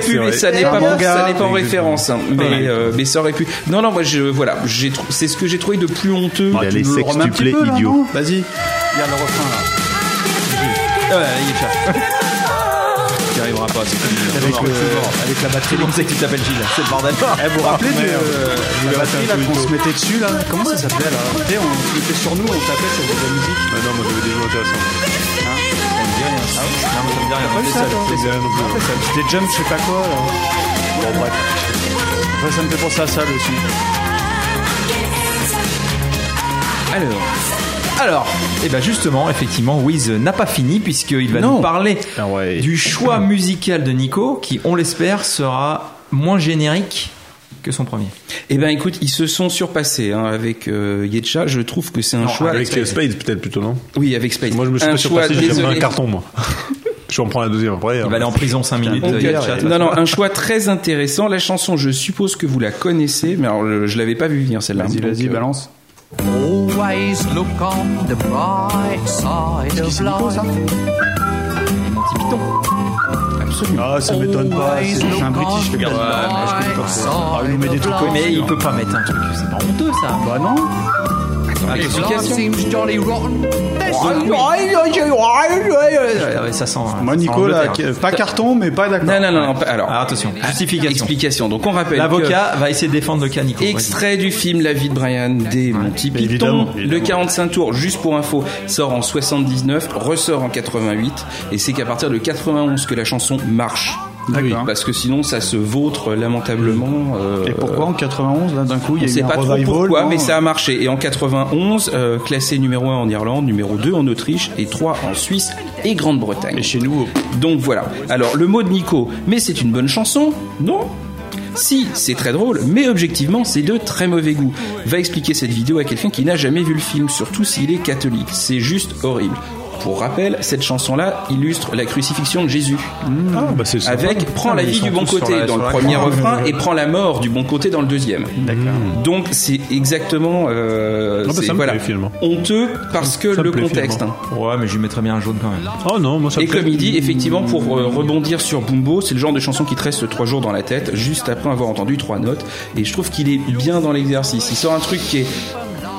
C: c'est
D: pu, mais
C: vrai.
D: ça n'est
B: Un
D: pas,
B: manga.
D: ça n'est pas en
C: Exactement.
D: référence. hein. Mais,
C: Ouais.
D: euh, mais ça aurait pu. Non, non, moi, je, voilà, j'ai trou- c'est ce que j'ai trouvé de plus honteux.
C: Il a les
B: Ah, Le remets un petit
C: sextuplés
B: peu, là,
C: idiots.
B: non Vas-y. Il y a le refrain là.
D: qui arrivera pas. c'est comme-
B: Avec, le- avec la batterie.
A: On sait que tu t'appelles Gilles, c'est le bordel.
B: Eh, vous vous rappelez de euh, la batterie là qu'on se mettait dessus là Comment ça s'appelait là Tu sais, on se mettait sur nous, on tapait, ça faisait de la musique.
C: Ah non, moi j'avais des jeux intéressants.
B: C'était Jump, je sais pas quoi. Là. Bon, bref. Après, ça me fait penser à ça le son.
D: Alors.
A: Alors, et ben justement, effectivement, Wiz n'a pas fini puisqu'il va
D: Non.
A: nous parler
C: Ah ouais.
A: du choix musical de Nico qui, on l'espère, sera moins générique que son premier.
D: Eh ben écoute, ils se sont surpassés hein, avec euh, Yetcha. Je trouve que c'est un choix.
C: Avec euh, Spades, peut-être plutôt, non
D: Oui, avec Space.
C: Moi je me suis
D: un
C: pas
D: choix,
C: surpassé, j'ai
D: désolé.
C: pris un carton moi. Je vais en prendre la deuxième après. hein.
A: Il va aller en prison 5 minutes.
D: Donc,
A: euh,
D: euh,
A: Yetcha, de toute
D: non,
A: façon.
D: non, un choix très intéressant. La chanson, je suppose que vous la connaissez, mais alors euh, je l'avais pas vu venir celle-là.
B: Vas-y,
D: Donc,
B: vas-y,
D: euh,
B: balance.
G: Always look on the bright side of life.
B: Ah, ça m'étonne pas. C'est c'est un british, je le garde.
G: Ouais, mais je connais pas.
B: Ah, il nous met des trucs connus.
A: Mais il peut pas mettre un truc, c'est pas honteux ça.
B: Bah non.
G: If life seems jolly rotten, there's no
A: Ah ouais, ça sent.
B: Moi,
A: ça sent
B: Nico, là,
A: l'Angleterre.
B: qui- pas carton, mais pas d'accord.
D: Non, non, non. pas- Alors, Ah,
A: Alors, attention, justification.
D: explication. Donc on rappelle. que-
A: L'avocat va essayer de défendre le cas Nico. vas-y.
D: Extrait du film La vie de Brian des Monty Python.
C: évidemment,
D: Le
C: évidemment.
D: 45 tours, juste pour info, sort en 79, ressort en 88, et c'est qu'à partir de 91 que la chanson marche.
B: D'accord.
D: Parce que sinon, ça se vautre lamentablement. euh,
B: Et pourquoi en 91, là, d'un coup, il
D: on
B: y a
D: sait
B: eu un
D: pas trop
B: revival
D: pourquoi,
B: non
D: mais ça a marché. Et en 91, euh, classé numéro 1 en Irlande, numéro 2 en Autriche et 3 en Suisse et Grande-Bretagne.
B: Et chez nous, oh,
D: Donc voilà. Alors le mot de Nico, mais c'est une bonne chanson, non si, c'est très drôle, mais objectivement, c'est de très mauvais goût. Va expliquer cette vidéo à quelqu'un qui n'a jamais vu le film, surtout s'il est catholique. C'est juste horrible. Pour rappel, cette chanson-là illustre la crucifixion de Jésus.
C: Ah, bah c'est ça.
D: Avec Prends la
A: mais ils
D: vie
A: sont
D: du bon
A: tous sur
D: côté
A: la-
D: dans
A: sur
D: le
A: la
D: premier
A: croix.
D: refrain et Prends la mort du bon côté dans le deuxième. Mm. Donc c'est exactement euh,
C: Ah bah,
D: c'est-
C: ça me
D: voilà,
C: plaît, le film.
D: honteux parce que
C: Ça me
D: le
C: plaît,
D: contexte.
C: finalement.
D: hein.
A: Ouais, mais je lui mettrais bien un jaune quand même.
C: Oh non, moi ça me
D: Et
C: plaît.
D: comédie, effectivement, pour euh, rebondir sur Bumbo, c'est le genre de chanson qui te reste trois jours dans la tête, juste après avoir entendu trois notes. Et je trouve qu'il est bien dans l'exercice. Il sort un truc qui est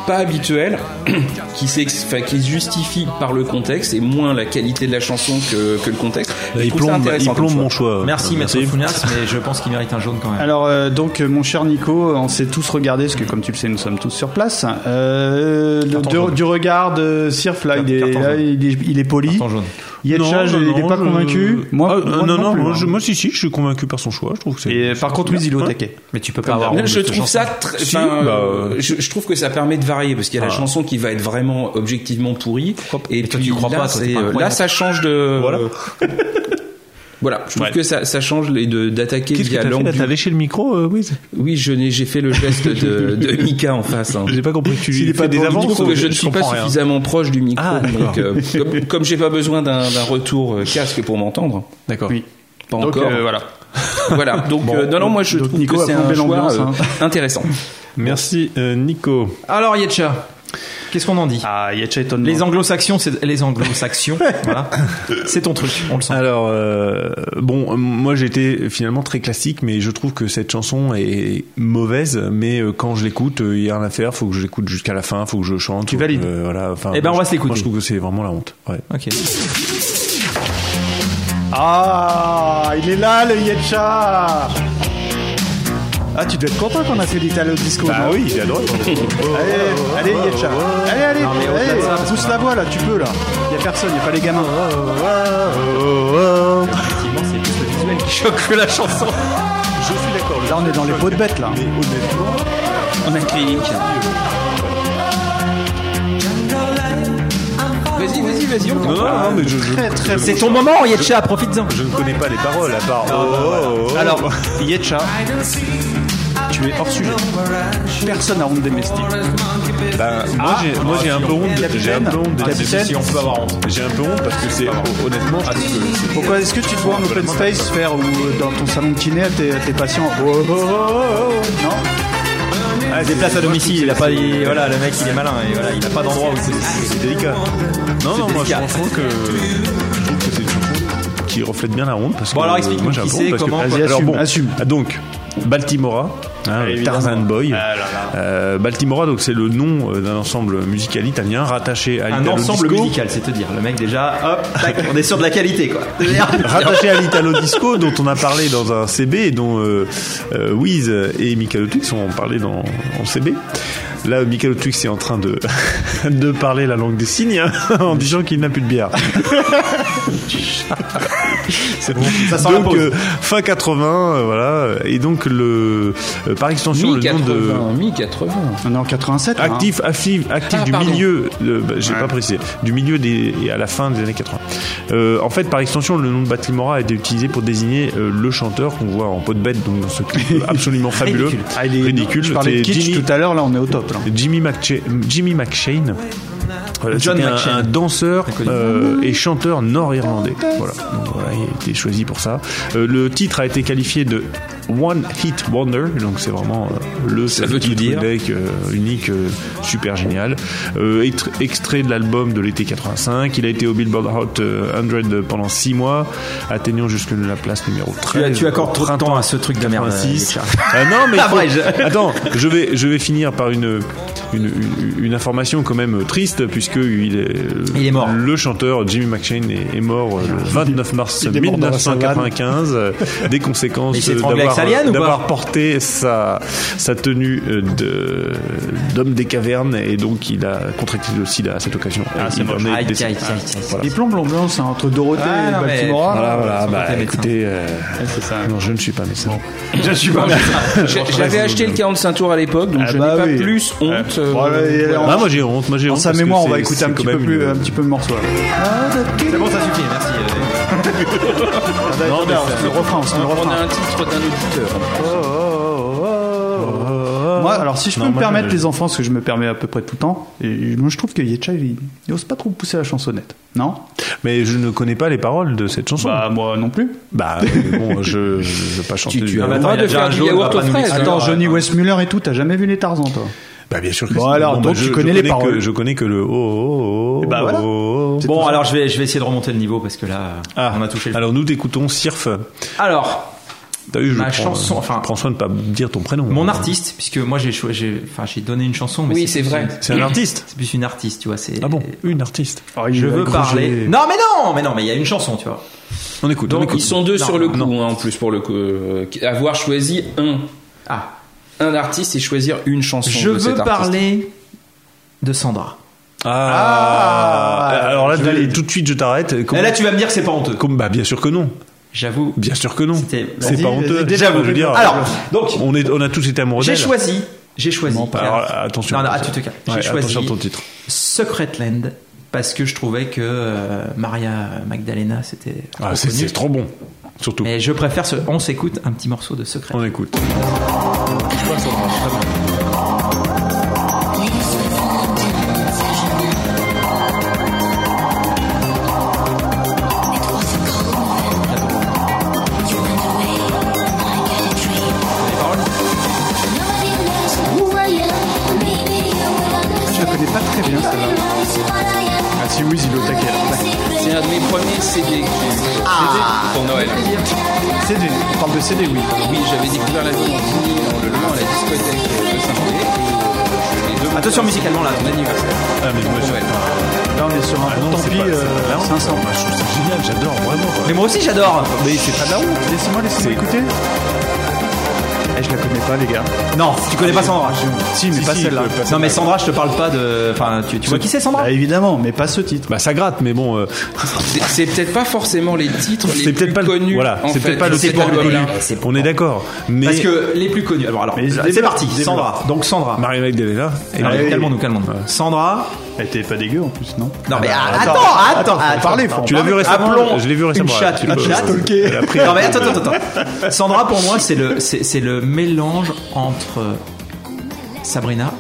D: pas habituel, qui, s'ex- enfin, qui se justifie par le contexte et moins la qualité de la chanson que, que le contexte. Je
C: Bah, Il
D: trouve ça
C: plombe, il
D: intéressant comme
C: plombe
D: choix.
C: mon choix. Bah,
A: Merci, maître Founas, mais je pense qu'il mérite un jaune quand même.
B: Alors euh, donc euh, mon cher Nico, on s'est tous regardé parce que comme tu le sais, nous sommes tous sur place. Euh, le-
A: Carton
B: du-
A: jaune.
B: du regard de Sirf là, il est,
A: Carton
B: là,
A: jaune.
B: il est, il est poli.
A: Carton jaune.
B: Yetcha, je- il n'est pas convaincu. Moi,
C: Ah, euh,
B: moi
C: non, non,
B: plus,
C: moi,
B: hein.
C: je- Hein moi, si, si, je suis convaincu par son choix. Je trouve que c'est.
B: Et par contre, Wiz, il est au
C: Ouais.
B: taquet.
A: Mais tu peux pas avoir.
D: Non,
A: honte
D: je
A: de cette
D: trouve
A: chanson.
D: ça très.
C: Si,
D: enfin,
C: bah,
D: euh, je, je trouve que ça permet de varier parce qu'il y a la chanson qui va être vraiment objectivement pourrie. Et,
A: toi,
D: puis
A: tu crois
D: là,
A: pas, toi,
D: c'est,
A: c'est pas
D: euh,
A: incroyable.
D: là, ça change de.
C: Voilà.
D: Voilà, je trouve
C: Ouais.
D: que ça, ça change les- de- d'attaquer
C: Qu'est-ce que
D: via
C: t'as fait
D: l'angle.
C: là T'as léché le micro, euh, Wiz
D: Oui, je n'ai, j'ai fait le geste de, de Mika en face. hein.
C: J'ai pas compris. Tu
B: S'il est
C: fais
B: pas
C: des
B: bon,
D: Je
C: avances
D: trouve que je ne
C: ou-
D: suis pas
C: comprends rien.
D: suffisamment proche du micro,
C: Ah, d'accord.
D: donc euh, comme, comme j'ai pas besoin d'un, d'un retour euh, casque pour m'entendre,
C: D'accord.
B: Oui.
D: pas
B: Donc,
D: encore.
B: euh,
D: voilà. Voilà. Donc euh, non, non, moi je
B: donc
D: trouve
B: Nico
D: que
B: a
D: c'est un
B: plombé
D: choix
B: l'ambiance,
D: euh, intéressant.
C: Merci, euh, Nico.
A: Alors Yetcha, Qu'est-ce qu'on en dit
B: Ah, il y a Chaiton.
A: Les anglo-saxons, c'est les anglo-saxons. voilà. C'est ton truc, on le sent.
C: Alors, euh, bon, euh, moi j'étais finalement très classique, mais je trouve que cette chanson est mauvaise. Mais euh, quand je l'écoute, euh, il y a rien à faire, faut que je l'écoute jusqu'à la fin, faut que je chante.
A: Tu
C: faut que,
A: valides
C: euh, voilà, enfin,
A: Eh ben, on
C: moi,
A: va
C: je-
A: se l'écouter.
C: Moi je trouve que c'est vraiment la honte. Ouais.
D: Euh,
A: Ok.
B: Ah, il est là le Yetcha Ah, tu dois être content qu'on a fait l'Italo Disco.
A: Bah
B: non Eh,
C: oui, il adore.
B: Allez, allez Yetcha. Allez, allez,
A: Non, mais au-delà
B: allez,
A: de ça, parce
B: pousse
A: qu'on
B: la voix là, tu peux là. Il y a personne, il n'y a pas les gamins.
A: Effectivement, c'est juste le visuel qui choque que la chanson.
C: Je suis d'accord.
B: Là, on est dans les pots de bêtes là.
C: Mais honnêtement,
D: On a clinique. Vas-y, vas-y, vas-y, on
C: non,
D: t'entend.
C: non, non, mais je, je-
B: Très,
C: je-
B: très
A: Oh. C'est ton moment, Yetcha, profites-en.
C: Je ne connais pas les paroles à part. Oh, oh, oh.
B: Alors, Yetcha, tu es hors sujet. Personne n'a honte d'aimer ce type.
C: Ben,
A: Ah,
C: moi j'ai- moi j'ai un peu honte. de- J'ai un peu honte. de-
B: Capitaine.
C: Si on peut avoir honte. J'ai un peu honte parce que c'est honnêtement. je trouve que c'est-
B: Pourquoi est-ce que tu te vois en open space faire ou dans ton salon de kiné à tes, à tes patients Oh, oh, oh, oh, oh. Non
A: Ah, des places à domicile, il a pas. il- voilà, le mec, il est malin, Ah, et voilà, il a pas d'endroit où c'est.
C: C'est délicat. Non, non, moi je
A: délicat.
C: trouve que, je trouve que c'est une chanson qui reflète bien la honte. Parce
A: Bon,
C: que,
A: alors,
C: euh,
A: explique-nous
C: moi, j'ai
A: qui
C: un peu
A: c'est,
C: honte parce que-
A: comment, quoi.
C: Vas-y, alors,
B: Assume,
C: bon,
B: assume.
C: ah, Donc, Baltimora, hein, Tarzan Boy.
A: Ah
C: Euh, Baltimora, donc c'est le nom euh, d'un ensemble musical italien rattaché à
A: Un
C: l'italo
A: ensemble
C: disco.
A: musical, c'est-à-dire, le mec, déjà, hop, tac, on est sûr de la qualité, quoi.
C: rattaché à l'Italo Disco dont on a parlé dans un CB et dont euh, euh, Wiz et Michael Twix ont parlé dans en CB. Là, Michael Twix est en train de, de parler la langue des signes hein, en disant qu'il n'a plus de bière. C'est bon.
A: Ça sent la
C: donc,
A: pause.
C: euh, fin 80, euh, voilà. Et donc, le, euh, par extension, le nom de.
D: Mi-80, mi-80.
B: On est en 87. là, hein.
C: Actif, actif, actif
D: Ah,
C: du
D: pardon.
C: milieu, de- bah, j'ai pas précisé, du milieu des, et à la fin des années 80. Euh, en fait, par extension, le nom de Baltimora a été utilisé pour désigner euh, le chanteur qu'on voit en pot de bête, donc dans ce clip absolument fabuleux,
A: Ridicule.
B: Ah, il est-
C: ridicule.
B: Je parlais de
C: C'est
B: kitsch
C: Jimmy-
B: tout à l'heure, là on est au top. Là.
C: Jimmy, McSha- Jimmy McShane. Voilà,
A: John
C: c'était un-
A: McShane.
C: Un, danseur euh, et chanteur nord-irlandais. Voilà. Donc, voilà, il a été choisi pour ça. Euh, le titre a été qualifié de One Hit Wonder, donc c'est vraiment euh, le seul
D: veut tout
C: titre
D: dire.
C: Avec, euh, unique, euh, super génial. Euh, être- extrait de l'album de l'été 85, il a été au Billboard Hot euh, 100 pendant 6 mois, atteignant jusque la place numéro 13.
A: Tu, tu accordes
C: au
A: trop de temps à ce truc de merde.
C: 86.
A: Yetcha.
C: Ah non, mais il
A: Ah,
C: faut-
A: vrai, je-
C: attends, je vais, je vais finir par une, une, une- une information quand même triste, puisque il est,
A: Il est mort.
C: le chanteur Jimmy McShane est, est mort euh, le 29 mars
B: Il est mort dans la savane.
C: 1995, euh, des conséquences
A: Mais il s'est
C: euh,
A: étranglé
C: d'avoir,
A: avec sa liane ou pas
C: d'avoir porté sa, sa tenue euh, de, d'homme des cavernes, et donc il a contracté le sida à cette occasion. Et il en est
A: Aïe, aïe,
C: décédé.
A: aïe, Ah, aïe, aïe.
B: Les plombs blancs blancs, c'est hein, entre Dorothée
A: Ah,
B: et
A: non, mais-
B: Baltimora.
C: Voilà, voilà,
A: Sans
C: bah,
A: compter médecin.
C: écoutez, euh, non, je ne suis pas médecin.
A: Je suis pas
D: J'a- J'avais acheté le 45 tours à l'époque, donc
B: Ah
D: je
B: bah
D: n'ai pas
B: oui.
D: plus honte. euh,
B: Voilà, et
D: voilà.
B: alors,
C: Ah, moi j'ai honte, moi j'ai
B: Dans
C: honte.
B: bah, sa
C: parce que
B: mémoire, on
C: c'est-
B: va écouter
C: c'est
B: un
C: quand
B: petit, peu
C: même
B: plus,
I: euh,
C: une-
B: un petit peu le morceau. là.
A: C'est bon, ça suffit, merci. euh.
B: Attendez,
C: mais
B: on se le refrain, on se le
D: On
B: refrain.
D: a un titre d'un auditeur.
B: Moi, alors si je peux
C: Non,
B: me
C: moi,
B: permettre,
C: je-
B: les enfants, ce que je me permets à peu près tout le temps, et moi je trouve que Yetcha, il, il ose pas trop pousser la chansonnette. Non
C: Mais je ne connais pas les paroles de cette chanson.
B: Bah, moi non plus.
C: Bah, euh, bon, je je vais pas chanter.
A: Tu- tu
C: du-
A: as le
D: On
A: Attends,
D: va
A: il y a
D: de
A: déjà un
D: faire du
A: jaune,
D: yaourt
A: on va
D: aux
A: pas nous
D: fraises.
A: l'expliquer.
D: hein.
B: Attends, Johnny Westmuller et tout, t'as jamais vu les Tarzans, toi
C: Bah, bien sûr que
B: Bon,
C: si.
B: alors, donc,
C: bah,
B: tu
C: je-
B: connais
C: je
B: les
C: connais
B: paroles.
C: que- Je connais que le oh oh oh.
B: bah,
C: oh,
B: voilà.
C: oh, oh.
A: Bon, alors je vais, je vais essayer de remonter le niveau parce que là,
C: Ah,
A: on a touché le.
C: Alors, nous t'écoutons Sirf.
A: Alors,
C: T'as vu, je
A: Ma
C: prends,
A: chanson,
C: euh,
A: enfin-
C: prends soin de pas dire ton prénom.
A: mon
C: Hein.
A: artiste, puisque moi j'ai cho- j'ai enfin, j'ai donné une chanson, mais
D: Oui, c'est
A: plus
D: vrai.
A: une-
C: C'est un artiste.
A: C'est plus une artiste, tu vois. c'est-
C: Ah bon, Oh, une artiste.
A: Je veux parler. Non, mais non, mais non, mais il y a une chanson, tu vois.
C: On écoute. on
D: Donc
C: écoute.
D: ils sont deux
A: Non,
D: sur le coup,
C: non.
D: hein, en plus pour le coup. euh, avoir choisi un,
A: Ah,
D: un artiste et choisir une chanson.
A: je
D: de
A: veux
D: cet artiste.
A: parler de Sandra.
C: Ah, alors là,
A: Je
C: d'aller-
A: valide.
C: tout de suite, je t'arrête. Comment-
A: Et là, tu vas me dire que c'est pas honteux.
C: Comme- bah, bien sûr que non.
A: J'avoue.
C: Bien sûr que non.
A: C'était-
C: C'est
A: vas-y,
C: pas
A: vas-y,
C: honteux.
A: déjà, vous-
C: je veux dire. euh,
A: Alors, donc-
C: on est, on a tous été amoureux
A: J'ai
C: d'elle.
A: choisi. J'ai choisi.
C: Bon, bah, alors, attention.
A: Non, non, ah,
C: attention.
A: tu te calmes.
C: Ouais,
A: J'ai choisi.
C: Attention à ton titre.
A: Secretland parce que je trouvais que euh, Maria Magdalena c'était
C: Ah,
A: trop
C: c'est
A: connu.
C: c'est trop bon. Surtout.
A: Mais je préfère ce on s'écoute un petit morceau de Secret.
C: On écoute.
B: Je la connais pas très bien.
E: Ah,
A: Ah.
D: pour Noël.
B: CD. On parle de CD, oui.
D: Oui, j'avais découvert la vie en le levant à la discothèque de Saint-Mandé. et je l'ai demandé
A: Attention musicalement là,
D: à mon anniversaire.
C: Ah, mais moi,
D: Pour
C: je-
D: Noël.
B: Là, on est sur un
C: Ah non,
B: tant
C: c'est
B: pis,
C: pas- c'est-
B: euh,
C: là, on-
B: 500.
C: moi, je trouve ça génial, j'adore vraiment. quoi.
A: Mais moi aussi j'adore. Mais c'est pas de la honte.
B: Laissez-moi, laissez-moi écouter. Eh, je la connais pas, les gars.
A: Non, tu connais pas Sandra.
B: Si, mais
C: Si,
B: pas
C: si,
B: celle-là.
C: euh, pas-
A: Non mais Sandra, je te parle pas de. Enfin, tu, tu vois qui c'est Sandra
B: Bah, évidemment, mais pas ce titre.
C: Bah ça gratte, mais bon, euh,
D: C'est- C'est peut-être pas forcément les titres les
C: c'est
D: plus
C: peut-être pas le-
D: connus.
C: voilà,
D: en
C: c'est
D: fait,
C: peut-être pas
D: de
C: le
D: cet
C: support du
D: album-là.
C: public. On est d'accord, mais
A: Parce que Bah, les plus connus. Alors, alors
B: Mais
A: c'est
B: développe,
A: parti.
B: développe.
A: Sandra. Donc Sandra.
C: Marie Magdalena, elle
A: Alors,
C: est-
B: oui.
A: calmons-nous, calmons-nous. Sandra.
B: Elle était pas dégueu en plus, non
A: Non mais
B: bah,
A: attends,
B: attends,
A: attends,
B: faut en
A: attends.
B: parler, faut en
C: Tu l'as vu récemment
A: Appelons
C: Je l'ai vu récemment.
A: Une chatte,
C: Tu
A: une
C: peux-
A: chatte.
C: stalker. Elle a pris-
A: Non mais attends, attends, attends. Sandra pour moi c'est le c'est, c'est le mélange entre Sabrina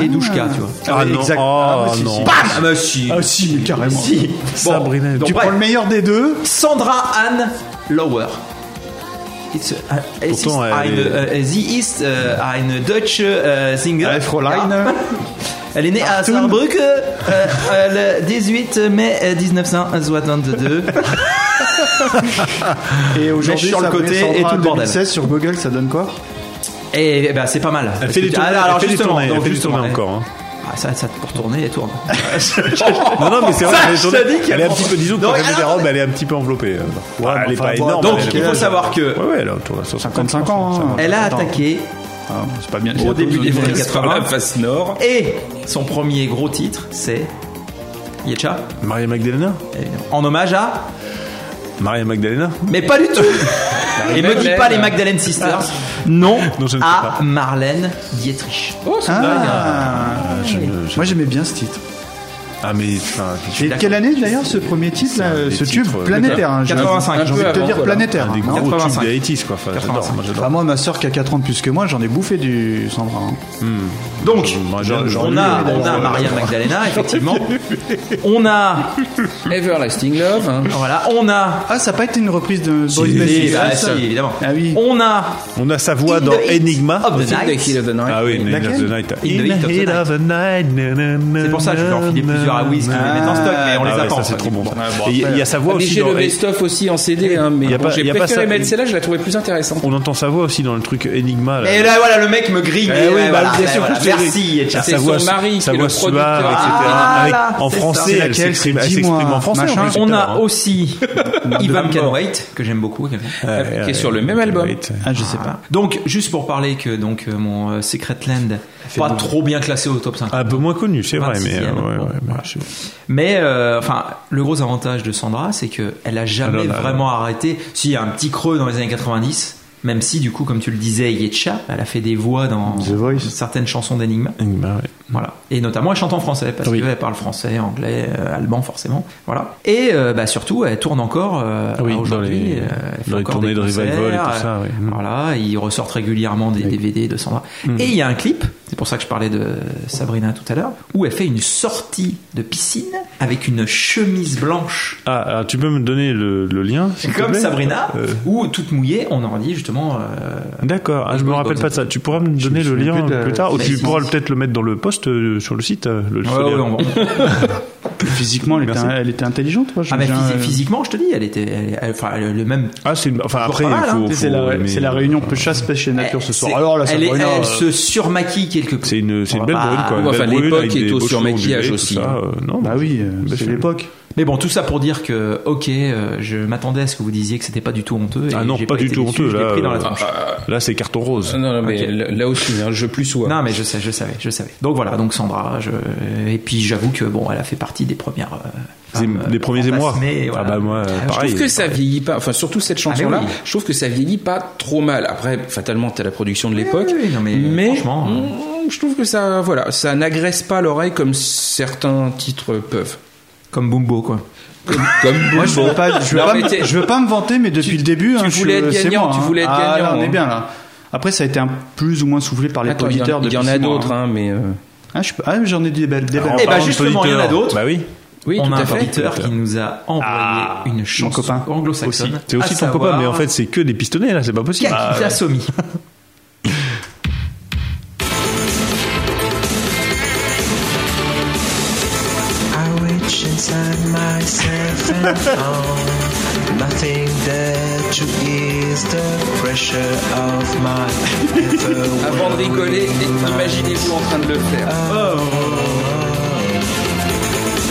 A: et Douchka, tu vois.
C: Ah non,
B: Exact.
C: ah,
B: bah, si,
C: non.
B: si.
A: Bam Ah bah si.
B: Ah si, mais carrément.
A: Si.
C: Sabrina.
A: donc,
B: Tu
A: bref.
B: prends le meilleur des deux.
A: Sandra Ann Lower. It's uh, a, es ist
C: Pourtant, elle
A: eine,
C: est-
A: äh, sie ist äh, eine deutsche äh, Singer.
B: Äh, Fräulein.
A: Ja. Elle est née à
B: Achtung.
A: Saarbrück euh, euh, le 18 mai euh, 1962.
B: Et aujourd'hui,
A: sur le
B: ça
A: côté
B: descendra
A: et tout le
B: en
A: bordel.
B: 2016 sur Google, ça donne quoi
A: Et, eh ben c'est pas mal.
C: Elle fait des
A: Ah,
C: tournées,
A: alors,
C: elle fait des
A: justement,
C: tournées, elle
A: donc,
C: fait des
A: justement,
C: tournées
A: eh,
C: encore. hein.
A: Ah, ça, ça pour tourner, elle tourne.
C: Non, non, mais c'est vrai,
A: Ça,
C: elle,
A: je te
C: est
A: dis qu'il y a
C: elle est un
A: bon-
C: petit peu, disons, que
A: Non,
C: quand
A: mais
C: elle met des
A: alors-
C: robes, elle est un petit peu enveloppée. euh, voilà,
B: mais
C: elle est
B: enfin,
C: pas
B: voilà.
C: énorme.
A: Donc
C: elle est-
A: il faut savoir que
C: Ouais, ouais, elle a tourné sur
B: 55 ans. hein.
A: elle a
B: Attends.
A: attaqué
B: Ah, c'est pas bien.
A: Au début des années
D: Sur la
A: 80
D: face nord.
A: et son premier gros titre c'est Yetcha,
C: Maria Magdalena
A: évidemment. en hommage à
C: Maria Magdalena
A: Mais pas du tout Et me dis
D: Madeleine.
A: pas les Magdalene Sisters. Non,
C: Non, je ne sais
A: à
C: pas.
A: Marlène Dietrich.
D: Ah.
A: Hein
D: Oh, c'est
B: Ah,
C: Ah, je ne- je-
B: moi j'aimais bien ce titre.
C: Ah, mais enfin, je-
B: Et quelle année d'ailleurs ce premier titre, là,
C: des
B: ce
C: titres,
B: tube
C: euh,
B: planétaire hein, j'ai envie-
A: 85,
B: J'ai envie de
D: un peu
B: te dire
D: avant,
B: planétaire.
C: des
B: hein,
C: gros
B: non
C: tubes
A: 85.
C: des 80 quoi. Enfin, j'adore, moi
B: Enfin,
C: j'adore.
B: Bah, moi, ma soeur qui a 4 ans de plus que moi, j'en ai bouffé du Sandra. hein.
A: Donc,
C: Moi, j'en- j'en ai
A: on
C: eu,
A: a,
C: mais
A: on a
C: bon,
A: Maria Magdalena, effectivement. On a,
D: Everlasting Love. hein.
A: voilà, on a.
B: Ah, ça n'a pas été une reprise de Boys
C: Si,
B: Band,
A: Et
B: c'est
A: bah, si,
B: ça
A: évidemment.
B: Ah oui.
A: On a.
C: On a sa voix dans
A: In the Ah, bah, Heat
C: Enigma.
A: of the
D: Think
A: Night.
D: the Heat of the Night.
C: Ah oui, In the Heat of the
B: Laquelle
C: Night.
A: In the Heat of the Night. C'est pour ça que je vais en filer plusieurs à Wiz qui les mettent en stock, mais on les
C: Ah ouais,
A: attend.
C: ça, c'est trop bon. ça. Et Il y a- il y a sa voix
D: Mais
C: aussi
D: J'ai
C: dans
D: le best-of aussi en CD, hein, mais
C: Y a
D: bon,
C: pas- y
D: j'ai
C: a pas
D: préféré
C: ça-
D: mettre celle-là, je la trouvais plus intéressante.
C: On entend sa voix aussi dans le truc Enigma. là.
A: Et là, voilà, le mec me grille.
C: Eh oui,
A: Ouais,
C: bah,
A: voilà,
C: bien
A: ouais,
C: sûr,
A: voilà.
C: je te dis.
A: Merci, Yetcha.
C: Ah,
D: C'est
C: sa voix,
D: son mari
C: sa
D: qui est
C: voix
D: le producteur.
C: suave, etc.
A: Ah,
C: Avec-
A: voilà,
C: en
A: c'est
C: français,
A: ça.
C: elle
B: C'est laquelle,
C: s'exprime,
B: c'est
C: elle
B: dis-moi,
C: s'exprime en français.
B: machin.
C: en plus,
A: On
C: tout à
A: a
C: l'heure, hein.
A: aussi Ivan Can Wait, que j'aime beaucoup.
C: Ouais,
D: qui est
C: ouais,
D: sur le
C: ouais,
D: même album.
C: ouais.
B: Ah, je sais pas.
A: Voilà. Donc, juste pour parler que donc euh, mon euh, Secret Land, pas trop bien classé au top 5.
C: Un peu moins connu, c'est vrai, mais
A: 26e,
C: euh, ouais,
A: bon,
C: ouais,
A: voilà.
C: je-
A: Mais euh, enfin, le gros avantage de Sandra, c'est que elle a jamais
C: Ah non, là,
A: vraiment arrêté. S'il y a un petit creux dans les années 90, même si du coup, comme tu le disais, Yetcha, elle a fait des voix dans
B: The Voice.
A: certaines chansons d'Enigma.
C: Enigma, ouais.
A: Voilà. Et notamment, elle chante en français parce
C: Oui.
A: qu'elle parle français, anglais, euh, allemand, forcément. Voilà. Et euh, bah, surtout, elle tourne encore euh,
C: Oui, dans
A: aujourd'hui.
C: les-
A: euh, elle fait
C: dans les
A: encore
C: tournées
A: des
C: de revival et
A: concerts,
C: tout ça,
A: euh,
C: oui. Mm.
A: Voilà. Ils ressortent régulièrement des DVD de Sandra. Et il y a un clip, c'est pour ça que je parlais de Sabrina tout à l'heure, où elle fait une sortie de piscine avec une chemise blanche.
C: Ah, alors, tu peux me donner le, le lien s'il te
A: Comme
C: plaît
A: Sabrina,
C: Euh,
A: où toute mouillée, on en dit justement. euh,
C: D'accord, ah, je me rappelle pas de ça. Tu pourras me donner le
B: souviens
C: lien
B: plus de la-
C: plus tard, ou
A: Mais
C: tu
A: si,
C: pourras
A: si.
C: peut-être le mettre dans le post euh, sur le site. euh, Le
A: Ah ouais,
C: solaire.
A: ouais, on va- on-
B: Physiquement, elle était,
C: Merci.
B: elle était intelligente, euh. moi.
A: Ah, mais
B: j'ai
A: physi-
C: euh,
B: un-
A: physiquement, je te dis, elle était, elle- elle- enfin, le même
C: Ah, c'est une- enfin après,
A: pas mal,
C: il faut-
A: hein.
C: faut-
B: C'est la,
C: mais-
B: c'est la réunion Pechasse, Pêche et Nature ce soir.
A: C'est-
B: Alors là,
A: elle, est-
B: Sabrina,
A: elle
B: euh,
A: se surmaquille quelque peu.
C: C'est une, c'est une
A: On
C: belle
A: va
C: brune,
A: pas-
C: quoi.
A: Bon,
C: Une belle
D: enfin,
C: brune
D: l'époque
C: avec des
D: est au
C: beaux cheveux
D: surmaquillage
C: ondulés, tout
D: aussi,
C: ça,
D: hein.
C: euh, non,
B: Bah oui, euh,
C: Bah,
B: c'est
C: je-
B: l'époque.
A: Mais bon, tout ça pour dire que, ok, euh, je m'attendais à ce que vous disiez que c'était pas du tout honteux. et
C: Ah non,
A: j'ai
C: pas du
A: été
C: tout
A: déçu,
C: honteux,
A: je l'ai
C: là,
A: pris dans la
C: euh,
A: tronche. Ah,
C: Là, c'est carton rose.
D: Non, non, mais là- là aussi, hein, je plus sois.
A: Non, mais je sais, je savais, je savais. Donc voilà, donc Sandra, je... et puis j'avoue que bon, elle a fait partie des premières. euh,
C: Des-
A: femmes, euh,
C: des premiers émois.
A: fantasmées,
C: Ah
A: voilà.
C: bah moi, euh, pareil.
D: Je trouve que ça vieillit pas, enfin surtout cette chanson-là,
A: Ah, mais oui.
D: je trouve que ça vieillit pas trop mal. Après, fatalement, t'as la production de l'époque,
A: oui, oui, non, mais franchement, euh.
D: mm, je trouve que ça, voilà, ça n'agresse pas l'oreille comme certains titres peuvent.
A: Comme Bumbo, quoi.
D: Comme, comme
B: Moi, je veux
D: Bumbo.
B: pas, je veux
D: Non,
B: pas,
D: mais
B: me-
D: t'es-
B: je veux pas me vanter, mais depuis le début,
D: tu
B: hein, je
D: voulais
B: suis-
D: être
B: c'est
D: gagnant,
B: moi,
D: tu
B: hein.
D: voulais être
B: Ah, là,
D: gagnant,
B: on est
D: hein.
B: bien là. Après, ça a été un plus ou moins soufflé par les
D: Attends, il y,
B: auditeurs
D: en- il y en
B: depuis
D: a
B: six mois,
D: d'autres,
B: hein.
D: hein, mais. euh,
B: Ah, je peux- ah, j'en ai dit des belles, des belles.
C: En
A: Eh bah,
C: parlant de
A: justement, il y en a
C: auditeurs,
A: d'autres.
C: Bah oui.
D: Oui,
A: On
D: tout
A: a
D: à
A: un
D: fait.
A: auditeur qui nous a envoyé
B: Ah,
A: une chanson
B: mon copain.
A: anglo-saxonne.
C: C'est aussi
A: à
C: ton copain,
A: savoir
C: mais en fait, c'est que des pistonnets, là, c'est pas possible. Ah,
A: Kakita Somi.
G: I reach inside myself and found nothing to ease the pressure of my ever
D: Avant de rigoler, imaginez-vous en train de le faire.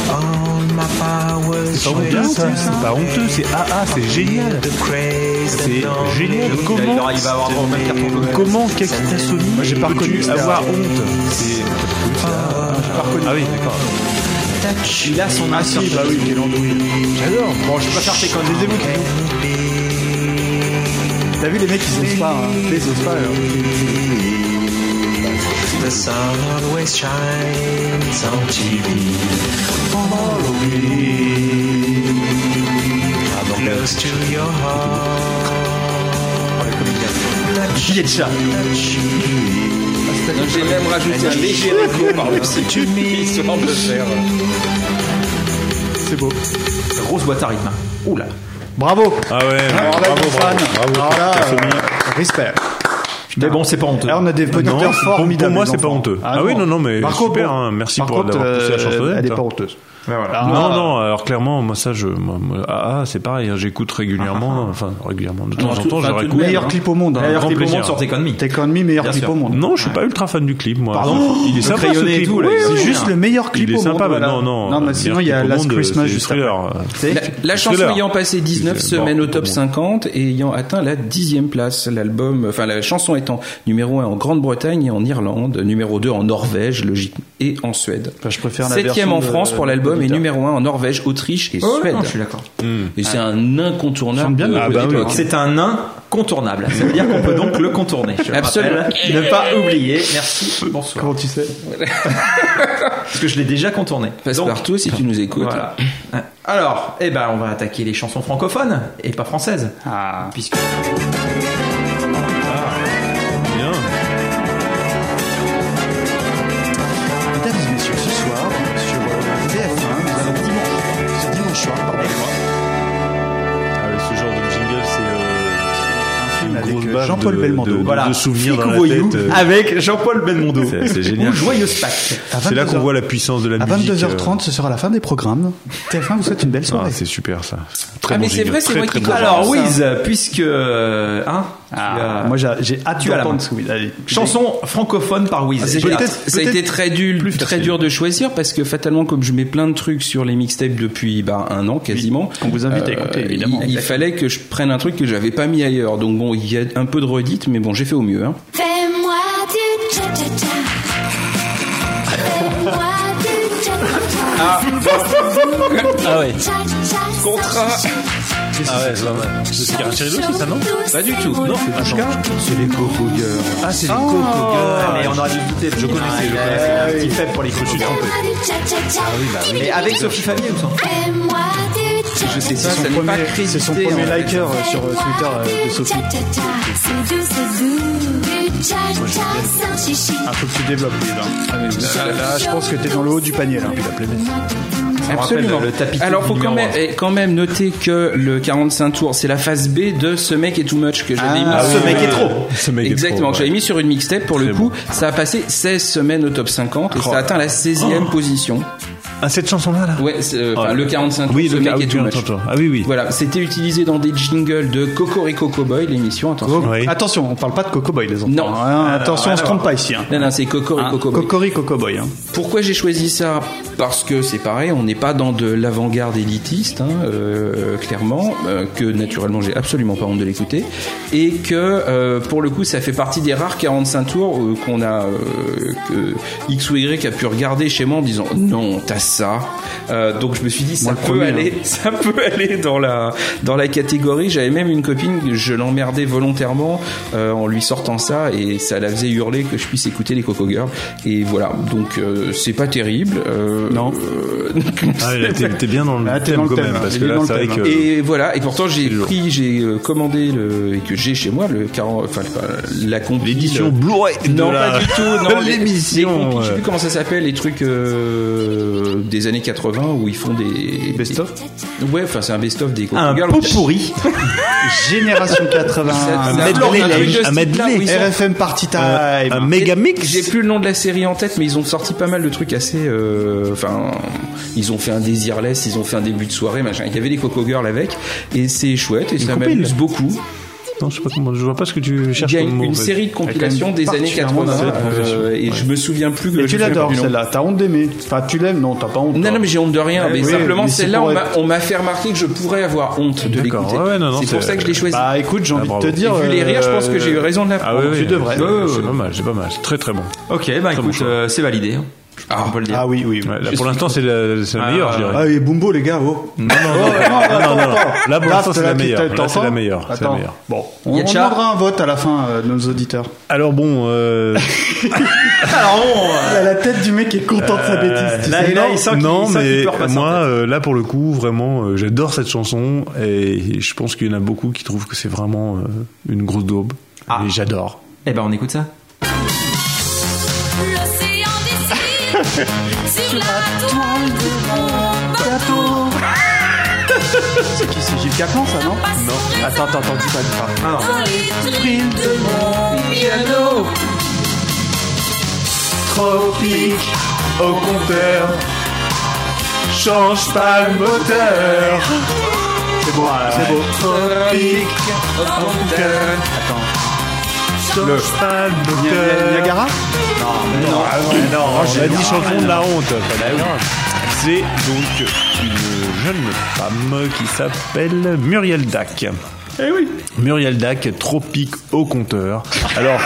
G: all my powers.
C: Pas honteux, ça. C'est pas honteux, c'est ah ah, c'est génial.
G: The craze
C: C'est génial. Comment,
A: il va avoir droit au même carton jaune.
C: comment quelqu'un t'a soumis Moi, j'ai pas reconnu avoir honte. C'est. Ah oui, d'accord.
A: Il a son insert.
B: bah oui, quel andouille.
C: J'adore.
B: Bon, je préfère tes candidats, vous. T'as vu les mecs, ils osent pas. hein. Ils osent pas. hein.
G: The sun always shines on TV.
B: Ah,
G: Follow me. Close to your
B: Oh,
G: heart. Touch
D: Donc, J'ai même rajouté un léger recours par le site, histoire de le faire.
A: Grosse boîte à rythme. Oula.
B: Bravo.
C: Ah ouais,
B: Bravo, bravo, bravo, bravo.
A: Ah,
C: T'as
A: euh,
C: soumis.
B: Respect.
A: Mais bon, c'est pas honteux.
B: Là, on a des
C: Non,
B: auditeurs
C: pour-
B: formidables.
C: pour moi,
B: les
C: c'est pas
B: enfants.
C: honteux. Ah oui, non, non, mais
B: Par
C: super,
B: contre, bon,
C: hein, merci
B: par
C: pour
B: contre,
C: d'avoir poussé la chanson
B: euh, Elle
C: honnête,
B: est pas
C: hein.
B: honteuse.
A: Ben
C: Non, non, alors clairement, moi ça, je, moi, moi, ah, ah, c'est pareil, hein, j'écoute
A: ah,
C: régulièrement, enfin régulièrement, de temps en
D: tout-
C: temps, je
D: enfin, tout de
C: réécoute.
D: même,
B: Meilleur
D: hein.
B: clip au monde. hein.
A: D'ailleurs,
C: Meilleur grand
A: t'es pour
C: plaisir.
A: monde sur Take On Me.
B: Take On Me, meilleur
A: Bien
B: clip
A: sûr.
B: au monde.
C: Non, je suis pas ultra fan du clip, moi.
A: Pardon
C: il est
A: Le
C: sympa ce
A: crayonné et
C: clip.
A: tout, là,
C: Oui,
A: il est
C: oui,
B: C'est
A: génial.
B: juste le meilleur clip
C: il est
B: au monde.
C: sympa,
B: voilà.
C: mais non, non.
B: Non, mais
C: euh,
B: sinon,
C: meilleur
B: il y a
C: clip au
B: Last
C: monde,
B: Christmas
C: c'est
B: juste après.
C: thriller.
D: La, la chanson
C: Thriller.
D: ayant passé 19
C: C'est- bon,
D: semaines au
C: bon,
D: top
C: bon.
D: 50 et ayant atteint la dixième place, l'album, enfin la chanson étant numéro 1 en Grande-Bretagne et en Irlande, numéro 2 en Norvège, logiquement, et en Suède.
B: Enfin, je préfère la
D: Septième
B: version
D: en
B: de-
D: France pour l'album et
B: d'auditeur.
D: numéro 1 en Norvège, Autriche et
A: Oh,
D: Suède.
A: non, je Ah. suis d'accord.
D: Et c'est un incontournable.
B: Chante bien,
D: de-
B: le
D: de
C: Ah bah oui.
D: l'époque.
A: C'est un incontournable. Ça veut dire qu'on peut donc le contourner. Je le
D: Absolument.
A: rappelle. Ne pas oublier. Merci. Bonsoir.
B: Comment tu sais
A: Parce que je l'ai déjà contourné. Donc,
D: Passe-partout, si tu nous écoutes.
A: Voilà. Alors, eh ben, on va attaquer les chansons francophones et pas françaises.
B: Ah.
A: Puisque
C: Bien.
B: Mesdames et messieurs, ce soir, sur euh, TF1, nous avons dimanche. Ce dimanche soir, pardon.
C: Ah, ouais, ce genre de jingle, c'est. euh, une
B: avec,
C: grosse
B: euh,
C: baffe
B: Jean-Paul
C: de-
B: Belmondo.
C: de- de-
A: voilà,
C: De souvenirs
A: Flic
C: dans
A: ou
C: la
A: voyou
C: tête. euh,
A: avec Jean-Paul Belmondo.
C: C'est- c'est génial.
A: Ou Joyeuse Pâques.
B: À
C: C'est là
B: 22h.
C: qu'on voit la puissance de la
B: À
C: musique.
B: 22h30, ce sera la fin des programmes. TF1 vous souhaite une belle
C: euh,
B: soirée.
C: Ah, c'est super ça. Très
D: Ah,
C: bon
D: mais c'est
C: jingle,
D: vrai, c'est
C: très,
D: moi
C: très
D: qui
C: bon
D: parle.
C: jingle.
A: Alors,
D: ça.
A: Oh, Wiz, puisque. euh, Hein, tu as-
B: Ah, Moi, j'ai j'ai hâte
A: Tu as la
B: d'entendre
A: main.
B: ce que vous- allez.
A: Chanson francophone par Wiz.
D: C'est
A: J'ai
D: génial.
A: hâte.
D: ça a
B: peut-être
D: été très dur,
B: plus
D: très
B: facile.
D: dur de choisir parce que fatalement, comme je mets plein de trucs sur les mixtapes depuis bah, un an quasiment, euh,
B: qu'on vous invite à écouter, évidemment.
D: Il, il fallait que je prenne un truc que j'avais pas mis ailleurs. Donc bon, il y a un peu de redite, mais bon, j'ai fait au mieux. Hein.
E: Fais-moi du cha-cha-cha. Fais-moi du Ah. cha-cha-cha.
C: Ah ouais.
E: Cha-cha-cha,
D: Contrat.
E: cha-cha-cha.
C: Ah ouais, c'est pas mal. C'est Tirelli aussi, ça, non
D: Pas du tout. Non, c'est
C: Attends.
D: C'est les Coco Girls.
C: Ah, c'est les Coco
A: Ah, mais on aurait dû douter. Je connaissais. un petit faible pour les coups.
E: Fais-moi du cha-cha-cha.
A: Mais avec Sophie Favier ou sans
E: Fais-moi du cha-cha-cha.
D: Je sais pas, ça
B: Son
D: n'est pas
B: premier- C'est
D: crédité.
B: son premier
D: en fait.
B: liker euh, sur euh, Twitter euh, de Sophie.
E: C'est doux, c'est doux. Du cha-cha sans chichi.
B: Un peu plus développé, là. Ah, Là, là, je pense que t'es dans le haut du panier, là.
D: Absolument.
A: rappelle le tapis
D: Alors, faut quand
A: numéro
D: même,
A: un.
D: eh, quand même noter que le 45 tours, c'est la phase B de ce mec est too much que
B: Ah,
D: j'avais mis.
C: oui,
A: Ce mec
C: oui.
A: est trop.
C: Ce mec est
D: Exactement,
C: trop,
D: que j'avais
C: ouais.
D: mis sur une mixtape pour le
C: Très
D: coup. Ça a passé 16 semaines au top 50
C: Oh.
D: et ça a atteint la 16e position.
C: Ah, cette chanson-là, là
D: Ouais, c'est, euh, enfin,
C: Ouais.
D: le 45
C: Oui,
D: ce
C: le
D: mec
C: ca-
D: est
C: oui,
D: too much.
C: attends, attends. Ah oui, oui.
D: Voilà, c'était utilisé dans des jingles de Cocorico Cowboy, l'émission, attention.
B: Oh,
C: Oui.
B: Attention, on parle pas de Coco Boy, les enfants.
D: Non.
B: Hein, attention, on se trompe pas ici. Hein.
D: Non, non, c'est Cocorico Cowboy.
B: Cocori Coco Boy. Hein.
D: Pourquoi j'ai choisi ça Parce que c'est pareil, on n'est pas dans de l'avant-garde élitiste, hein, euh, clairement, euh, que naturellement j'ai absolument pas honte de l'écouter, et que euh, pour le coup ça fait partie des rares 45 tours euh, qu'on a, euh, que X ou Y a pu regarder chez moi en disant non t'as ça, Euh, donc je me suis dit ça
B: Moi,
D: peut
B: le premier, hein.
D: aller, ça peut aller dans la dans la catégorie. J'avais même une copine, je l'emmerdais volontairement euh, en lui sortant ça et ça la faisait hurler que je puisse écouter les Coco Girls. Et voilà, donc euh, c'est pas terrible. euh,
B: Non.
D: euh,
C: Ah, là, t'es t'es bien dans le
B: Ah, t'es dans
C: thème
B: le
C: quand
B: thème,
C: même,
B: hein.
C: parce
B: Il
C: que
B: est
C: là,
B: dans le
C: c'est vrai
B: thème,
C: que.
D: et voilà, et pourtant j'ai pris, j'ai euh, commandé le et que j'ai chez moi le 40, enfin le- la compil.
C: L'édition Blu-ray de
D: Non,
C: la-
D: pas du tout. Non,
C: de
D: les- les
C: l'émission.
D: compil- je sais
C: ouais.
D: plus comment ça s'appelle, les trucs euh, des années 80 où ils font des
B: Best-of
D: des- Ouais, enfin c'est un best-of des Coco
A: Un
D: Girls.
A: pot pourri.
B: Génération
D: Ça-
B: 80.
D: ça-
C: medley,
D: un truc de
C: un
D: ce
C: medley.
D: type-là où ils sont-
B: RFM Party Time.
C: Un méga mix.
D: J'ai plus le nom de la série en tête, mais ils ont sorti pas mal de trucs assez euh, enfin, ils ont fait un désirless, ils ont fait un début de soirée, machin. Il y avait les Coco Girls avec, et c'est chouette, et ça
C: compile.
D: m'amuse beaucoup.
C: Non, je sais pas comment, je vois pas ce que tu
D: Il
C: cherches.
D: y a
C: comme
D: une,
C: mot, en
D: une
C: fait.
D: série de compilations des années
B: particulièrement
D: 80,
C: cette compilation.
D: euh, et je me souviens plus que
B: Et
D: je me
B: tu
D: souviens
B: l'adores
D: plus du nom.
B: celle-là, t'as honte d'aimer. Enfin, tu l'aimes, non, t'as pas honte.
D: Non,
B: toi.
D: non, mais j'ai honte de rien. Mais
B: oui,
D: simplement,
B: mais c'est
D: celle-là,
B: pour
D: on
B: être-
D: m'a- on m'a fait remarquer que je pourrais avoir honte de
C: D'accord,
D: l'écouter.
C: ouais, non, non,
D: c'est pour
C: c'est-
D: ça que je l'ai choisi.
B: Bah écoute, j'ai envie de
C: bravo.
B: te dire.
D: Et vu les rires, je pense que j'ai eu
B: euh,
D: raison de la
C: Ah ouais,
D: prendre.
C: ouais,
B: Tu devrais.
C: c'est-
B: Ouais,
A: ouais,
C: C'est
A: ouais.
C: pas mal, c'est pas mal. C'est Très très bon.
A: Ok, bah
C: bon
A: écoute,
C: choix.
A: euh, c'est validé. hein.
D: Ah.
A: On peut le dire.
B: Ah oui, oui. oui.
C: Ouais, là, pour l'instant, c'est la, c'est la
A: Ah,
C: meilleure, je
A: ouais.
C: dirais.
B: Ah oui, Bumbo, les gars, oh.
A: Non, non, non.
C: non, non, non. Là, pour l'instant, c'est la
B: t'as-
C: meilleure.
B: t'as-
C: Là,
B: t'entends
C: c'est la meilleure. C'est la
B: Attends.
C: meilleure.
B: Bon, on,
A: Y a
B: on
A: Tcha.
B: demandera un vote à la fin euh, de nos auditeurs.
C: Alors bon, euh,
B: Ah, la tête du mec est content de sa bêtise. tu
A: là,
B: sais.
A: il a- il sent qu'il- il
C: non,
A: sent qu'il
C: mais
A: pleure pas, ça,
C: moi,
A: en
C: euh, là pour le coup, vraiment, euh, j'adore cette chanson et je pense qu'il y en a beaucoup qui trouvent que c'est vraiment euh, une grosse daube.
A: Ah.
C: Et j'adore.
A: Eh ben, on écoute ça.
E: L'océan décide sur la toile de mon bateau.
B: C'est qui C'est Gilles Caplan, ça, non
E: Non.
B: Attends, attends, attends, dis pas, dis pas.
A: Ah, non.
E: Dans les trilles de mon piano.
B: Tropique au compteur. Change pas le moteur. C'est beau, hein. c'est beau. Tropique
C: Le pas
B: Niagara
C: Non, non, Ah, bah on a dit chanson de la honte. C'est donc une jeune femme qui s'appelle Muriel Dac.
B: Eh oui.
C: Muriel Dac, tropique au compteur. Alors,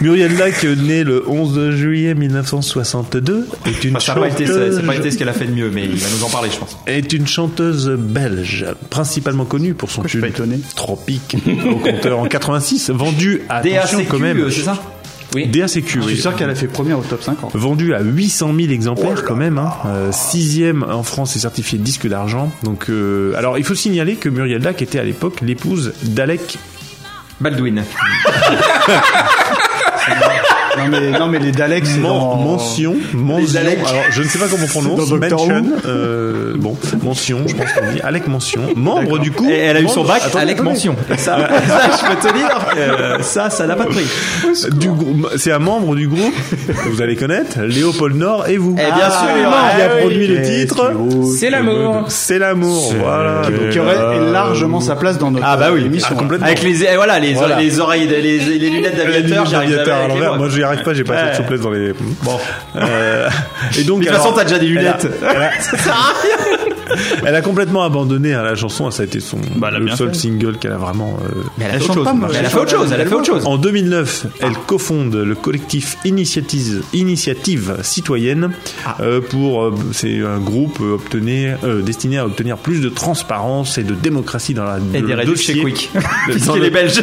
C: Muriel Dac, née le 11 juillet 1962, est une
A: Ça n'a pas, été-
C: chanteuse-
A: ça a pas été ce qu'elle a fait de mieux, mais il va nous en parler, je pense.
C: est une chanteuse belge, principalement connue pour son tube
B: pas étonné
C: Tropique au compteur en 86, vendu à attention
A: DACQ,
C: quand même.
A: euh, c'est ça
D: Oui.
C: DACQ,
B: Je suis
C: oui.
B: sûr qu'elle a fait première au top 50.
C: Vendu à 800 000 exemplaires quand même, hein. Euh, sixième en France et certifié disque d'argent. Donc, euh, alors il faut signaler que Muriel Dac était à l'époque l'épouse d'Alec.
A: Baldwin.
B: Non mais, non, mais les Daleks, c'est
A: Oh.
C: Men-
B: dans...
C: Mention, mention.
B: Alec.
C: Alors je ne sais pas comment on prononce.
B: dans Doctor
C: mention,
B: Who.
C: euh, bon, mention, je pense qu'on dit Alec Mention, membre du coup.
A: Et elle a eu son
C: membre-
A: bac,
C: Attendez,
A: Alec
C: attendez.
A: Mention. Et ça, ça, je peux te dire, euh, ça, ça n'a pas de prix.
C: du grou- c'est un membre du groupe que vous allez connaître, Léopold Nord et vous.
A: Eh, bien
C: Ah,
A: sûr,
C: il a
A: eh oui.
C: produit les
B: Qu'est-ce
C: titres.
B: qu'il vaut,
D: C'est l'amour.
C: C'est l'amour,
A: Ah,
C: voilà.
B: Qui
C: Euh,
B: aurait largement sa place dans notre
C: Ah bah oui,
B: émission. hein.
C: ah, complètement.
A: Avec les, eh, voilà, les,
C: Voilà.
A: les oreilles, de- les, les lunettes
I: Euh,
A: d'aviateur, j'arrive
C: L'aviateur
A: jamais
C: à
A: avec les
C: l'envers.
A: doigts.
C: Moi, j'y arrive pas, j'ai pas assez de souplesse dans les. Bon. et donc.
A: De toute façon,
C: alors,
A: t'as déjà des
C: elle a-
A: lunettes.
C: elle a- Elle a complètement abandonné hein, la chanson. Ça a été son
A: Bah,
C: le seul single qu'elle a vraiment. euh,
A: Mais elle a
B: Elle
A: fait
B: chante
A: autre
B: pas,
A: chose.
B: moi,
A: Mais Elle
B: elle
A: a fait autre
B: chante.
A: chose. Elle a fait autre chose.
C: En 2009, elle cofonde le collectif Initiative, Initiative Citoyenne
A: Ah.
C: euh, pour euh, c'est un groupe euh, obtenir, euh, destiné à obtenir plus de transparence et de démocratie dans la
A: Et
C: le
A: des réductions
C: dossier,
A: chez Quick.
C: dans,
A: Puisqu'elle est
C: le,
A: belge.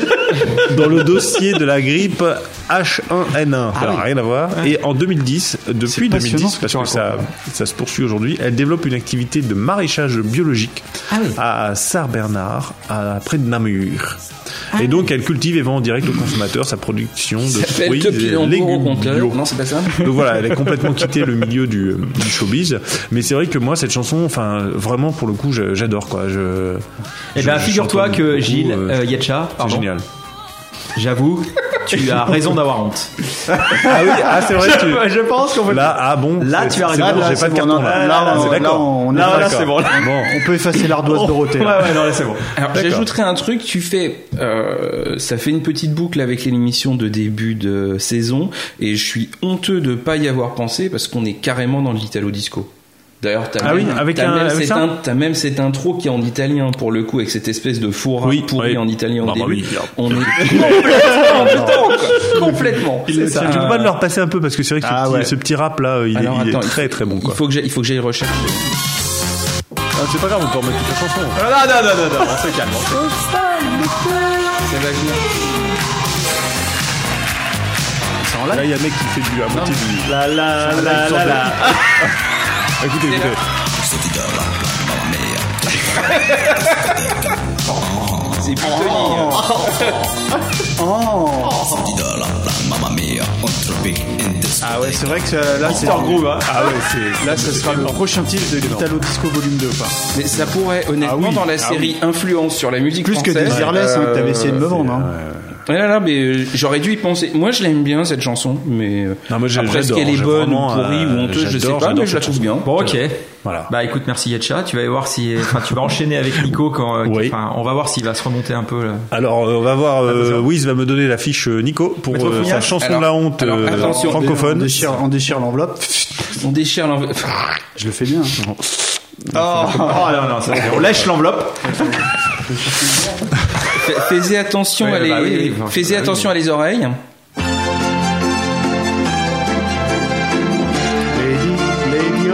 C: dans le dossier de la grippe H1N1. Ça n'a
A: oui.
C: rien à voir. Et en 2010, depuis
B: passionnant
C: 2010,
B: ce que
C: parce
B: tu
C: que ça, ça se poursuit aujourd'hui, elle développe une activité de maraîchage biologique
A: Ah oui.
C: à Sarbernard, à, près de Namur. et donc, elle cultive et vend en direct aux consommateurs sa production de
D: S'appelle
C: fruits et
D: Topinambour au
C: légumes bio.
D: compteur. Non, c'est pas ça.
C: Donc voilà, elle a complètement quitté le milieu du, du showbiz. Mais c'est vrai que moi, cette chanson, enfin, vraiment, pour le coup, je- j'adore, quoi. Je,
A: Eh
C: je-
A: ben,
C: je
A: figure-toi
C: chantonne
A: que
C: beaucoup,
A: Gilles,
C: euh,
A: euh, Yetcha,
C: c'est
A: pardon,
C: génial.
A: j'avoue, tu as raison d'avoir honte.
C: Ah oui, ah, c'est vrai. tu-
A: Je pense qu'on
C: Là, ah bon.
A: Là,
C: c'est-
A: tu as
C: c'est
A: raison.
C: bon,
B: Là,
C: J'ai
B: c'est
C: pas de
B: bon,
C: carton
B: non,
C: là.
B: là,
C: Ah,
B: on-
C: c'est
B: là,
C: d'accord.
B: on est
C: Là,
B: d'accord.
C: là, c'est bon. Bon. Oh,
B: On peut effacer l'ardoise Dorothée.
A: Ouais,
B: là.
A: ouais, non, là, c'est bon.
D: Alors
C: D'accord.
D: j'ajouterais un truc, tu fais, euh, ça fait une petite boucle avec l'émission de début de saison et je suis honteux de pas y avoir pensé parce qu'on est carrément dans l'italo disco. D'ailleurs, t'as
C: Ah
D: même,
C: oui, avec
D: t'as
C: un-
D: même
C: avec
D: cette
C: ça
D: in- t'as même cette intro qui est en italien pour le coup avec cette espèce de four
C: Oui,
D: pourri
C: oui.
D: en italien au
C: Bah, bah
D: début.
C: oui, alors.
D: On est complètement dedans, quoi. complètement.
C: C'est ça. Tu peux pas de leur passer un peu parce que c'est vrai que ce
B: Ah
C: petit-
B: ouais.
C: ce petit rap là, il est-
D: Alors,
C: il est
D: attends,
C: très
D: il-
C: très bon.
D: Il
C: quoi.
D: faut que j'aille- il faut que j'aille rechercher.
C: Ah, C'est pas grave, on peut remettre toute la chanson.
D: Ah, Ça va venir.
C: Là, il y a un mec qui fait du à moitié du.
B: La, la, la, la, la, la.
C: Écoutez, écoutez.
D: C'est pour Tony. hein.
B: Ah ouais, c'est vrai que euh, là, c'est...
C: Ah ouais, c'est.
B: Là, ce sera le prochain titre de l'Italo Disco Volume 2, quoi.
D: Mais ça pourrait honnêtement
C: Ah oui,
D: dans la
C: ah
D: série influence sur la musique
B: Plus que
D: française. euh,
B: Désirless, hein, que t'avais essayé de me vendre. hein.
D: Ouais, là, là, mais euh, j'aurais dû y penser. Moi, je l'aime bien cette chanson, mais euh,
C: Non, moi, je-
D: après est-ce
C: j'adore,
D: qu'elle est
C: j'ai
D: bonne ou
C: vraiment,
D: pourrie
C: euh,
D: ou honteuse, je sais
C: j'adore,
D: pas, mais
C: j'adore
D: je la
C: cette
D: trouve bien.
A: Bon, ok.
C: Voilà.
A: Bah écoute, merci Yetcha. Tu vas y voir si, enfin, tu vas enchaîner avec Nico quand. euh, qui-
C: Oui.
A: Enfin, on va voir s'il va se remonter un peu. Là.
C: Alors, euh, on va voir. Euh,
A: Attention.
C: Wiz va me donner la fiche euh, Nico pour
A: Maître
C: euh, sa
A: Fouillard.
C: chanson
D: Alors,
C: de la honte
D: alors,
C: euh,
D: attention.
B: On
C: francophone.
B: déchire, on déchire l'enveloppe.
D: On déchire l'enveloppe.
B: Je le fais bien.
C: hein.
A: Oh non non, ça, on lèche l'enveloppe.
D: Faisez attention,
A: Ouais,
D: à, les,
A: bah oui, oui, enfin,
D: faisez
A: bah oui,
D: attention à les oreilles.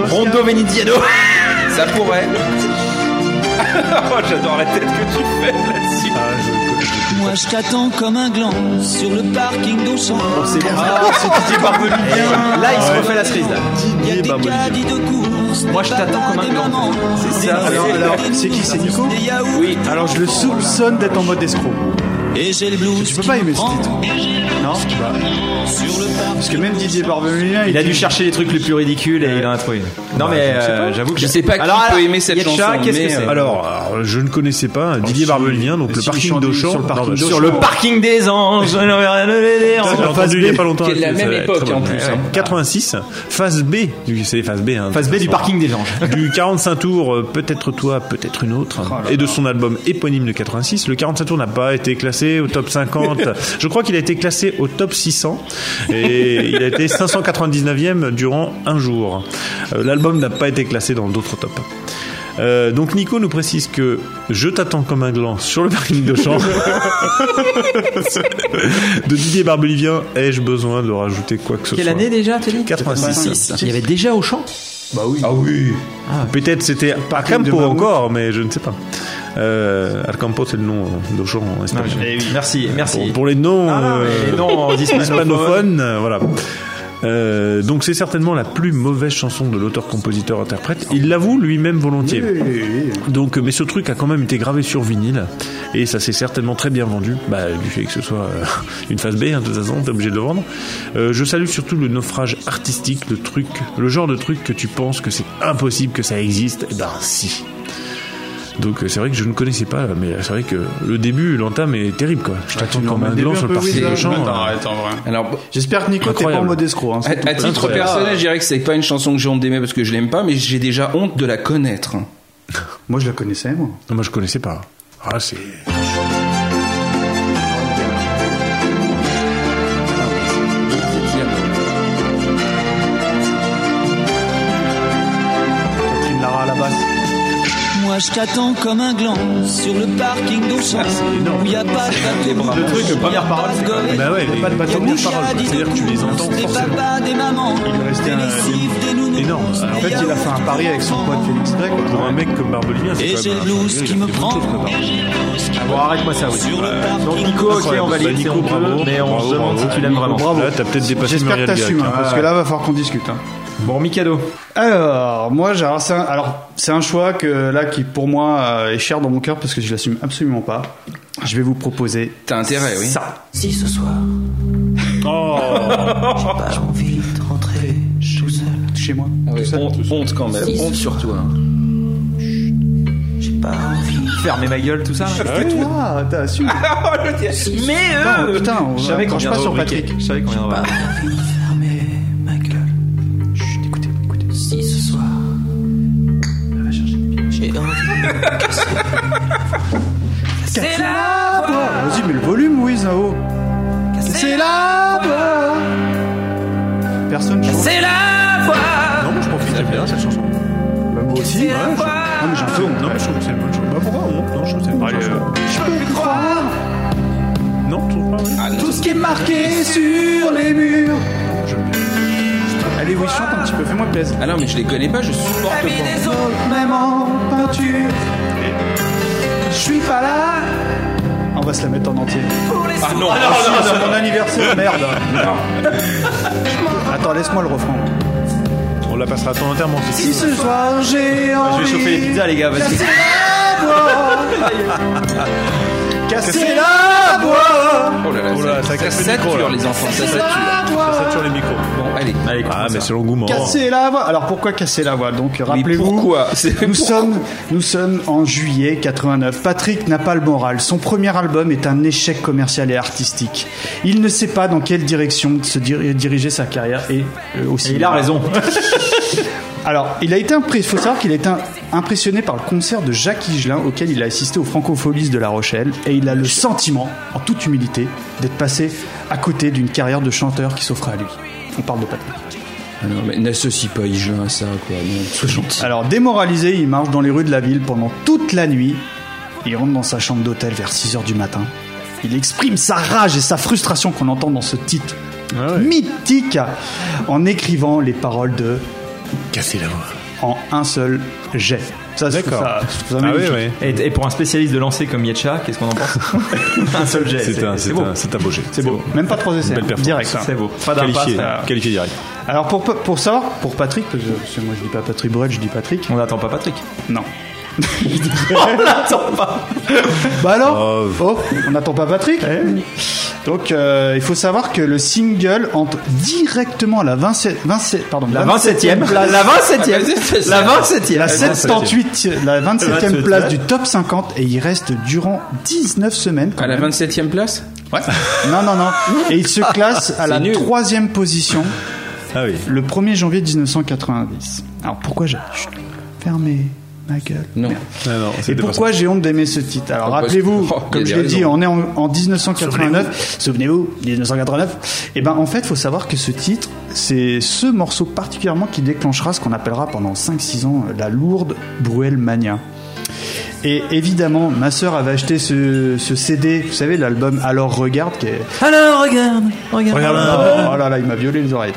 A: Rondo Veneziano.
D: Ça pourrait. oh, j'adore la tête que tu fais là-dessus.
I: Moi je t'attends comme un gland sur le parking d'Auchan.
A: Ah, c'est Didier Barbelivien. Là, il
B: Ah,
A: se refait la cerise. Là.
I: Il y a des caddies de course.
A: Moi, je t'attends comme un gland.
I: C'est
D: ça, alors,
B: alors, c'est qui, c'est Nico
D: Oui.
B: Alors je le soupçonne d'être en mode escroc.
I: Et j'ai le blues.
B: Tu peux
I: qui
B: pas
I: me
B: aimer ce
I: prend
B: titre. Non Bah.
I: Sur le parking.
B: Parce que même Didier Barbelivien,
A: Il a dû chercher les trucs les plus ridicules et il en a trouvé. Non mais euh, j'avoue que
D: Je sais pas qui peut aimer cette
A: Yetcha,
D: chanson,
A: qu'est-ce
D: mais,
A: que c'est
D: euh,
C: Alors, alors, je ne connaissais pas hein, Didier
B: si-
C: Barbelivien, donc
B: si
C: le
B: il
C: parking
B: chante
C: d'Auchan.
B: sur le
C: Non,
B: parking
C: bah,
B: d'Auchan.
A: Sur le parking des anges, je n'aurai rien de les
C: J'ai
A: déranger.
C: entendu il y a pas longtemps.
D: Qui est de la
C: ça-
D: même
C: ça-
D: époque,
C: très bon.
D: en plus, hein.
C: 86, phase B, du- c'est les phases B. Hein,
A: Face B du parking des anges.
C: du 45 tours, euh, peut-être toi, peut-être une autre, et de son album éponyme de 86. Le 45 tours n'a pas été classé au top 50. Je crois qu'il a été classé au top 600 et il a été 599e durant un jour. Euh, L'album n'a pas été classé dans d'autres tops. Euh, donc Nico nous précise que je t'attends comme un gland sur le parking de chambre de Didier Barbelivien. Ai-je besoin de rajouter quoi que ce soit
A: déjà, Tony
C: 86.
A: Il y avait déjà Auchan
C: Ah oui. Peut-être c'était Arcampo encore, mais je ne sais pas. Euh, Arcampo, c'est le nom euh, d'Auchan en espagnol.
A: Eh Merci, merci.
C: Pour, pour les noms
A: Ah, non,
C: euh,
A: mais les noms en
C: hispanophones, euh, voilà. Euh, donc c'est certainement la plus mauvaise chanson de l'auteur-compositeur-interprète. Il l'avoue lui-même volontiers. Donc, euh, mais ce truc a quand même été gravé sur vinyle et ça s'est certainement très bien vendu. Bah, du fait que ce soit euh, une phase B, hein, de toute façon, t'es obligé de le vendre. Euh, je salue surtout le naufrage artistique, le truc, le genre de truc que tu penses que c'est impossible que ça existe. Eh ben si. Donc euh, c'est vrai que je ne connaissais pas, mais c'est vrai que le début, l'entame est terrible quoi.
B: Ah,
C: Je t'attends comme un
B: début
C: gland
B: un
C: sur le
B: peu
C: parti
B: Wizard.
C: de champ.
B: Attends,
C: euh.
D: Alors,
B: J'espère que Nico, t'es pas en
C: Incroyable.
B: mode escroc. hein,
D: à,
B: c'est tout.
D: à titre
C: Incroyable.
D: personnel, je dirais que c'est pas une chanson que j'ai honte d'aimer parce que je l'aime pas, mais j'ai déjà honte de la connaître.
B: Moi je la connaissais, moi.
C: Non, moi je connaissais pas. Ah c'est.
B: Catherine Lara à la basse.
I: Moi je t'attends comme un gland sur le parking d'Auchan. où y a pas de bateau.
B: Le truc, première parole, c'est quand même-
C: Bah ouais,
B: Pas de
C: les-
B: bateau,
I: des
B: de parole.
I: caddies de
C: C'est-à-dire que tu les entends
I: course, Des
C: forcément.
I: papas, des mamans.
B: Il lui restait
I: des
B: un-
I: lessives, des nounours,
C: énorme. Alors,
B: En fait, il a fait un pari avec son pote Félix Drey. quoi.
C: Pour un mec comme Barbelivien, c'est
I: Et
C: quand
I: j'ai
C: même un-
I: le blues
C: il a
I: qui
C: fait
I: me
C: beaucoup de
I: prend.
C: choses, quoi, Barbelivien.
A: Bon, arrête-moi ça, oui.
I: Sur le parking.
A: Donc Nico, ok, on
C: Bah,
A: valide, c'est
C: Nico,
A: on peut,
C: bravo,
A: mais on
C: bravo,
A: se demande
C: bravo.
A: si tu l'aimes vraiment.
C: Là, t'as peut-être dépassé
B: J'espère que
C: Muriel Gac,
B: t'assumes, hein,
C: hein.
B: parce que là, va falloir qu'on discute. hein.
A: Bon, Mikado.
B: Alors, moi, j'ai- alors, c'est un, alors, c'est un choix que là, qui pour moi euh, est cher dans mon cœur parce que je l'assume absolument pas. Je vais vous proposer
D: T'as intérêt, oui.
B: ça.
I: Si ce soir. J'ai pas envie de rentrer tout seul.
B: Chez moi.
D: Ouais, honte, honte quand même.
I: Si,
D: Honte sur toi.
I: J'ai pas envie.
A: Fermez ma gueule, tout ça.
B: Toi, Ah, t'as assumé.
A: Mais
B: Putain, putain, on
A: Je savais qu'on
B: crache pas
A: viendrait
B: sur
A: au briquet.
B: Patrick.
A: Je savais qu'on viendrait.
I: Fermer ma gueule. Chut, écoutez, écoutez. Si ce soir. J'ai envie. C'est là
B: Oh, Vas-y, mais le volume, oui, Zao. C'est là Personne chante.
I: C'est la voix
C: Non, moi, je profite, j'aime bien cette chanson.
B: Bah, moi aussi.
I: C'est la voix
B: Non, mais j'en fais honte.
C: Non, mais je trouve que Ah, c'est une bonne chanson. Bah pourquoi on Non, je trouve que c'est une bonne chanson. Non, je trouve pas. oui.
B: Tout ce qui est marqué sur les murs. Allez, oui, chante un petit peu, fais-moi plaisir.
D: Ah non, mais je les connais pas, je supporte
I: Vie
D: pas.
I: des autres.
B: Même en peinture, je suis pas là. On va se la mettre en entier.
D: Ah non,
B: Ah si, c'est mon anniversaire, merde. Attends, laisse-moi le refrain.
C: On la passera volontairement si
B: Si
C: tu veux.
B: ce soir j'ai envie.
A: Je vais chauffer les pizzas, les gars, vas-y.
B: C'est la voix Casser la voix
D: Oh là là,
C: Oh là,
D: ça,
C: ça
D: ça
C: casse le
D: sature
C: micro, là.
D: les enfants, ça sature.
C: Ça sature les micros.
D: Bon, allez.
C: Ah, mais c'est l'engouement.
B: Casser la voix. Alors pourquoi casser la voix Donc rappelez-vous.
D: pourquoi C'est-
B: Nous
D: pourquoi
B: sommes, nous sommes en juillet 89. Patrick n'a pas le moral. Son premier album est un échec commercial et artistique. Il ne sait pas dans quelle direction se dir- diriger sa carrière et euh, aussi.
A: Et il a raison.
B: Alors, il a été impré- faut savoir qu'il a été un- impressionné par le concert de Jacques Higelin auquel il a assisté aux Francopholies de La Rochelle et il a le sentiment, en toute humilité, d'être passé à côté d'une carrière de chanteur qui s'offrait à lui. On parle de Patrick.
D: Ah Non, mais n'associe pas Higelin à ça, quoi. Non, sois gentil.
B: Alors démoralisé, il marche dans les rues de la ville pendant toute la nuit. Il rentre dans sa chambre d'hôtel vers 6h du matin. Il exprime sa rage et sa frustration qu'on entend dans ce titre
A: Ah
B: mythique en écrivant les paroles de
C: Casser la voix.
B: en un seul jet. Ça, je trouve
C: D'accord.
B: ça- je trouve ça
C: Ah oui,
B: magnifique.
C: oui.
A: Et, et pour un spécialiste de lancer comme Yetcha, qu'est-ce qu'on en pense Un seul jet.
C: C'est un, c'est
A: beau.
C: un, c'est un beau jet.
B: C'est beau. Même pas trois essais.
C: Belle performance.
B: Direct. hein.
A: C'est beau. Pas d'impasse.
C: Qualifié,
A: euh,
C: qualifié direct.
B: Alors pour, pour savoir, pour Patrick, parce que parce que moi je dis pas Patrick Bruel, je dis Patrick.
A: On n'attend pas Patrick.
B: Non. on n'attend pas. Eh Bah alors,
C: Oh.
B: Oh, on n'attend pas Patrick. Donc euh, il faut savoir que le single entre directement à la 27, 27 pardon,
A: La 27e. La, la
D: Ah, bah,
A: 27e. La 27e.
B: la
A: 78.
B: 78, la 27e
A: 27e.
B: place du top 50 et il reste durant 19 semaines. quand
D: À la
B: même.
D: 27ème place
B: Non non non. Et il se classe à la
D: nul.
B: troisième position
C: Ah oui.
B: le 1er janvier 1990. Alors pourquoi j'ai Chut, fermé ma gueule
D: Non.
C: Ah non,
B: et
C: c'était pas
B: pourquoi j'ai honte d'aimer ce titre Alors
D: parce
B: rappelez-vous,
D: que- oh, il y
B: comme
D: a
B: je
D: des
B: l'ai dit,
D: raisons.
B: on est en, en 1989. Souvenez-vous, 1989. Et ben en fait, faut savoir que ce titre, c'est ce morceau particulièrement qui déclenchera ce qu'on appellera pendant 5-6 ans euh, la lourde Bruel Mania. Et évidemment, ma sœur avait acheté ce, ce CD, vous savez, l'album Alors Regarde, qui est
A: Alors regarde, regarde. euh,
B: Oh, là là, il m'a violé les oreilles.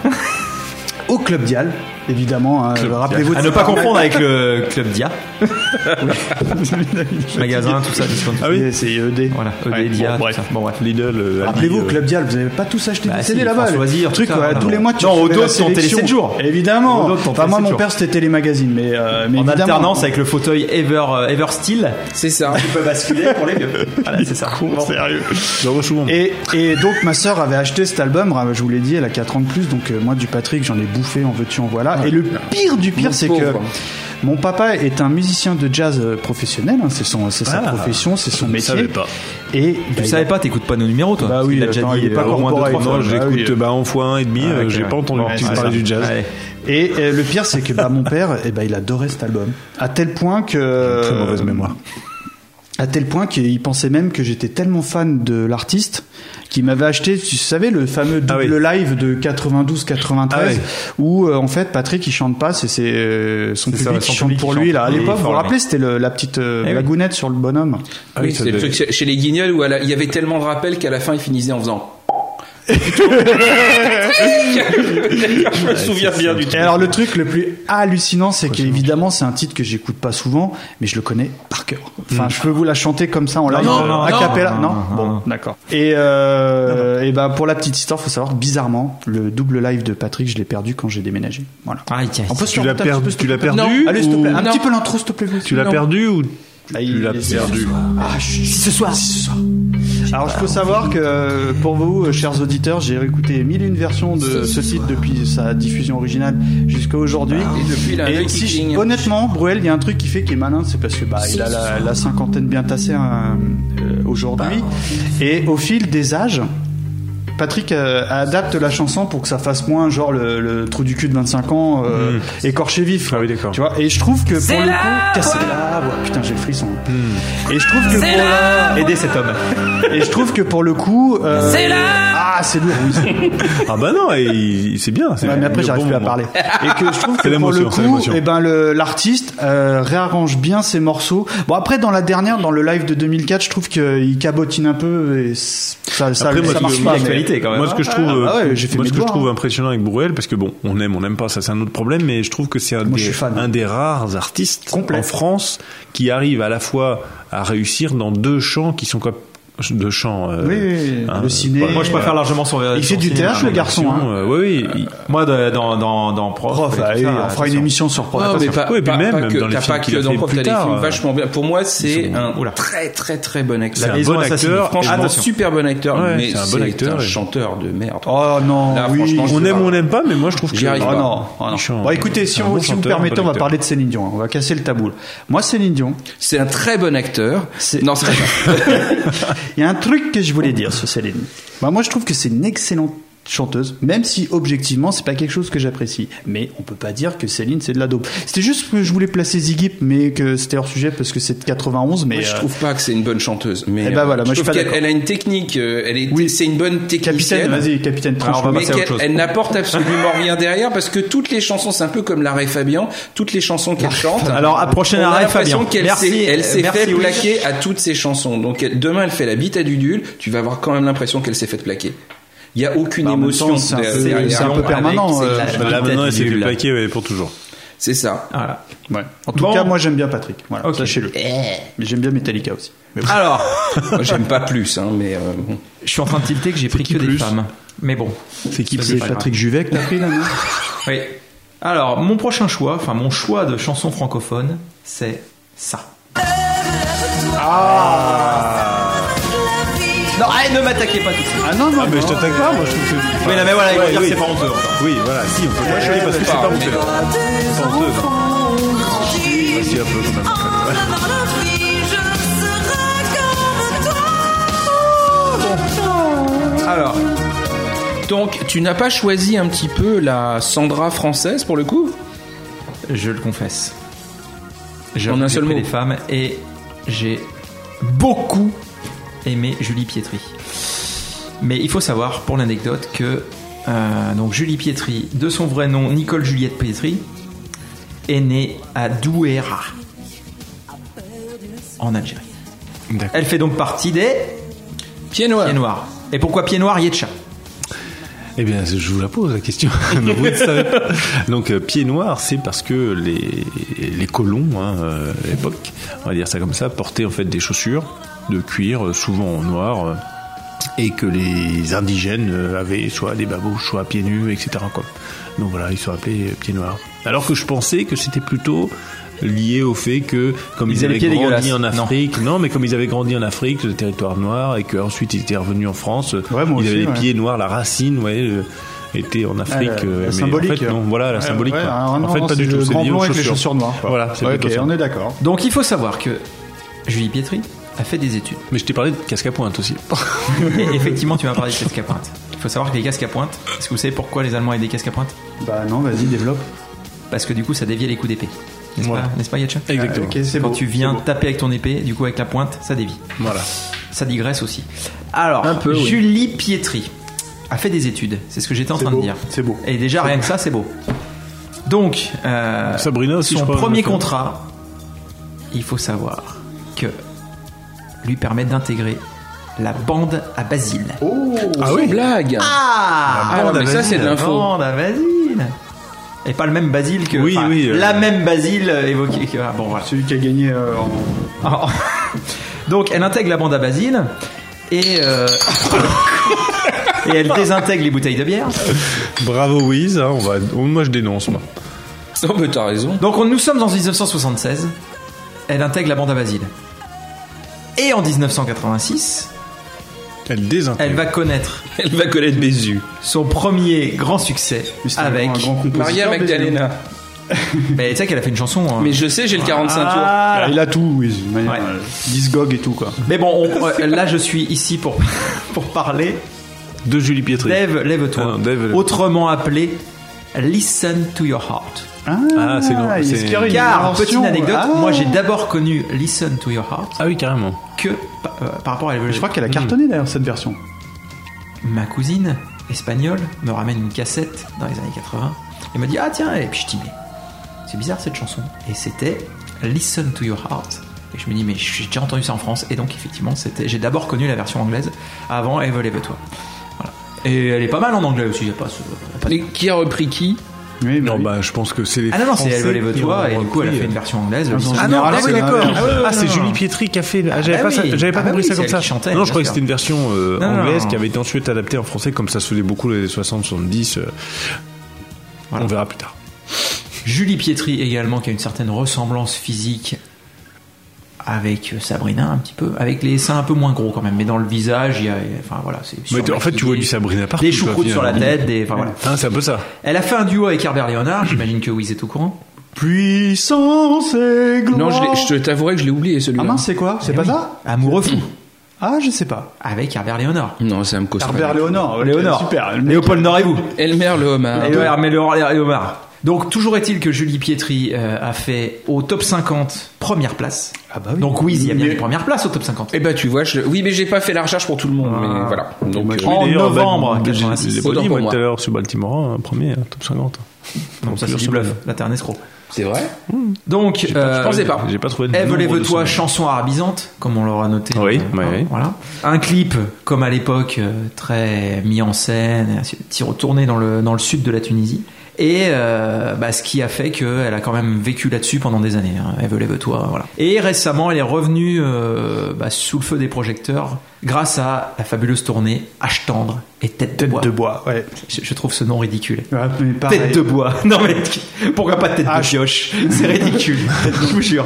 B: Au Club Dial, évidemment. hein, Rappelez-vous de
A: À ne
B: cette
A: pas
B: arnaque.
A: confondre avec le club Dia, magasin, tout ça. discount.
C: Ah oui.
B: C'est
D: E
B: ED.
A: Voilà, ED,
B: Ouais,
A: Dia,
B: bon,
A: tout
B: bref.
A: ça. Bon, bref.
C: Lidl. euh,
B: Rappelez-vous,
C: Aldi, euh,
B: Club Dial, vous n'avez pas tous acheté
A: Bah
B: des
A: si,
B: CD
A: les
B: là-bas.
A: France
B: le
A: Loisirs,
B: truc,
A: tout ça,
B: ouais,
A: voilà.
B: tous les mois, tu
A: Non,
B: recevais
A: au dos,
B: la
A: c'était les
B: sélection.
A: sept jours.
B: Évidemment.
A: Au dos, t'en
B: Enfin,
A: fais
B: moi,
A: sept
B: mon
A: jours.
B: père, c'était Télé Magazine, mais, euh, mais
A: En
B: évidemment.
A: alternance avec le fauteuil Ever, euh, Ever Steel.
D: C'est ça.
A: peut basculer pour les vieux. Voilà, c'est ça.
B: Sérieux.
C: Je revois souvent.
B: Et, et donc ma sœur avait acheté cet album, euh, je vous l'ai dit, elle a 4 ans de plus, donc euh, moi du Patrick j'en ai bouffé, en veux-tu, en voilà. et le pire du pire,
D: Mon
B: c'est que
D: pauvre.
B: mon papa est un musicien de jazz euh, professionnel, hein, c'est son, c'est
A: Ah.
B: sa profession, c'est son
C: ne
B: métier.
C: savais pas.
B: Et
A: Tu savais pas, t'écoutes pas nos numéros, toi.
B: Bah
A: parce qu'il
B: oui,
A: l'a déjà
B: attends,
A: dit,
B: il est pas
A: euh, au moins
B: corporate,
A: deux, trois
C: Non,
A: fois.
C: je
B: Ah oui.
C: l'écoute bah, en fois 1,5.
A: Ah,
C: euh,
A: ok,
C: J'ai
A: ouais.
C: pas entendu
A: Bon,
C: que tu
A: ouais,
C: parlais
A: c'est
C: du
A: ça.
C: jazz.
A: Ouais.
B: Et euh, le pire, c'est que bah, mon père, eh ben, il adorait cet album. À tel point que. euh,
C: Très mauvaise mémoire.
B: À tel point qu'il pensait même que j'étais tellement fan de l'artiste qu'il m'avait acheté, tu savais, le fameux
C: Ah oui.
B: double live de 92-93,
C: Ah oui.
B: où euh, en fait Patrick il chante pas, c'est c'est, euh, son
A: C'est
B: public
A: ça,
B: qui
A: son
B: chante
A: public
B: pour
A: qui
B: lui.
A: chante.
B: Là, à
A: Il est
B: l'époque, vous vous
A: fort,
B: rappelez, c'était le- la petite euh,
A: Eh oui.
B: bagounette sur le bonhomme.
C: Ah
D: Oui, c'est le truc chez- chez les Guignols où à la- il y avait tellement de rappels qu'à la fin ils finissaient en faisant. je me souviens bien du
B: Et
D: truc.
B: alors le truc le plus hallucinant, c'est qu'évidemment c'est un titre que j'écoute pas souvent, mais je le connais par cœur. Enfin, je peux vous la chanter comme ça en live,
D: non,
B: euh,
D: non,
B: a
D: non.
B: cappella.
A: Non,
B: Non,
A: non,
B: bon,
A: non.
B: d'accord. Et, euh, et ben pour la petite histoire, faut savoir que bizarrement, le double live de Patrick, je l'ai perdu quand j'ai déménagé. Voilà.
A: Ah, il tient.
B: On peut se
C: Tu l'as
B: remonter un
C: perdu
B: petit peu,
C: Tu l'as
B: s'il te plaît.
C: perdu
B: Allez, s'il te plaît,
C: ou-
B: un petit peu l'intro, s'il te plaît.
C: Tu l'as perdu ou tu l'as perdu
B: Ah, ce soir. Alors, il faut savoir que euh, pour vous, euh, chers auditeurs, j'ai réécouté mille et une versions de ce titre depuis sa diffusion originale jusqu'à aujourd'hui.
D: Ah. Et depuis, il a un
B: Et
D: œil
B: si
D: qui
B: je-
D: cligne.
B: honnêtement, Bruel, il y a un truc qui fait qu'il est malin, c'est parce que bah, il a la, la cinquantaine bien tassée hein, euh, aujourd'hui.
D: Bah.
B: Et au fil des âges, Patrick euh, adapte la chanson pour que ça fasse moins genre le, le trou du cul de 25 ans euh, écorché vif.
C: Ah oui, d'accord.
B: Tu vois, et je trouve que pour le coup, casser la voix. Putain, j'ai le frisson.
C: Mm.
B: Et je trouve que pour aider cet homme. Et je trouve que pour le coup, euh, ah, c'est lourd. Oui.
C: Ah bah non, et il- c'est bien. c'est
B: Ouais, mais après,
C: le
B: j'arrive
C: bon
B: plus à
C: moment.
B: parler. Et que je trouve
C: C'est
B: que pour
C: l'émotion,
B: le
C: c'est
B: coup,
C: l'émotion.
B: eh ben le- l'artiste euh, réarrange bien ses morceaux. Bon après, dans la dernière, dans le live de 2004, je trouve qu'il cabotine un peu et c- ça, ça,
C: Après, moi,
B: ça
C: ce
B: marche
C: que-
B: pas. mais-
A: l'actualité, quand même.
C: Moi, ce que je trouve,
B: Ah, bah
C: euh,
B: ouais, j'ai fait
C: moi,
B: mes
C: ce que
B: devoirs,
C: je trouve
B: hein.
C: impressionnant avec Bruel, parce que bon, on aime, on n'aime pas, ça c'est un autre problème, mais je trouve que c'est un,
B: Moi, je
C: des,
B: suis fan.
C: un des rares artistes
B: Complet.
C: en France qui arrive à la fois à réussir dans deux champs qui sont quoi de chant. euh,
B: Oui, oui, oui. Le ciné.
C: voilà.
A: Moi, je préfère largement son
B: Il fait du théâtre, le garçon. hein.
C: Euh, oui, oui. il-
A: Moi, de- dans, dans, dans Prof.
B: Prof,
A: et tout
B: allez,
A: ça,
B: on fera une
A: attention.
B: émission sur Prof.
D: Non, mais pas,
C: Ouais, puis
D: pas,
C: même,
D: pas que,
C: dans les
D: t'as
C: films
D: pas
C: qu'il
D: que
C: a
D: dans
C: fait
D: Prof,
C: plus
D: t'as des
C: tard,
D: films
C: euh,
D: vachement bien. Pour moi, c'est
C: sont-
D: un
A: Oula.
D: très très très bon
C: C'est
D: acteur.
C: un
A: maison
C: bon
A: assassine,
C: acteur.
A: franchement.
D: Franchement,
A: Attention.
D: super bon acteur,
C: Ouais,
D: mais
C: c'est un bon acteur,
D: un
C: et-
D: chanteur de merde.
B: Oh non,
D: Là,
B: oui.
D: franchement,
C: On
D: je-
C: aime ou on n'aime pas, mais moi je trouve que.
D: J'y arrive
B: Oh
D: pas.
B: non, oh non.
C: Il chante.
B: Bon, écoutez, si,
C: C'est un
B: on-
C: bon
B: si vous me
C: chanteur,
B: permettez,
C: bon
B: on va
C: acteur.
B: parler de Céline Dion. hein. On va casser le tabou. Moi, Céline Dion,
D: C'est un très bon acteur.
B: C'est-
D: Non, c'est pas.
B: il y a un truc que je voulais dire sur Céline. Bah, moi, je trouve que c'est une excellente chanteuse, même si objectivement, c'est pas quelque chose que j'apprécie. Mais on peut pas dire que Céline, c'est de la dope. C'était juste que je voulais placer Ziggy, mais que c'était hors sujet parce que c'est de 91. Mais euh,
D: Moi, je
C: euh,
D: trouve pas que c'est une bonne chanteuse. Mais
B: Eh ben
D: euh,
B: voilà, moi, je suis
D: trouve
B: pas
D: qu'elle
B: d'accord.
D: elle a une technique. euh, Elle est,
B: Oui.
D: c'est une bonne
B: euh, capitaine,
D: technicienne.
B: vas-y, capitaine, tranche.
A: Alors, on va
D: mais
A: passer à autre
D: qu'elle-
A: chose.
D: elle n'apporte absolument rien derrière parce que toutes les chansons, c'est un peu comme l'arrêt Fabian, toutes les chansons qu'elle chante.
A: Alors, à prochaine
D: on a
A: arrêt,
D: l'impression
A: Fabian.
D: qu'elle
A: Merci,
D: s'est, elle s'est
A: merci,
D: fait
A: oui.
D: plaquer à toutes ses chansons. Donc elle- demain, elle fait la bite à Dudule, tu vas avoir quand même l'impression qu'elle s'est fait plaquer. Il y a aucune
B: Bah, en même
D: émotion.
B: temps, c'est un
D: de-
B: peu-
D: derrière.
B: c'est un peu
D: Avec-
B: permanent,
D: c'est-
B: euh,
D: c'est-
C: Bah, Là maintenant, elle s'est fait
A: Nul.
C: plaquer ouais, pour toujours.
D: C'est ça.
A: Voilà.
B: Ouais. En tout
A: Bon.
B: cas, moi, j'aime bien Patrick. Voilà,
A: Ok.
B: sachez-le. Mais j'aime bien Metallica aussi. Mais bon.
A: Alors,
D: Moi, J'aime pas plus, hein, mais euh, bon.
A: je suis en train de tilter que j'ai pris que des femmes. Mais bon.
C: C'est qui
A: plus
B: C'est Patrick Juvet que t'as pris là, non
A: Oui. Alors, mon prochain choix, enfin mon choix de chanson francophone, c'est ça. Non, allez, ne m'attaquez pas tout de suite.
B: Ah non, non,
C: Ah, mais je t'attaque pas, moi je trouve que c'est.
A: Oui, là, mais voilà, il va
C: Ouais,
A: dire que
C: oui.
A: c'est pas honteux.
C: Oui, voilà, si, on peut pas
D: Ouais,
C: jouer parce
D: c'est
C: que c'est
D: pas
C: pas
D: honteux.
C: honteux. C'est pas honteux. Bah, si, un peu quand même.
D: Alors, donc tu n'as pas choisi un petit peu la Sandra française pour le coup
A: Je le confesse. J'ai
D: En un
A: j'ai
D: seul
A: pris
D: mot.
A: des femmes et j'ai beaucoup aimé Julie Pietri. Mais il faut savoir, pour l'anecdote, que euh, donc Julie Pietri, de son vrai nom Nicole Juliette Pietri, est née à Douéra, en Algérie.
C: D'accord.
A: Elle fait donc partie des
D: Pied noir.
A: Pieds Noirs. Et pourquoi Pieds Noirs, Yetcha
C: Eh bien, je vous la pose la question. Non, vous ne savez pas. Donc, euh, pied noir, c'est parce que les, les colons, hein, euh, à l'époque, on va dire ça comme ça, portaient en fait des chaussures de cuir, euh, souvent en noir, euh, et que les indigènes euh, avaient soit des babouches, soit pieds nus, etc. Quoi. Donc voilà, ils sont appelés euh, pieds noirs. Alors que je pensais que c'était plutôt lié au fait que comme
A: Ils
C: ils,
A: avaient
C: avaient
A: les pieds
C: grandi
A: dégueulasses.
C: en
A: Non.
C: Afrique, non. mais comme ils avaient grandi en Afrique, le territoire noir, et qu'ensuite ils étaient revenus en France, euh,
B: Ouais,
C: ils
B: moi aussi,
C: avaient les
B: ouais.
C: pieds noirs, la racine, ouais, euh, était en Afrique.
B: Ah, la-
C: euh,
B: la
C: mais
B: symbolique.
C: En fait, non, voilà, la
B: Ouais,
C: symbolique.
B: ouais,
C: quoi.
B: ah, non,
C: en fait,
B: non,
C: pas
B: c'est
C: du tout.
B: Le
C: c'est
B: grand
C: lié aux
B: blond avec les chaussures noires. quoi.
C: Voilà, c'est
B: ok,
C: plutôt ça.
B: on est d'accord.
A: Donc il faut savoir que Julie Pietri a fait des études.
C: Mais je t'ai parlé de casque à pointe aussi.
A: Et effectivement, tu m'as parlé de casques à pointe. Il faut savoir que les casques à pointe, est-ce que vous savez pourquoi les Allemands avaient des casques à pointe
B: Bah non, vas-y, développe.
A: Parce que du coup, ça déviait les coups d'épée. N'est-ce
C: Voilà.
A: pas, n'est-ce pas, Yatcha
C: Exactement.
B: Ah, Ok, c'est
A: Quand
B: beau,
A: tu
B: c'est
A: viens
B: beau.
A: taper avec ton épée, du coup, avec la pointe, ça dévie.
C: Voilà.
A: Ça digresse aussi. Alors, Julie Pietri a fait des études. C'est ce que j'étais en
B: C'est
A: train
B: beau,
A: de dire.
B: c'est beau.
A: Et déjà, rien que ça, c'est beau. Donc, euh,
C: Sabrina aussi,
A: son
C: je crois,
A: premier
C: elle le fait.
A: contrat, il faut savoir que lui permet d'intégrer la bande à Basile.
D: Ah oui Blague
A: Ah,
D: Ah, mais ça, c'est de l'info.
A: Bande à Basile. Et pas le même Basile que.
C: Oui,
A: enfin,
C: oui, euh.
A: La même Basile euh, évoquée. que- ah, bon, voilà.
B: Celui qui a gagné euh, en.
A: Alors, donc, elle intègre la bande à Basile et. euh, et elle désintègre les bouteilles de bière.
C: euh, Bravo Wiz, hein, on va... on- moi je dénonce. Moi.
D: Non, mais t'as raison.
A: Donc, on- nous sommes en 1976. Elle intègre la bande à Basile. Et en 1986,
C: Elle désintègre.
A: elle va connaître
D: Elle va connaître Bézu.
A: son premier grand succès
B: Mais c'était
A: avec.
B: vraiment un grand compositeur,
D: Maria
B: mais-
D: Magdalena.
A: Mais tu sais qu'elle a fait une chanson. hein.
D: Mais je sais, j'ai le 45 tours.
A: Ah,
B: Ah, il a tout, oui. de manière,
A: Ouais.
B: euh, Disgog et tout, quoi.
A: Mais bon, on- euh, là je suis ici pour, pour parler.
C: De Julie Pietri.
A: Lève, lève-toi.
C: Ah, lève-
A: Autrement appelé Listen to Your Heart.
C: Ah, c'est non,
B: il
C: c'est-
B: esclare une
A: Car,
B: invention.
A: petite anecdote,
B: Ah.
A: moi j'ai d'abord connu Listen to Your Heart
C: Ah oui, carrément.
A: que par, euh, par rapport à
B: Je crois qu'elle a cartonné d'ailleurs cette version.
A: Ma cousine espagnole me ramène une cassette dans les années 80 et me dit Ah tiens, et puis je dis Mais c'est bizarre cette chanson. Et c'était Listen to Your Heart. Et je me dis Mais j'ai déjà entendu ça en France. Et donc effectivement, c'était j'ai d'abord connu la version anglaise avant Eve Lève-toi. Voilà. Et elle est euh, pas mal en anglais aussi, il y a pas, ce- pas
D: Mais qui a repris qui
B: Oui, bah
C: Non,
B: oui.
C: bah je pense que c'est les.
A: Ah non, non, c'est
C: Français
A: Elle veut les
C: qui
A: toi,
C: ont
A: et du coup, elle a
C: repris,
A: fait une
C: euh,
A: version anglaise.
B: Ah non,
A: aussi.
C: Ah non,
B: Ah
C: ah
B: oui,
C: oui,
B: d'accord.
C: d'accord.
A: Ah oui, non,
C: Ah, c'est
A: non.
C: Julie Pietri qui a fait. Ah, J'avais
A: Ah
C: pas,
A: oui.
C: ça- j'avais pas
A: Ah
C: compris
A: oui,
C: ça
A: c'est
C: comme
A: elle
C: ça.
A: qui chantait,
C: non,
A: bien
C: je croyais que
A: sûr.
C: c'était une version euh,
A: Non, non,
C: anglaise
A: non.
C: qui avait été ensuite adaptée en français, comme ça se faisait beaucoup les années 60, 70. euh,
A: Voilà.
C: On verra plus tard.
A: Julie Pietri également, qui a une certaine ressemblance physique avec euh, Sabrina, un petit peu. Avec les seins un peu moins gros quand même, mais dans le visage, il y a. Enfin voilà, c'est.
C: Mais t'es- en fait, tu vois du Sabrina partout.
A: Des
C: quoi,
A: choucroutes sur la
C: finalement.
A: tête, des. Enfin Ah, voilà.
C: Hein, c'est un peu ça.
A: Elle a fait un duo avec Herbert Léonard, j'imagine que Wiz est au courant.
B: Puissance et gloire.
D: Non, je, l'ai- je te- t'avouerai que je l'ai oublié celui-là.
B: Ah mince, c'est quoi C'est
A: Eh
B: pas
A: oui.
B: ça
A: Amoureux fou,
B: Ah, je sais pas.
A: avec Herbert Léonard.
D: non, ça me cause
A: Ah,
B: Herbert
D: pas.
B: Léonard. ok, Super.
A: Léopold Nord et vous.
D: Elmer le hein. homard.
B: euh,
A: Et ouais, mais le- le- le homard. Donc, toujours est-il que Julie Pietri euh, a fait au top 50 première place.
B: Ah bah oui.
A: Donc, oui, il y a bien
B: Mais-
A: des premières places au top 50.
D: Eh ben tu vois, je... oui mais j'ai pas fait la recherche pour tout le monde, mais
B: Ah.
D: voilà. Donc euh,
A: En
C: Oui, d'ailleurs,
A: novembre
C: bah, je-
A: 86.
C: Je l'ai pas
D: Autant
C: dit,
D: pour
C: moi,
D: moi.
C: tout à l'heure, sur Baltimore, un premier, hein, top 50.
A: Donc, ça, c'est du bluff. Là, t'es un escroc.
D: c'est vrai.
A: Donc, euh,
D: pensais pas.
C: J'ai pas trouvé de.
A: Ève,
C: nombre de
A: lève-toi,
C: semaines.
A: chanson arabisante, comme on l'aura noté.
C: Oui,
A: Euh,
C: oui, oui.
A: Voilà. Un clip, comme à l'époque, euh, très mis en scène, petit retourné dans le, dans le sud de la Tunisie. Et euh, bah, ce qui a fait qu'elle a quand même vécu là-dessus pendant des années. Hein. Ève, lève-toi, voilà. Et récemment, elle est revenue euh, bah, sous le feu des projecteurs grâce à la fabuleuse tournée H tendre et Tête de
B: Tête
A: bois.
B: de bois, ouais.
A: Je, je trouve ce nom ridicule.
B: Ouais, mais pareil.
A: Tête de bois. Non mais pourquoi pas tête
B: Ah,
A: de
B: je-
A: pioche C'est ridicule. je vous jure.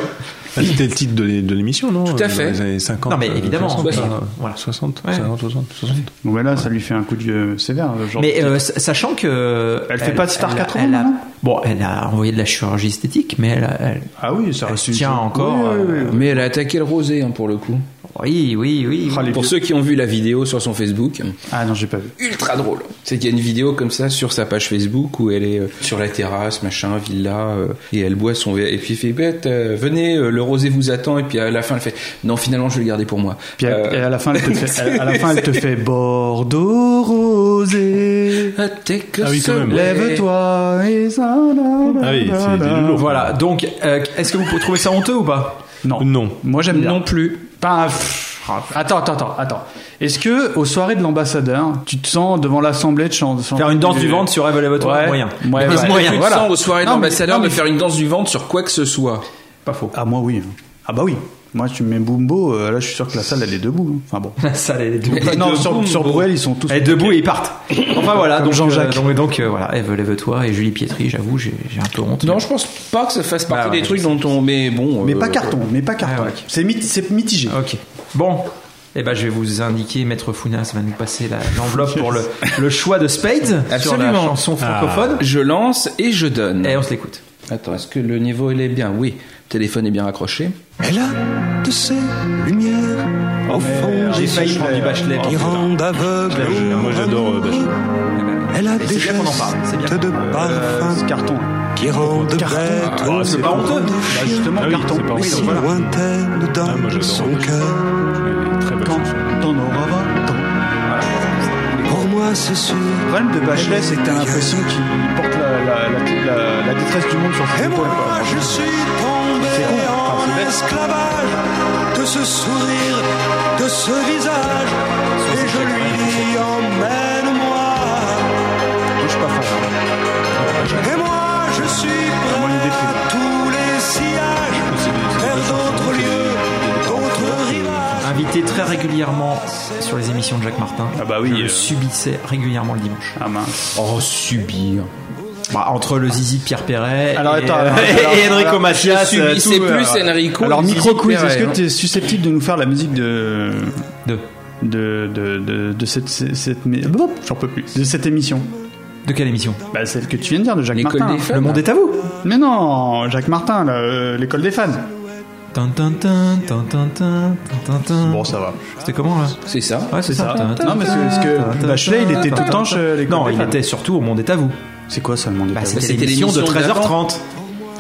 C: Ah, C'était le titre de l'é- de l'émission, non
D: Tout à
C: Dans
D: fait.
C: les années 50.
A: Non, mais
C: euh,
A: évidemment,
B: Ah,
C: 60,
A: oui.
C: euh,
A: Voilà.
C: 60,
A: Ouais.
C: 50, 60, 60.
B: Bon, bah là, ça lui fait un coup de vieux sévère. Genre.
A: Mais euh, sa- sachant que.
B: Elle fait pas de Star
A: elle a-
B: 80,
A: elle a-
B: non
A: Bon, elle a envoyé de la chirurgie esthétique, mais elle, a- elle-
B: ah oui, ça
A: elle
B: reste une-
A: tient encore.
B: Oui, oui, oui.
A: euh,
D: Mais elle a attaqué le rosé hein, pour le coup.
A: Oui, oui, oui.
B: Ah, les
D: Pour
B: vieux.
D: ceux qui ont vu la vidéo sur son Facebook,
B: Ah non, j'ai pas vu.
D: ultra drôle. C'est qu'il y a une vidéo comme ça sur sa page Facebook où elle est euh, sur la terrasse, machin, villa, euh, et elle boit son verre. Et puis elle fait bête, euh, venez, euh, le rosé vous attend. Et puis à la fin, elle fait non, finalement, je vais le garder pour moi.
B: Puis à,
D: Euh,
B: et à la fin, elle te fait, à, à la fin, elle te fait Bordeaux rosé.
D: Ah, t'es que
C: Ah oui, quand même.
D: soleil.
B: Lève-toi et ça.
C: Ah oui, c'est du lourd.
A: Voilà, donc euh, est-ce que vous trouvez ça honteux ou pas
B: Non.
C: Non.
B: Moi, j'aime bien.
D: Non plus.
B: Pas un- pff, ah, Attends, attends, attends, attends. Est-ce que aux soirées de l'ambassadeur, tu te sens devant l'assemblée de chan- chanter
A: Faire une danse du ventre sur Rêve lève-toi
B: Ouais.
A: Moyen.
B: Ouais, ouais.
A: Moyen,
D: Tu te
A: voilà.
D: sens aux soirées
B: Non, mais-
D: d'ambassadeur
B: non,
D: de
B: mais-
D: faire une danse du ventre sur quoi que ce soit.
B: Pas faux. Ah moi oui. Ah bah oui. Moi tu mets Bumbo, euh, là je suis sûr que la salle elle est debout. hein. Enfin bon.
A: La salle, elle est debout.
D: Elle est
B: non,
D: debout,
B: sur, sur
D: Bumbo.
B: Bruel ils sont tous.
A: Elle est debout et ils partent. Enfin voilà,
B: Comme
A: donc
B: Jean-Jacques.
A: euh, donc, donc, euh, voilà, Eve, lève-toi et Julie Pietri, j'avoue, j'ai j'ai un peu honte.
D: Non, je pense pas que ça fasse partie
A: Bah ouais,
D: des trucs dont on. Mais bon.
B: Mais
D: euh,
B: pas carton, mais pas carton.
A: Ah ouais.
B: C'est mit- c'est mitigé.
C: Ah,
A: Ok. Bon. Eh ben, je vais vous indiquer, Maître Founas va nous passer la- l'enveloppe pour le, le choix de Spades sur la
D: Absolument.
A: chanson
B: Ah.
A: francophone.
D: Je lance et je donne.
A: Et Eh, on se l'écoute.
D: Attends, est-ce que le niveau il est bien Oui, le téléphone est bien raccroché.
I: Elle a de ses lumières au fond
A: J'ai failli prendre du Bachelet.
I: qui rendent aveugle.
C: Moi, j'adore euh, Bachelot.
I: Elle a
A: Et c'est
I: des
A: bien qu'on en parle, c'est bien.
I: gestes de parfum
B: C'est Ah, carton. Oh,
I: qui rendent bête
C: Ah, c'est pas
A: honteux.
I: de
B: Bah,
I: chien
B: justement
C: Ah oui,
B: carton.
C: c'est pas
B: Oui,
I: si
B: donc voilà.
I: lointaine
C: Ah, moi,
I: dans
C: j'adore.
I: son cœur.
C: Très belle
B: Quand
C: chanson.
B: t'en auras 20 ans.
I: Pour moi, c'est sûr.
B: Le problème de Bachelet c'est que t'as l'impression qu'il porte la, la- la- la- la détresse du monde sur ses
I: Et
B: épaules.
I: moi,
B: quoi.
I: je suis tombé
B: C'est con, enfin, c'est
I: en
B: bête.
I: esclavage de ce sourire, de ce visage. Et je lui dis, emmène-moi.
B: Je suis pas fan.
I: Et moi, je suis
B: Moi,
I: prêt
B: l'idée,
I: à tous les sillages, vers d'autres lieux, d'autres rivages.
A: Invité très régulièrement sur les émissions de Jacques Martin.
B: Ah bah oui,
A: Je le
B: euh.
A: subissais régulièrement le dimanche.
B: Ah mince.
D: Oh, subir.
A: Bah, entre le zizi de Pierre Perret
B: Alors,
A: et,
B: attends,
A: euh,
B: alors,
A: et
B: alors,
A: Enrico
B: alors,
A: Macias.
D: je subis,
A: euh, tout,
D: c'est
A: euh,
D: plus Enrico.
B: Alors
D: et
B: micro quiz,
D: Zizi
B: est-ce que
D: Perret,
B: tu es susceptible de nous faire la musique de
A: De,
B: de de de, de cette cette, cette- mais- j'en peux plus de cette émission
A: de quelle émission
B: Bah celle que tu viens de dire de Jacques
D: L'école
B: Martin.
D: des fans.
A: Le monde est à vous.
B: Mais non, Jacques Martin, là, euh, l'école des fans.
A: Tin, tin, tin, tin, tin, tin, tin, tin.
B: Bon, ça va.
A: C'était comment là
D: C'est ça.
A: Ouais, c'est ça.
B: Non, mais c'est- parce que Bachelet, il était tout le temps chez les
A: Non, il
B: copains.
A: était surtout au Monde est à vous.
B: C'est quoi ça le monde
A: Bah,
B: des fans
A: c'était
D: c'était
A: l'émission de
D: l'émission
A: 13h30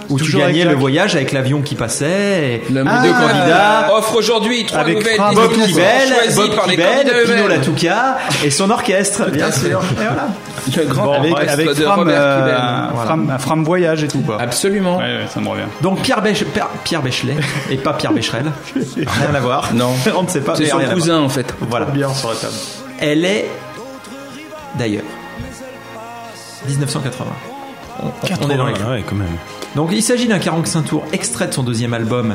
A: où tu
B: Toujours avec
A: gagnais le
B: Jacques.
A: voyage avec l'avion qui passait. et-
D: Le
B: Ah,
D: deux candidats offre aujourd'hui trois
B: avec
D: nouvelles
B: Fra-
A: Bob
B: Bob
D: désignations
A: Kivel,
D: choisies
A: Bob
D: par les
A: Kivel,
D: candidats
A: Pino
D: eux-mêmes.
A: Latouka et son orchestre, bien sûr. Et voilà.
D: Le grand
B: Bon, avec,
D: orchestre
B: avec
D: de
B: Fram,
D: Robert
B: euh,
D: Kivel.
B: Fram- Fram Voyage et tout,
D: Ah
B: quoi.
D: Absolument.
B: Ouais, ouais, ça me revient.
A: Donc Pierre, Bech- Pierre- Pierre Béchelet et pas Pierre Bécherel. Rien à voir.
D: Non.
A: On ne sait pas.
D: C'est
A: mais
D: son
A: rien à
D: cousin en fait.
A: voir. Voilà.
B: Bien sur la table.
A: Elle est d'ailleurs 1980. on est dans les clous.
C: ouais, quand même.
A: Donc il s'agit d'un 45 tours extrait de son deuxième album.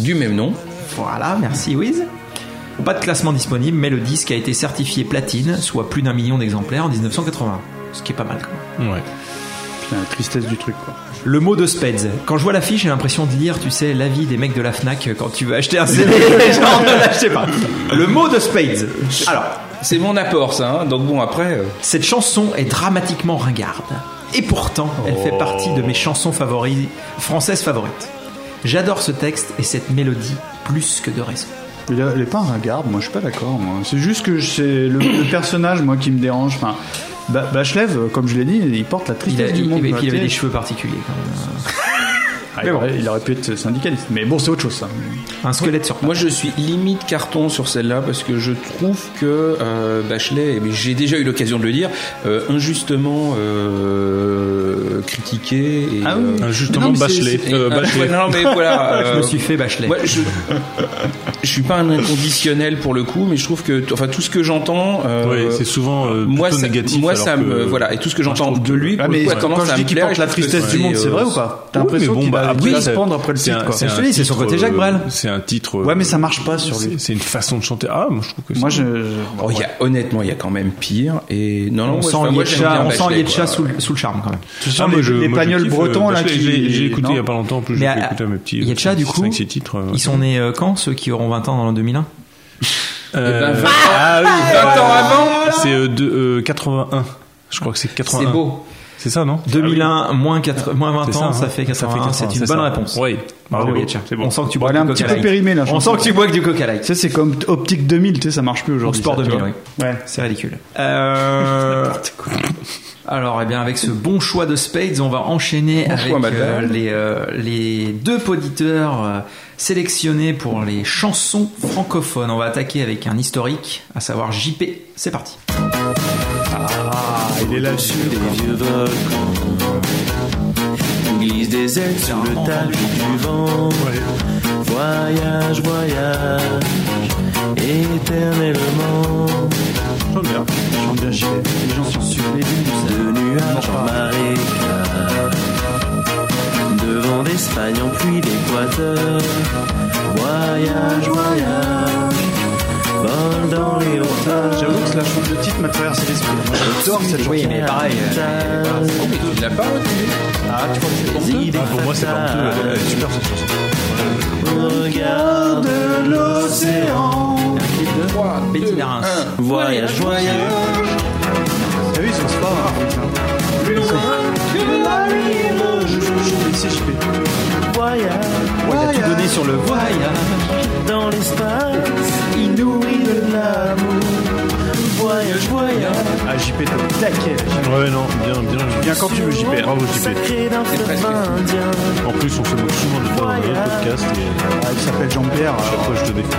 D: Du même nom.
A: Voilà, merci Wiz. Pas de classement disponible, mais le disque a été certifié platine, soit plus d'un million d'exemplaires en 1980. Ce qui est pas mal quand même.
C: Ouais.
B: Putain, la tristesse du truc, quoi.
A: Le mot de Spades. Quand je vois l'affiche, j'ai l'impression de lire, tu sais, l'avis des mecs de la Fnac quand tu veux acheter un CD. Genre, ne l'achetez pas. Le mot de Spades. Alors,
D: C'est mon apport, ça. hein. Donc bon, après. euh,
A: cette chanson est dramatiquement ringarde. Et pourtant, elle fait partie de mes chansons favorites, françaises favorites. J'adore ce texte et cette mélodie plus que de raison.
B: Il a- il est pas un ringard, moi je suis pas d'accord. moi. C'est juste que c'est le, le personnage moi qui me dérange. Enfin, Ba- Bachelev, comme je l'ai dit, il porte la
A: Il, a-
B: tristesse du
A: il-
B: monde.
A: et puis
B: quoi,
A: il avait
B: tu
A: des
B: sais.
A: cheveux particuliers. quand
B: Ah, il, aurait, il aurait pu être syndicaliste, mais bon, c'est autre chose ça.
A: même. Un squelette sur pattes.
D: Moi, je suis limite carton sur celle-là parce que je trouve que euh, Bachelet, et mais j'ai déjà eu l'occasion de le dire, euh, injustement euh, critiqué. Et,
B: Ah oui.
D: euh,
C: Justement,
B: Non, mais c'est-
C: Bachelet.
D: et,
C: Euh,
D: euh,
C: Bachelet.
D: non, mais voilà.
A: je
D: euh,
A: me suis fait Bachelet.
D: Ouais, je, je suis pas un inconditionnel pour le coup, mais je trouve que, enfin, tout ce que j'entends, euh,
C: Ouais, c'est souvent euh,
D: moi,
C: plutôt
D: ça,
C: négatif.
D: moi,
C: alors
D: ça
C: que-
D: me,
C: euh,
D: voilà, et tout ce que j'entends
C: trouve
D: de lui, pour
B: Ah,
D: le
B: mais
D: coup, a
B: quand
D: tendance
B: je
D: à
B: dis
D: me
B: qu'il
D: plaire.
B: porte la
D: je trouve que
B: tristesse du monde, c'est vrai ou pas T'as
C: Oui,
B: l'impression
C: mais bon,
B: qu'il
C: bah,
B: a
C: après,
B: il va se
C: c'est-
B: pendre après le
C: c'est
B: titre.
C: un-
B: quoi.
C: C'est
A: Je te
C: un
A: dis, c'est son
C: titre,
A: côté Jacques
C: euh,
A: Brel.
C: C'est un titre. euh,
B: Ouais, mais ça marche pas sur lui.
C: C'est c'est une façon de chanter. Ah, moi je trouve que
B: Moi,
C: c'est-
B: je, je-
D: Oh, il y a, honnêtement, il y a quand même pire. Et non, non,
A: on
D: ouais,
A: sent
D: enfin, moi, j'aime bien
A: Yetcha on sent
D: Bachelet,
A: Yetcha
D: quoi.
A: sous, le- sous le charme quand même.
C: Ah,
B: les-
C: moi, je-
B: les
C: moi, je
B: bagnoles
C: kiffe, euh,
B: bretons, là,
C: Bachelet,
B: qui-
C: j'ai- J'ai écouté
B: non.
C: il y a pas longtemps. En plus, j'ai
A: Mais à-
C: écouté à mes petits. euh,
A: Yetcha, du
C: cinq,
A: coup,
C: six titres. euh,
A: ils sont nés euh, quand ceux qui auront 20 ans dans l'an 2001
C: Euh,
D: ben, 20 ans-
C: ah oui,
D: 20 ans avant,
C: C'est euh, de, euh, 81. Je crois que c'est 81.
D: c'est beau.
C: C'est ça, non
A: 2001 moins, quatre- moins 20 ans,
C: Ah C'est
A: ça,
C: hein.
A: fait 81. C'est une bonne
C: c'est ça.
A: réponse.
C: Oui.
A: Bravo
C: Bravo.
A: Yetcha. On sent que tu bois
B: Elle est
A: du
B: un petit
A: coca
B: peu
A: light.
B: périmée, la
A: On
B: chanson.
A: sent que tu bois que du coca light.
B: Tu sais, c'est comme Optique 2000, tu sais, ça marche plus aujourd'hui.
A: Sport
B: ça, tu
A: 2000,
B: vois. Ouais.
A: C'est ridicule. Euh... Alors, eh bien, avec ce bon choix de Spades, on va enchaîner avec
D: choix, madame.
A: euh, les, euh, les deux poditeurs euh, sélectionnés pour les chansons francophones. On va attaquer avec un historique, à savoir JP. C'est parti.
I: Il est là sur les vieux volcans. Glisse des ailes sur le tapis du vent. Voyage, voyage, éternellement.
B: Chante
I: hein.
B: bien. Chante bien, Gilles. Les gens sont sur les
I: De nuages en marécage. Devant d'Espagne en pluie d'Équateur. Voyage, voyage, vol dans les hauteurs.
B: J'avoue que la chanson de titre m'a traversé l'esprit. Moi, J'adore cette chanson. Oh,
A: Oui, mais pareil. euh,
D: Tu l'as pas retenu.
B: Ah, tu crois que c'est pour ça
I: Idées
C: Pour moi, c'est pas honteux.
I: fatales.
C: Elle est super cette chanson.
I: Regarde l'océan.
A: Betty Darens.
I: Voyage, voyage.
B: Ah oui, ça se passe. Je je- je sais, je fais.
I: voyage
A: Donné sur le voyage.
I: dans l'espace, inouï de l'amour. Voyage, voyage,
B: Ah, JP, t'as le taquet.
C: Ouais, non, bien, bien.
B: Viens quand tu veux, JP.
C: Bravo, JP.
I: sacré d'un fleuve
D: presque.
I: indien.
C: En plus, on se moque souvent de toi dans Oh, le podcast. Et
B: Ah, il s'appelle Jean-Pierre.
C: à chaque fois, je te défends.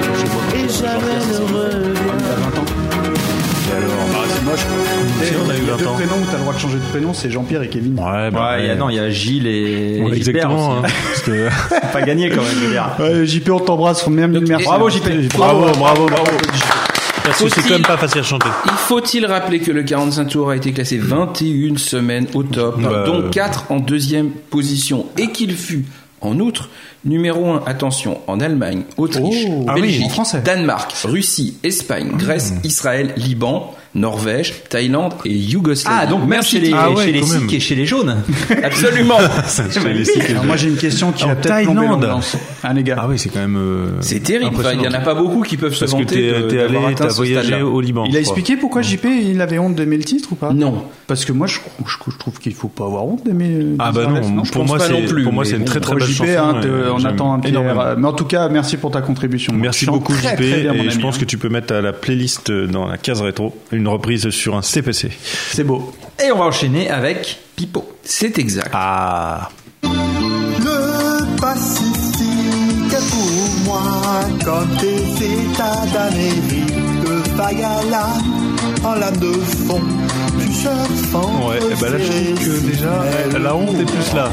C: Je sais pas.
I: Et jamais ne reviens.
B: Ah, c'est moche.
C: bah, Si, on a eu
B: Il y
C: 20
B: deux
C: ans.
B: prénoms où t'as le droit de changer de prénom, c'est Jean-Pierre et Kevin.
C: Ouais, bah,
A: Ouais, il y a- non, il y a Gilles et,
C: Ouais,
A: et Gilbert aussi.
C: exactement. hein, parce que-
A: Pas gagné quand même, je veux dire.
B: Ouais, JP, on t'embrasse, même merci.
A: Bravo, JP.
C: Bravo, bravo, bravo. Parce que c'est quand même pas facile à chanter.
D: Il faut-il rappeler que le 45 tours a été classé 21 semaines au top,
C: Bah,
D: dont
C: euh,
D: 4 en deuxième position, et qu'il fut, en outre, numéro 1, attention, en Allemagne, Autriche,
C: Ah oui,
D: Belgique,
C: en français.
D: Danemark, Russie, Espagne, Grèce, Israël, Liban, Norvège, Thaïlande et Yougoslavie.
A: Ah, donc même
D: merci
A: chez les,
C: Ah ouais,
A: chez les
C: quand même.
A: sics et chez les jaunes.
D: Absolument
B: Alors, moi, j'ai une question qui
C: En
B: Ah, va peut-être plomber
C: Thaïlande.
B: l'ambiance. Ah, les gars.
C: Ah oui, c'est euh, quand même. euh,
D: C'est terrible, Enfin, il
C: impressionnant.
D: n'y en a pas beaucoup qui peuvent
C: Parce
D: se
C: que
D: vanter
C: t'es
D: de-
C: t'es
D: d'avoir
C: allé,
D: atteint
C: t'as
D: ce stade-là.
C: voyagé au Liban.
B: Il a
C: je crois.
B: expliqué pourquoi JP il avait honte d'aimer le titre ou pas
D: Non.
B: Parce que moi je, je- je trouve qu'il faut pas avoir honte d'aimer. euh,
C: Ah bah
B: Disneyland,
C: non,
B: non
C: pour
D: pense
C: moi
D: pas
C: c'est
D: non plus,
C: pour moi
D: mais
C: c'est une
D: bon,
C: très très
B: Bravo,
C: belle
B: JP,
C: chanson.
B: hein, te-
C: ouais,
B: on
C: j'aime
B: attend un petit
C: énormément.
B: Mais en tout cas, merci pour ta contribution.
C: Merci
B: Chante
C: beaucoup
B: très,
C: JP
B: très bien, mon
C: et je
B: ami. hein.
C: pense que tu peux mettre à la playlist euh, dans la case rétro une reprise sur un CPC.
B: c'est beau.
A: Et on va enchaîner avec Pipo.
D: C'est exact.
C: Ah
J: Le Pacifique est pour moi comme des états d'Amérique de Fayala en lame de fond. Plusieurs formes
C: ouais, et bah là je trouve que déjà euh, la honte est plus là.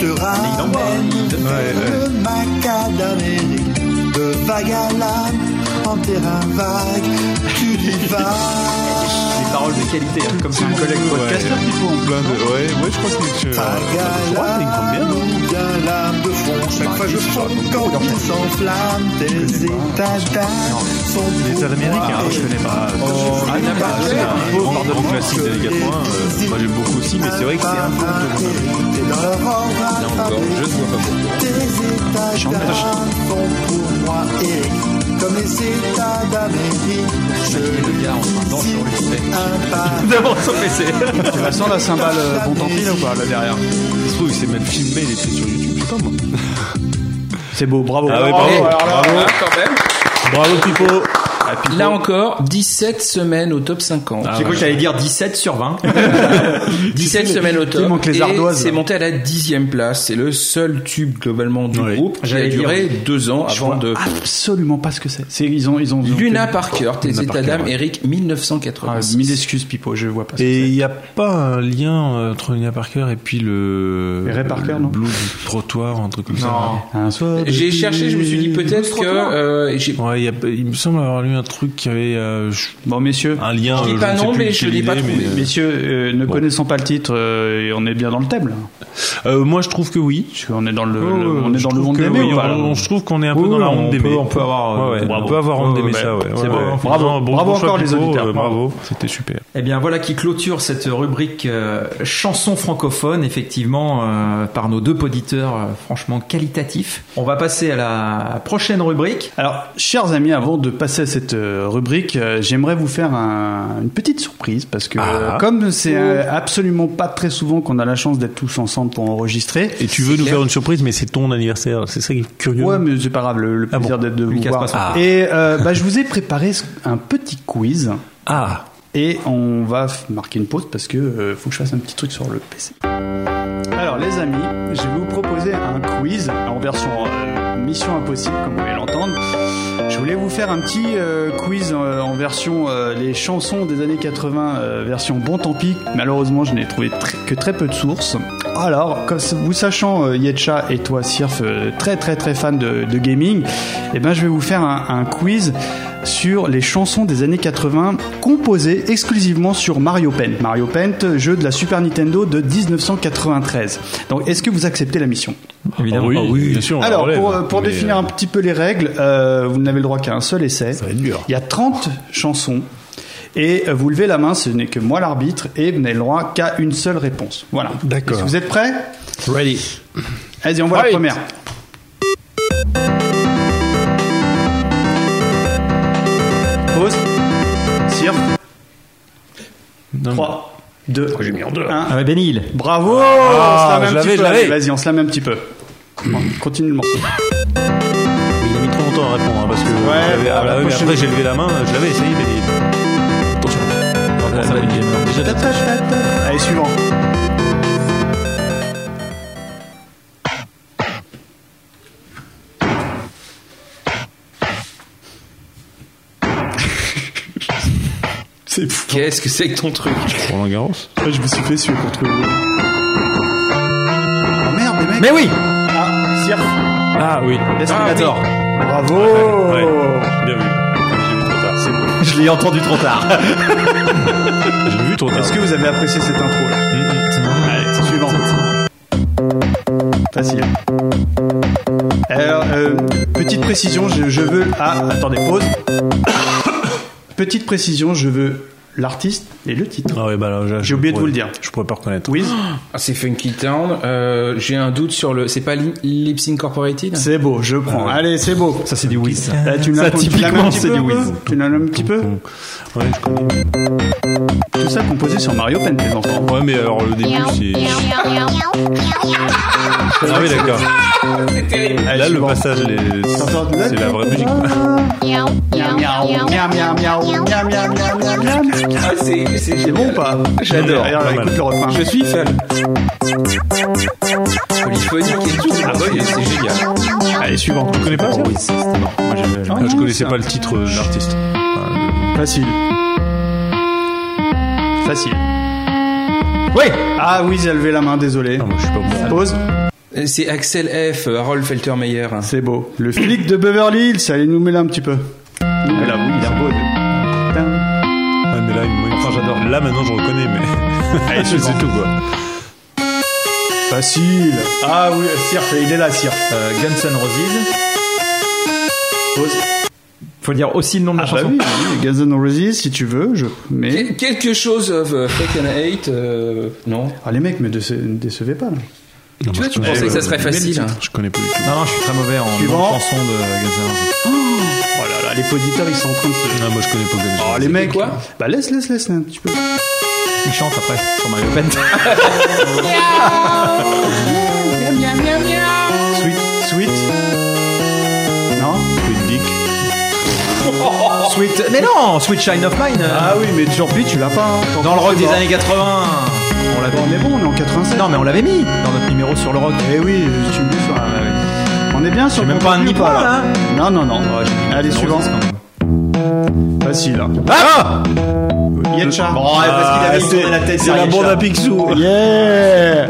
J: te ramène le maca d'Amérique de Fayala en terrain vague. Tu divagues.
A: Les paroles de
D: qualité, hein, comme c'est un collègue podcasteur
C: qui font
B: hein.
C: plein de. Ouais, ouais, je crois euh, que tu.
J: Galame de fond, chaque fois je fonds quand il s'enflamme, tes états sont
C: Les Américains, hein, je connais pas. hein. Anna Barker, grand grand classique des années 80. euh, Moi j'aime beaucoup aussi, mais c'est vrai que c'est un peu.
J: T'es dans leur aura
D: Là encore, je ne vois pas beaucoup.
J: Tes états d'âme sont pour moi Eric, comme les états d'Amérique. Je
D: Le gars, en dansant sur le fait.
J: un pas.
D: D'abord, sans baisser.
B: Tu vas sans la cymbale euh, bon tant pis là ou pas là derrière
C: Je trouve que c'est même filmé, il était sur YouTube, je sais pas moi.
B: C'est beau, bravo.
C: Ah ouais,
D: Eh,
C: bravo.
D: ah, quand même.
C: Bravo Pipo.
D: Là encore, 17 semaines au top 50.
C: Ah
A: J'ai cru que t'allais dire 17 sur 20.
D: 17 semaines au top.
B: il manque les
D: et
B: ardoises,
D: C'est
B: là.
D: monté à la dixième place. C'est le seul tube globalement du
C: Ouais.
D: groupe. qui a
A: J'allais dire.
D: duré deux ans
B: Je vois
D: avant de.
B: absolument pas ce que c'est. C'est- Ils ont, ils ont, ils ont-
D: Ah, Luna Parker, Tes
C: Luna
D: états
C: Parker,
D: d'âme,
C: ouais.
D: Eric,
B: Ah,
D: 1986.
B: mille excuses, Pipo, je vois pas ce que
C: Et
B: c'est.
C: il n'y a pas un lien euh, entre Lina Parker et puis le.
B: Et Ray Parker,
C: le
B: non
C: Blues du trottoir, un truc comme
A: Non.
C: ça.
B: Un soir de
D: J'ai cherché, je me suis dit
B: pluie.
D: peut-être que. euh, et j'ai-
C: Ouais, il y a- il me semble avoir lu un truc qui avait euh, je-
B: Bon, messieurs.
C: un lien.
D: Je dis
C: euh,
D: pas
C: ne sais
D: non,
C: plus
D: mais
C: quelle
D: je l'ai pas
C: idée,
D: trouvé.
C: mais, euh,
B: Messieurs, euh, ne connaissant pas le titre, euh, et on est bien dans le thème là.
C: euh, moi, je trouve que oui.
B: Parce qu'on est dans le,
C: Ouais,
B: le- Oh, on est
C: Oh, je
B: dans le
C: trouve
B: monde
C: que
B: des
C: oui,
B: ou pas, là
C: on- on- Je trouve qu'on est un peu
A: Oui,
C: dans la
A: on
C: ronde des
A: peut-
C: mets.
A: on peut avoir, euh,
C: Ouais, ouais,
A: bravo.
C: on peut avoir ronde
A: Ouais,
C: des mets,
A: ouais,
C: ça, ouais.
A: c'est
C: ouais,
A: bon.
C: ouais.
B: Bravo.
C: Non, bon,
B: Bravo
C: bon choix,
B: encore, les
C: Pipo,
B: auditeurs.
C: euh,
B: Bravo.
C: Bravo. C'était super.
A: Eh bien voilà qui clôture cette rubrique euh, chansons francophones, effectivement, euh, par nos deux poditeurs euh, franchement qualitatifs. On va passer à la prochaine rubrique.
B: Alors, chers amis, avant de passer à cette euh, rubrique, euh, j'aimerais vous faire un- une petite surprise parce que
C: Ah.
B: euh, comme c'est euh, absolument pas très souvent qu'on a la chance d'être tous ensemble pour enregistrer.
C: Et tu veux nous faire une surprise, mais c'est ton anniversaire. C'est ça qui est curieux.
B: Ouais, mais c'est pas grave, le, le
C: Ah bon.
B: plaisir d'être de vous
A: Lucas
B: voir.
A: Passant. Ah.
B: Et euh, bah, je vous ai préparé ce- un petit quiz
C: Ah.
B: et on va f- marquer une pause parce que euh, faut que je fasse un petit truc sur le PC. Alors les amis, je vais vous proposer un quiz en version euh, Mission Impossible comme vous pouvez l'entendre. Je voulais vous faire un petit euh, quiz euh, en version euh, les chansons des années 80 euh, version bon tant pis. Malheureusement, je n'ai trouvé très- que très peu de sources. Alors, comme ça- vous sachant euh, Yetcha et toi Sirf euh, très très très fan de, de gaming, eh ben je vais vous faire un, un quiz sur les chansons des années 80 composées exclusivement sur Mario Paint. Mario Paint, jeu de la Super Nintendo de 1993. Donc, est-ce que vous acceptez la mission
A: Évidemment.
C: Ah oui, bien sûr. on
B: alors,
C: relève.
B: pour, euh, pour
C: Mais,
B: définir
C: euh,
B: un petit peu les règles, euh, vous n'avez le droit qu'à un seul essai.
C: va être dur.
B: Il y a 30 chansons. Et euh, vous levez la main, ce n'est que moi l'arbitre, et vous n'avez le droit qu'à une seule réponse. Voilà.
C: D'accord.
B: Est-ce que Vous êtes prêts
C: Ready.
B: Allez-y, on voit la
C: Right.
B: première. Pause. Sire.
C: Non,
B: 3, 2,
D: J'ai mis en deux.
B: 1.
A: Ah bah, Benny Hill.
B: Bravo
C: Ah,
B: On se lame un
C: je
B: petit
C: l'avais,
B: peu,
C: je l'avais.
B: allez, Vas-y, on se lame un petit peu. Bon, Continue le morceau.
C: mais Il a mis trop longtemps à répondre hein, parce que euh,
B: Ouais,
C: j'avais- ah,
B: bah,
C: bah, oui, mais
B: prochaine.
C: après j'ai levé la main, euh, je l'avais essayé, mais attention. Déjà,
B: Allez, suivant. C'est fou.
D: Qu'est-ce que c'est que ton truc
C: Roland Garros.
B: Ah, Je me suis fait suer contre vous. Oh merde, les mecs.
A: Mais oui
B: Ah, Sir,
C: Ah oui.
B: Escalator. Bravo.
C: Ouais, bien vu. J'ai vu trop tard. C'est bon.
A: Je l'ai entendu trop tard.
C: Ah J'ai vu trop tard.
B: Est-ce que vous avez apprécié cette intro là
C: Mm,
B: Allez, suivant. Facile. Alors, euh, petite précision, je, je veux. Ah, attendez, pause. petite précision, je veux l'artiste et le titre.
C: Ah ouais, bah là,
B: J'ai oublié de vous le dire.
C: Je pourrais pas reconnaître.
B: Wiz,
D: Ah, C'est Funky Town. Euh, J'ai un doute sur le. C'est pas Li- Lips Incorporated
B: c'est beau, je prends. Allez, c'est beau.
A: Ça c'est du whiz.
B: Là, tu me l'as
A: Ça,
B: tu me l'as mis un
A: typiquement,
B: petit
A: c'est
B: peu,
A: du
B: un peu
A: whiz.
B: Tu me l'as mis un petit peu
C: Ouais, je connais.
B: Tout ça composé sur Mario Paint, les enfants.
C: Ouais, mais alors le début, c'est. Ah oui, d'accord.
B: Allez,
C: Là, le
B: suivant.
C: passage, les-
B: T'entends là,
C: c'est la vraie musique.
B: Miam, miam, miam, miam, miam, miam, miam, miam, miam.
D: Ah, c'est
B: C'est bon ou pas
D: J'adore.
B: Regarde,
C: Pas
B: écoute
C: mal.
B: le refrain.
D: Je suis fan. Polyphonique et tout. Ah ouais, c'est génial.
B: Allez, suivant.
C: Tu connais pas ça
B: Ah,
C: Je
B: non,
C: connaissais
B: c'est
C: pas le titre euh, de l'artiste.
B: Facile. Facile.
A: Oui
B: Ah oui, j'ai levé la main, désolé.
C: Non, moi, je suis pas bon.
B: Pause.
D: Euh, C'est Axel F, Harold Feltermeyer.
B: C'est beau. Le flic de Beverly Hills, allez nous mêler un petit peu. Ah là, oui, il est beau. lui.
C: Ouais, mais là, il me-
A: Enfin j'adore.
C: Là, maintenant, je reconnais, mais.
B: Eh,
C: Allez, je sais tout, quoi.
B: Facile. Ah oui, Cirque, il est là, Cirque.
A: Guns N' Roses.
B: Pause.
A: Faut dire aussi le nom de la
B: Ah bah
A: chanson.
B: oui, oui, Guns N' Roses, si tu veux, je. Mais.
D: Quel- Quelque chose of euh, Fake and Hate, euh, non
B: Ah, les mecs, mais déce- ne décevez pas, là.
D: Tu vois, tu pensais que ça serait facile. hein.
C: Je connais pas du tout.
A: Non, non, je suis très mauvais en nom de
B: Suivant.
A: chanson de Guns N' Roses.
B: Oh là là, les poditeurs, ils sont en train de se.
C: Non, Ah, moi, je connais pas Guns N'
B: Oh,
C: Roses.
B: les mecs.
D: quoi
B: Bah, laisse, laisse, laisse, un petit peu.
A: Il chante après sur Mario Band.
B: Sweet, sweet. Non
C: Sweet Dick.
A: Sweet. Mais non, Sweet Shine of Mine. euh,
B: Ah oui, mais Turpie, tu l'as pas. hein.
A: Dans le rock des
B: Bon.
A: années 80. On l'avait.
B: Bon, mais bon, on est en 87.
A: Non, mais on l'avait mis dans notre numéro sur le rock.
B: Eh oui, tu me dis ça. On est bien sur
A: J'ai même
B: le
A: pas un
B: contenu ou
A: demi-point, là.
B: Non, non, non. Allez, suivant. Facile. hein.
C: Ah
A: Euh,
B: Yetcha.
C: c'est c'est la bande à Picsou.
B: Yeah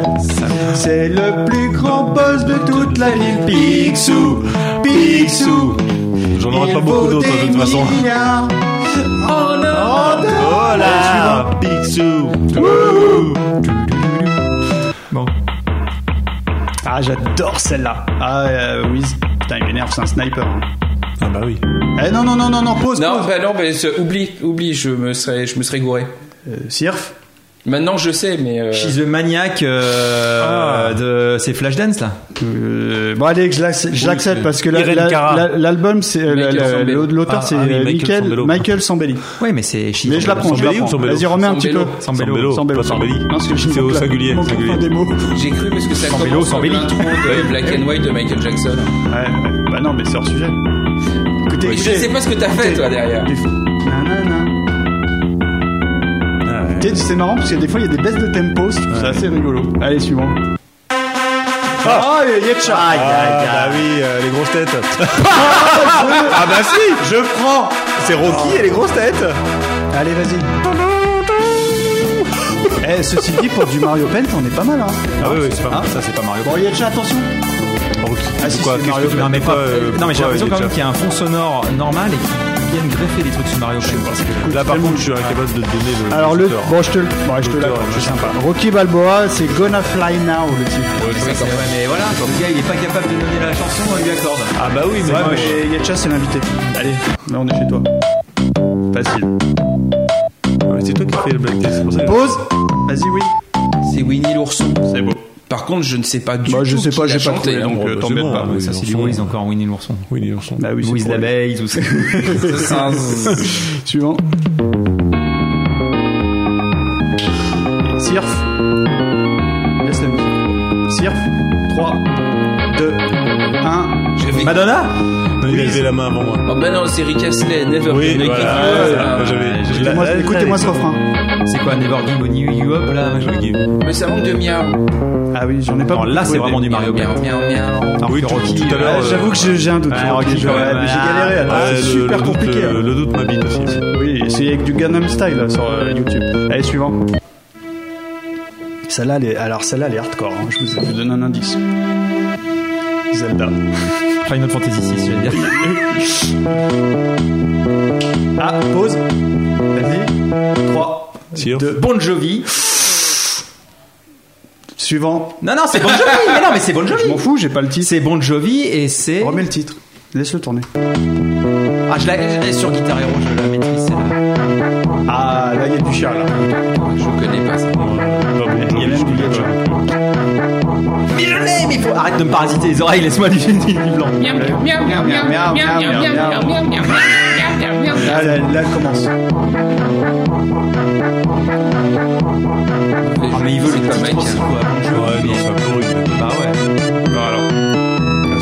B: C'est le plus grand boss de toute la ville. Picsou Picsou
C: J'en aurais pas beaucoup d'autres, de toute façon. Oh là Picsou
A: Bon.
B: Ah, j'adore celle-là. Ah, euh, Wiz. Putain, il m'énerve, c'est un sniper.
C: Ah bah oui.
B: Eh non, non, non, non, non, pause,
D: Non,
B: pause.
D: bah non, mais c'est- oublie, oublie, je me serais, je me serais gouré.
B: Euh, Sirf
D: Maintenant, je sais, mais. euh,
A: She's the Maniac euh, de ces Flashdance là.
B: Euh, bon allez, je l'acc- je l'accepte parce que la-
C: Irene
B: la-
C: Cara.
B: la- l'album, c'est euh, la-
D: Michael
B: la-
D: Sambello.
B: l'auteur,
C: Ah,
B: c'est
C: ah oui,
B: euh,
C: Michael
B: Michael-
C: Sambello.
B: Michael Sambelli.
A: Oui, mais c'est She's
B: Mais je la prends, je la
C: Sambelli ou
B: prends.
C: Sambello
B: Vas-y, remets un petit peu.
D: Sambello.
C: Sambello,
B: Sambello.
C: pas Sambelli.
B: Parce que je
C: C'est
B: me
C: au
B: claque-
C: singulier,
B: je me
C: singulier.
B: confonds des mots.
D: J'ai cru parce que ça
A: Sans vélo,
D: commence
A: sans
D: comme
A: vélo.
D: l'intro de Black and White de Michael Jackson.
B: Ouais, ouais. bah non, mais c'est hors sujet. Écoutez,
D: Je sais pas ce que t'as fait, toi, derrière.
B: Tu sais, c'est marrant parce que des fois il y a des baisses de tempo, je trouve ça assez rigolo. Allez, suivant. Ah, oh, Yetcha! Aïe, aïe,
C: Ah oui, euh, les grosses têtes. ah bah si Je prends C'est Rocky et les grosses têtes
B: aïe. Allez, vas-y. Eh, ceci dit, pour du Mario Paint, on est pas mal, hein.
C: Ah oui, oui, c'est pas mal.
A: Ça c'est pas Mario.
B: Bon, Yetcha, attention.
C: Rocky.
B: Ah si,
C: Pourquoi
B: c'est
C: Qu'est-ce
B: Mario
C: que tu
A: Non
B: Bros.
C: m'as
A: mais
C: mis pas,
A: pas.
C: euh,
A: non mais j'ai
C: pourquoi
A: l'impression
C: il
A: quand
C: est
A: même qu'il y a un fond sonore normal et qu'ils viennent greffer des trucs sur Mario. Band.
C: déjà- Là par contre, je suis incapable de te donner le.
B: Alors, le.
C: l'auteur.
B: Bon, je te le. Bon, je te
C: L'auteur,
B: l'accorde,
C: machin.
B: c'est sympa. Rocky Balboa, c'est Gonna Fly Now, le titre.
A: Oui, c'est vrai, mais voilà, le gars il est pas capable de donner la chanson, on lui accorde.
C: Ah bah oui, mais
B: Ouais,
C: moi, je-
B: mais Yetcha, c'est l'invité. Allez, là, on est chez toi. Facile.
C: Ouais, Bah, c'est toi qui fais le black test, c'est pour ça que-
B: Pause. Vas-y, oui.
D: C'est Winnie l'ourson.
B: C'est beau.
D: Par contre, je ne sais pas du
B: Bah,
D: tout.
B: je sais
D: qui
B: pas,
D: l'a
B: j'ai pas
D: chanté,
B: trouvé,
D: hein.
B: donc,
C: Bon,
B: euh,
C: bah,
B: tant
C: c'est
B: mieux
C: bon,
B: pas.
C: ah, oui,
A: ça
C: les
A: c'est du
C: enfants.
A: Wiz encore, Winnie l'ourson.
C: Oui, les enfants.
B: Bah oui,
A: Wiz
B: c'est pour
A: l'abeille, tout ça.
D: Ça, c'est-
B: elle. Suivant. Sirf. Laisse la musique. Sirf. 3, 2, 1.
D: J'avais-
A: Madonna
C: Non, il a levé la main avant moi.
D: Oh bah non, c'est Rick Astley, Never
C: Oui, euh,
D: Gonna
C: voilà.
D: Give You Up.
C: voilà, moi, j'avais- je l'ai- là,
B: Écoutez-moi ce refrain.
A: C'est quoi, Never Give On You Up là
C: je l'ai dit.
D: Ah, Mais ça manque de miaou.
B: Ah oui, j'en ai pas.
A: Non, là c'est vraiment du Mario Band.
D: Miaou, miaou, miaou.
A: Alors
C: Oui,
A: que
C: tout-
A: Rocky,
C: tout à l'heure,
B: Ah,
A: euh,
C: euh,
B: J'avoue que j'ai j'ai un doute.
A: Ouais,
B: Ouais,
A: Rocky,
B: j'ai
A: quand même.
B: mais j'ai galéré. alors,
C: Ouais,
B: c'est
C: le- le
B: super
C: doute,
B: compliqué.
C: euh,
B: alors.
C: Le doute m'habite aussi.
B: Oui, c'est avec du Gangnam Style là, sur euh, YouTube. Allez, suivant. Celle-là, elle est... alors celle-là, elle est hardcore. hein. Je, vous... je vous donne un indice. Zelda.
A: Final Fantasy 6, je veux dire.
B: Ah, pause. Vas-y. 3,
C: Sirf.
B: 2,
A: Bon Jovi.
B: suivant.
A: Non, non, c'est Bon Jovi. mais non, mais c'est Bon
B: Je
A: Jovi.
B: m'en fous, j'ai pas le titre.
A: C'est Bon Jovi et c'est.
B: Remets le titre. Laisse-le tourner.
A: Ah, je l'ai je l'ai sur Guitar Hero, je la maîtrise. celle-là.
B: Ah, là, il y a du chien, là.
D: Je connais pas ça.
B: Il y a même du gadget.
A: Mais je l'ai, mais faut... arrête de me parasiter les oreilles, laisse-moi du, du du blanc.
B: Là, là, là, elle commence.
A: Ah, mais il veut
D: C'est
A: le
D: pas
A: titre
D: Mike,
A: aussi,
D: hein.
A: quoi. Bon
C: Ouais,
A: Jovi.
C: non, c'est un peu horrible.
A: Bah ouais.
C: Ah, alors. Ah,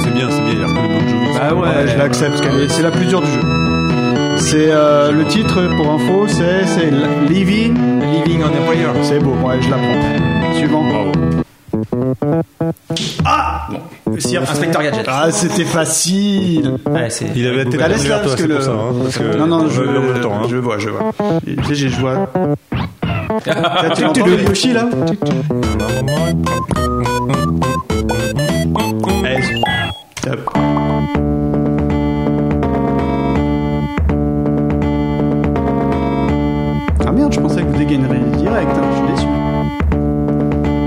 C: C'est bien, c'est bien, il a reconnu Bon Jovi.
A: Bah
B: Ouais, je
A: ouais.
B: l'accepte, parce qu'elle est- c'est la plus dure du jeu. C'est euh, le titre pour info, c'est c'est Living.
A: Living on a Prayer.
B: C'est beau, ouais, je la prends. Suivant.
C: Bravo.
A: Ah! Inspecteur Gadget.
B: Ah, c'était facile.
A: Ouais, c'est.
C: Il avait la tête
B: Bah, laisse
C: derrière
B: là,
C: toi,
B: parce que
C: c'est
B: le.
C: pour ça. hein, parce que
B: non, non, je,
C: on va le temps. hein.
B: je vois, je vois. Et, Tu sais, j'ai joué. à- Là, tu entends le Yoshi là Eh, je- Hop. Ah merde, je pensais que vous dégainerai direct, hein, je suis déçu.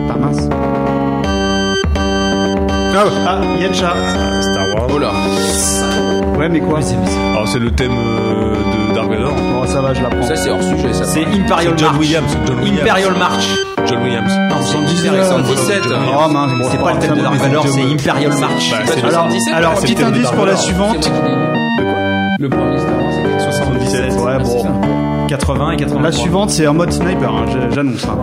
B: Pas mince. Ah, ah, il y a le chat.
C: Star Wars.
D: Oh là.
B: Ouais, mais quoi
C: Alors, Ah, c'est le thème euh, de Dark Vador.
B: Bon, ça va, je la prends.
D: Ça, c'est hors sujet, ça.
A: C'est Imperial
C: C'est John
A: March.
C: Williams, c'est John Williams.
A: Imperial March.
C: John Williams.
A: Non, c'est
D: 117,
A: Imperial-
D: c'est 117.
B: Oh, mince, bon,
A: Euh, hein, C'est pas le thème de Dark Vador, c'est Imperial March.
C: Bah, c'est
B: Alors, alors petit indice pour la suivante.
D: Le premier Star Wars, c'est
B: 77, ouais,
D: c'est ça.
B: bon.
A: 80 et 83.
B: La suivante, c'est en mode sniper, hein, je- j'annonce. hein.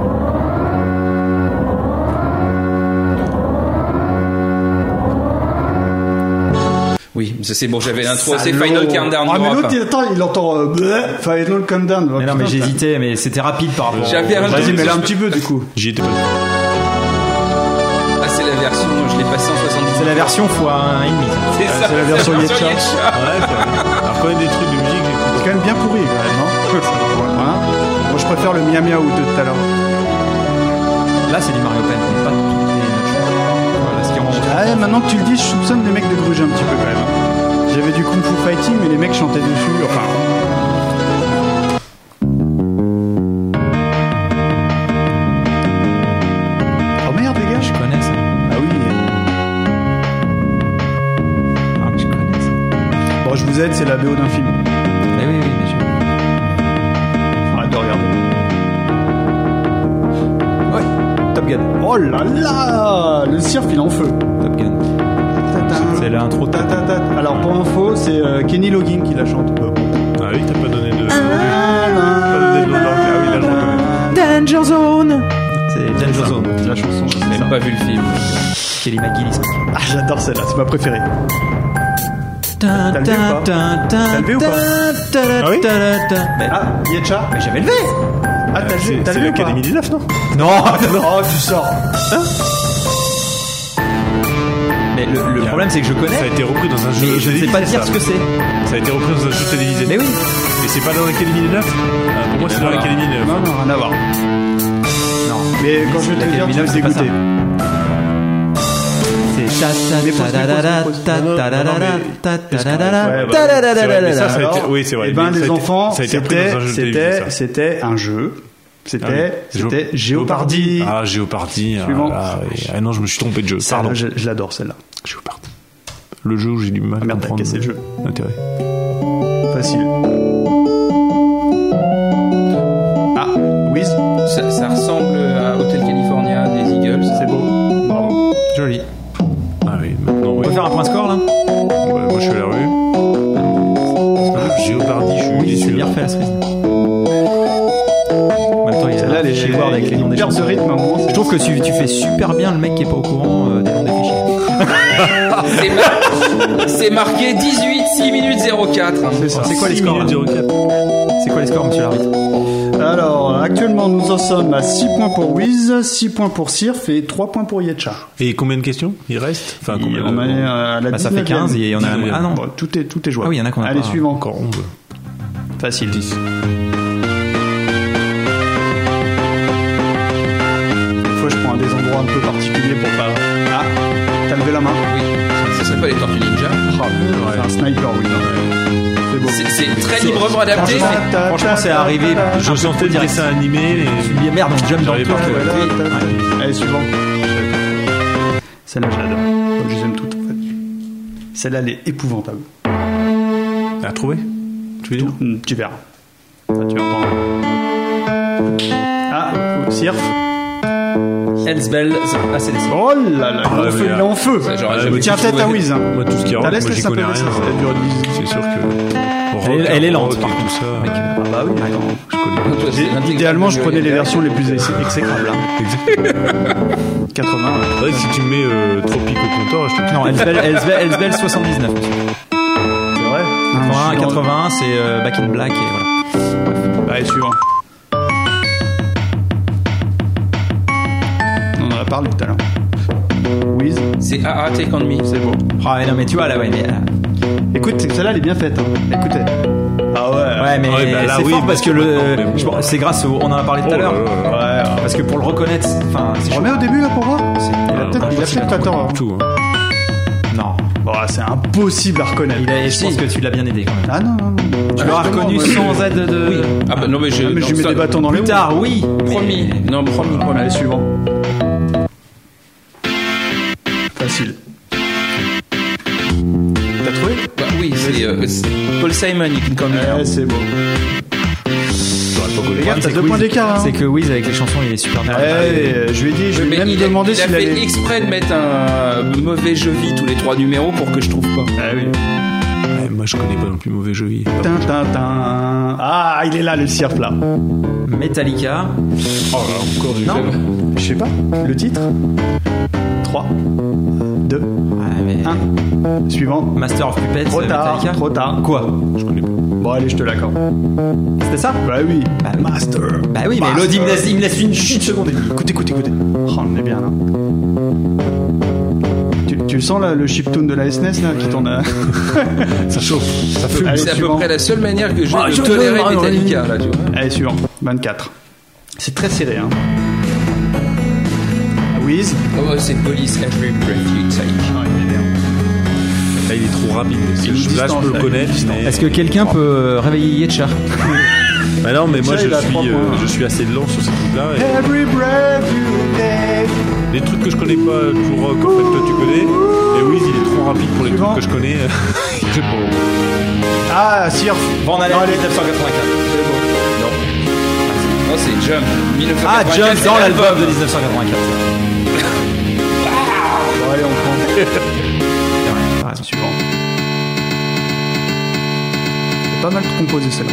D: Oui, ça, c'est bon, j'avais l'intro. C'est Final Countdown.
B: Ah, mais
D: d'Europe.
B: l'autre, il attend, il entend. euh, bleh, Final Countdown. Oh,
A: Mais non, mais
B: putain,
A: j'hésitais, mais c'était rapide par rapport.
D: J'avais
A: au-
D: un
B: Vas-y,
D: doute.
B: mais là un petit peu du coup.
C: J'y étais pas.
D: Ah, c'est la version, je l'ai passé en 77.
A: C'est la version x 1,5.
D: C'est ça,
B: c'est la version Yetcha.
D: Yetcha.
C: Ouais, c'est vrai. Alors, quand même des trucs de musique,
B: C'est
C: j'écoute.
B: quand même bien pourri, quand même. Hein Voilà. Moi, je préfère le Mia Miaou de tout à l'heure.
A: Là, c'est du Mario Pen, mais pas toutes les notes. Voilà, ce qui rend-
B: Ah, ouais, maintenant que tu le dis, je soupçonne les mecs de Bruges un petit peu quand même. J'avais du Kung Fu Fighting, mais les mecs chantaient dessus. Enfin. Oh merde, les gars, je-
A: Je connais ça.
B: Ah oui.
A: Ah, mais je connais ça.
B: Bon, je vous aide, c'est la BO d'un film.
A: Mais oui, oui, mais je-
B: Arrête de regarder.
A: Ouais, Top Gun.
B: Oh là là Le cirque, il est en feu.
A: Top Gun. C'est l'intro de
B: Ta, ta, ta. Alors, pour info, c'est euh, Kenny Loggin qui la chante. Euh, bon.
C: Ah oui, t'as pas donné de.
A: Ah,
C: Pas donné de nom, donc, Ah oui, là, je reconnais.
A: Danger Zone. C'est Danger Zone.
B: La chanson, c'est
D: J'ai
B: ça.
D: même pas vu le film.
A: Kelly McGillis.
B: Ah, j'adore celle-là, c'est ma préférée.
A: T'as
B: levé ou pas T'as levé ou pas
A: Ah
B: oui
A: Mais
B: Ah, Yetcha
A: mais j'avais levé
B: Ah, t'as
C: C'est-
B: vu
C: C'est l'Académie 19, non
A: Non
B: Oh, tu sors
A: Mais le, le problème, c'est que je
C: Ça a
A: connais,
C: été repris dans un jeu.
A: mais je ne sais pas dire ce que c'est.
C: Ça a été repris dans un jeu télévisé.
A: Mais oui
C: Et c'est pas dans l'Académie 19 Ah, Pour moi, c'est dans l'Académie 19.
B: Eh ben, Non, non, rien à voir.
A: Non.
B: Mais quand je vais te
A: L'Académie
B: dire, tu vas
A: Note,
B: te
A: c'est pas
B: dégoûter.
A: C'est ta
B: Mais pose,
A: ta ta ta
B: pose, pose.
A: ta ta ta
C: Non, non, mais-
A: ta ta ta ta ta
B: Ouais,
A: ta
B: bah,
A: ta ta ta
C: c'est vrai, mais
A: ta
C: ça,
A: ta.
C: ça a été-
B: Alors,
C: oui, c'est vrai.
B: Eh ben,
C: Ça a
B: les
C: été-
B: enfants,
C: ça a été repris dans un
B: c'était,
C: jeu télévisé,
B: c'était,
C: ça.
B: c'était un jeu. C'était, c'était
C: Géo-
B: Géopardy.
C: Ah, Géopardy. Ah,
B: Suivant.
C: là, oui. Ah non, je me suis trompé de jeu.
B: Celle-là,
C: Pardon.
B: Je, je l'adore celle-là.
C: Géopardy. Le jeu où j'ai du mal
B: Ah,
C: à
B: merde, t'as
C: comprendre
B: cassé le jeu.
C: l'intérêt.
B: Facile. Ah, Wiz,
D: Ça, ça ressemble à Hotel California des Eagles.
B: c'est beau. Bravo.
A: Joli.
C: Ah oui, maintenant,
A: On
C: oui.
A: peut faire un point score là
C: Ouais, moi, je suis à la rue. Ah, Géopardy, je suis déçu.
A: C'est bien fait la cerise. En même temps, il y a
B: Celle-là,
A: un
B: elle est
A: fichier Word avec les noms des
B: perte de
A: chansons.
B: rythme à un moment.
A: Je
B: c'est-
A: trouve que tu, tu fais super bien le mec qui est pas au courant euh, des noms des fichiers.
D: C'est mar- C'est marqué 18, 6 minutes 04.
B: C'est ça.
A: C'est quoi les scores là C'est quoi les scores, monsieur l'arbitre
B: hein Alors, actuellement, nous en sommes à 6 points pour Wiz, 6 points pour Sirf et 3 points pour Yetcha.
C: Et combien de questions il
A: Mmh.
C: reste Enfin,
B: Et
C: Ah, combien
B: on en est à la
A: Bah, ça fait
B: 19e.
A: 15 et on a
C: Dix-neuvième.
A: Ah non
B: Bon, tout est tout est jouable.
A: Ah oui, il y en a qu'on a
B: Allez,
A: pas.
B: suivant encore.
C: Encore 11.
A: Facile. 10.
B: Des fois, je prends des endroits un peu particuliers pour pas. Ah, t'as levé la main.
D: Oui, ça s'appelle les Tortues Ninja.
B: C'est un sniper, oui. C'est beau.
D: C'est- C'est très librement adapté.
B: Franchement,
D: c'est-
B: ta-
A: Franchement, c'est arrivé.
B: ta- ta-
C: Je sentais le dessin animé. et-
A: Bien merde, on jump dans le truc.
C: J'arrive pas.
A: euh,
B: ta- ta- ta-
A: oui.
B: Allez, Eh, suivant. Celle-là, j'adore. Je les aime toutes, en fait. Celle-là, elle est épouvantable.
C: À trouver Tu veux dire
B: Hum, Tu verras. Ça, tu vas entendre. Ah, Sirf.
D: Hellsbell, c'est- ah, c'est des-
B: Oh là là, il est
C: ouais,
B: en
C: Ah, mais
B: feu, il est
C: là-
B: en feu.
D: Ça, j'aurais jamais
B: Tiens
D: pu
B: tête à
D: trouver.
B: Wiz. hein.
C: Moi, tout ce qui est rock,
B: T'as
C: moi,
B: laisse,
C: j'y
B: laisse un
C: connais
B: peu,
C: rien.
B: laisse, ça dure dix-
C: C'est sûr que. Rock,
A: Elle- elle est lente,
C: rock
A: par
C: et tout ça.
A: Ah bah oui, d'accord.
C: Je connais pas.
D: C'est l'intégralité
B: Idéalement,
D: de
B: je prenais les
D: Yoyaka.
B: versions les plus ex- exécrables. hein.
C: Exactement.
B: 80. ouais.
C: C'est vrai que si tu mets euh, Tropique au compteur, je te
A: Non, Elsbel, Elsbel, Elsbel 79.
B: C'est vrai.
A: 81,
B: Je suis dans-
A: 81, c'est euh, Back in Black et voilà.
B: Allez, suivant. On en a parlé tout à l'heure. Wiz,
D: C'est AA Take On Me.
B: c'est beau.
A: Ah mais non mais tu vois là ouais mais euh,
B: Écoute, celle-là, elle est bien faite. hein. Écoutez. Ah
A: ouais mais
C: Ouais, bah là,
A: c'est
C: oui,
A: fort Oh,
C: mais
A: parce que
C: c'est
A: le
C: maintenant, mais
A: je
C: bon.
A: pense- c'est grâce au on en a parlé tout à l'heure
B: Ouais.
A: parce que pour le reconnaître enfin c'est Euh,
B: Remets au début là pour voir.
A: C'est-
B: Il a peut-être il a peut-être pas tort. hein.
C: tout. hein.
A: non
B: Bon, c'est impossible à reconnaître.
A: Il a- je pense que tu l'as bien aidé quand même.
B: Ah non, non, bah, non. Tu l'auras reconnu sans aide de.
D: Ah bah non, mais je,
B: Ah, mais je lui mets
D: ça-
B: des bâtons dans les
D: Plus
B: roues.
D: tard, oui. Promis. Non, promis, promis.
B: Allez, suivant. Facile. T'as trouvé
D: Bah oui, c'est euh, c'est Paul Simon, il can come here.
B: Ouais, Eh, c'est bon.
A: Le
B: Les gars,
A: problème,
B: t'as
A: c'est
B: deux
A: que
B: points
A: Wiz-
B: d'écart. hein.
A: C'est que Wiz avec les chansons, il est super
B: Ouais,
A: bien.
B: euh, je lui ai dit, je lui ai
D: Mais
B: même
D: il a-
B: demandé
D: il a
B: s'il
D: fait
B: allait.
D: exprès de mettre un mauvais jeu vie tous les trois numéros pour que je trouve pas.
B: Ah oui. Eh,
I: Ouais, moi, je connais pas non plus mauvais jeu. il est pas-
B: Tin, tin, tin. Ah, il est là, le cirque là.
A: Metallica.
B: Non Je sais pas. Le titre 3, 2,
A: Ouais, mais-
B: 1. Suivant.
A: Master of Puppets.
B: Trop tard,
A: Metallica.
B: trop tard. Quoi Je connais pas. Bon, allez, je te l'accorde.
A: C'était ça
B: Bah oui.
A: Bah oui.
B: Master.
A: Bah oui, mais
B: Master.
A: l'autre, il me laisse- il me laisse une
B: Chut,
A: chute.
B: seconde et demie. Écoutez, écoutez, écoutez. Oh, on est bien là. Tu, tu le sens là, le chip tune de la SNES là qui tourne à-
I: Ça chauffe. Ça fume.
B: Allez,
D: C'est à peu
B: suivant.
D: près la seule manière que j'ai
A: Ah,
D: de
A: je
D: tolérer
A: veux-
D: Metallica, là, tu vois.
B: Allez, suivant. 24. C'est très serré, hein. Wiz.
D: Oh, c'est Police Every Breath You Take.
I: Là, il est trop rapide.
B: une
I: Je- Là, je
B: distance,
I: peux
B: là,
I: le connaître. mais-
A: Est-ce que quelqu'un peut réveiller Yetcha
I: Bah non, mais moi,
B: Ça,
I: je
B: il a trois
I: suis, euh,
B: points.
I: je suis assez lent sur ces trucs-là. et-
B: Every breath you take.
I: Les trucs que je connais pas, tout rock, en fait, toi tu connais. Et Wiz, il est trop rapide pour les
B: Suivant.
I: trucs que je connais. Je sais pas.
B: Ah, Sir.
A: Van Halen,
B: Allez.
A: 1984.
D: Oh, c'est Jump. 1984,
A: Ah, Jump
D: c'est
A: dans l'album de 1984.
B: Bon, allez, on prend.
A: T'as raison, suivant.
B: Pas mal composé celle-là.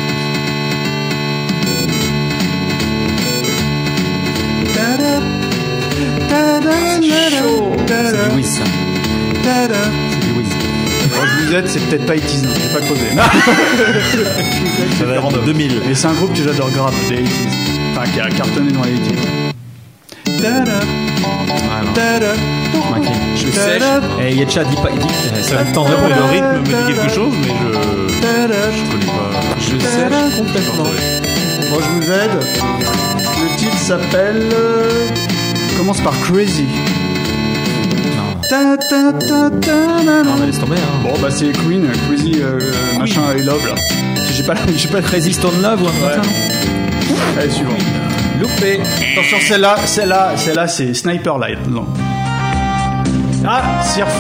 A: C'est du Wiz, ça. C'est du Wiz.
B: Quand je vous aide, c'est peut-être pas Itis, hein, j'ai pas creusé.
I: Ça va être 2000.
B: Mais c'est un groupe que j'adore grave, les 80s. Enfin, qui a cartonné dans les 80s. Ta-da, ta-da,
A: Maquis.
D: Je sèche.
B: ta-da,
A: Eh, Yetcha, dis pas. Dis, ça va me tendre pour
I: Vraiment, le
A: le rythme.
I: rythme me dit quelque chose, mais je,
B: ta-da.
I: je connais pas.
D: Je sèche complètement.
B: Bon, je vous aide. Le titre s'appelle. euh, Commence par Crazy. Ta, ta, ta, ta, na, na.
A: On va laisser tomber, hein.
B: Bon, bah, c'est Queen, euh, Crazy, euh, machin, I love là. J'ai pas, j'ai pas très.
A: Crazy Stone Love ou un truc comme ça
B: Allez, suivant. Loupé. Attention, celle-là, celle-là, celle-là, c'est Sniper Light. Non. Ah, Surf.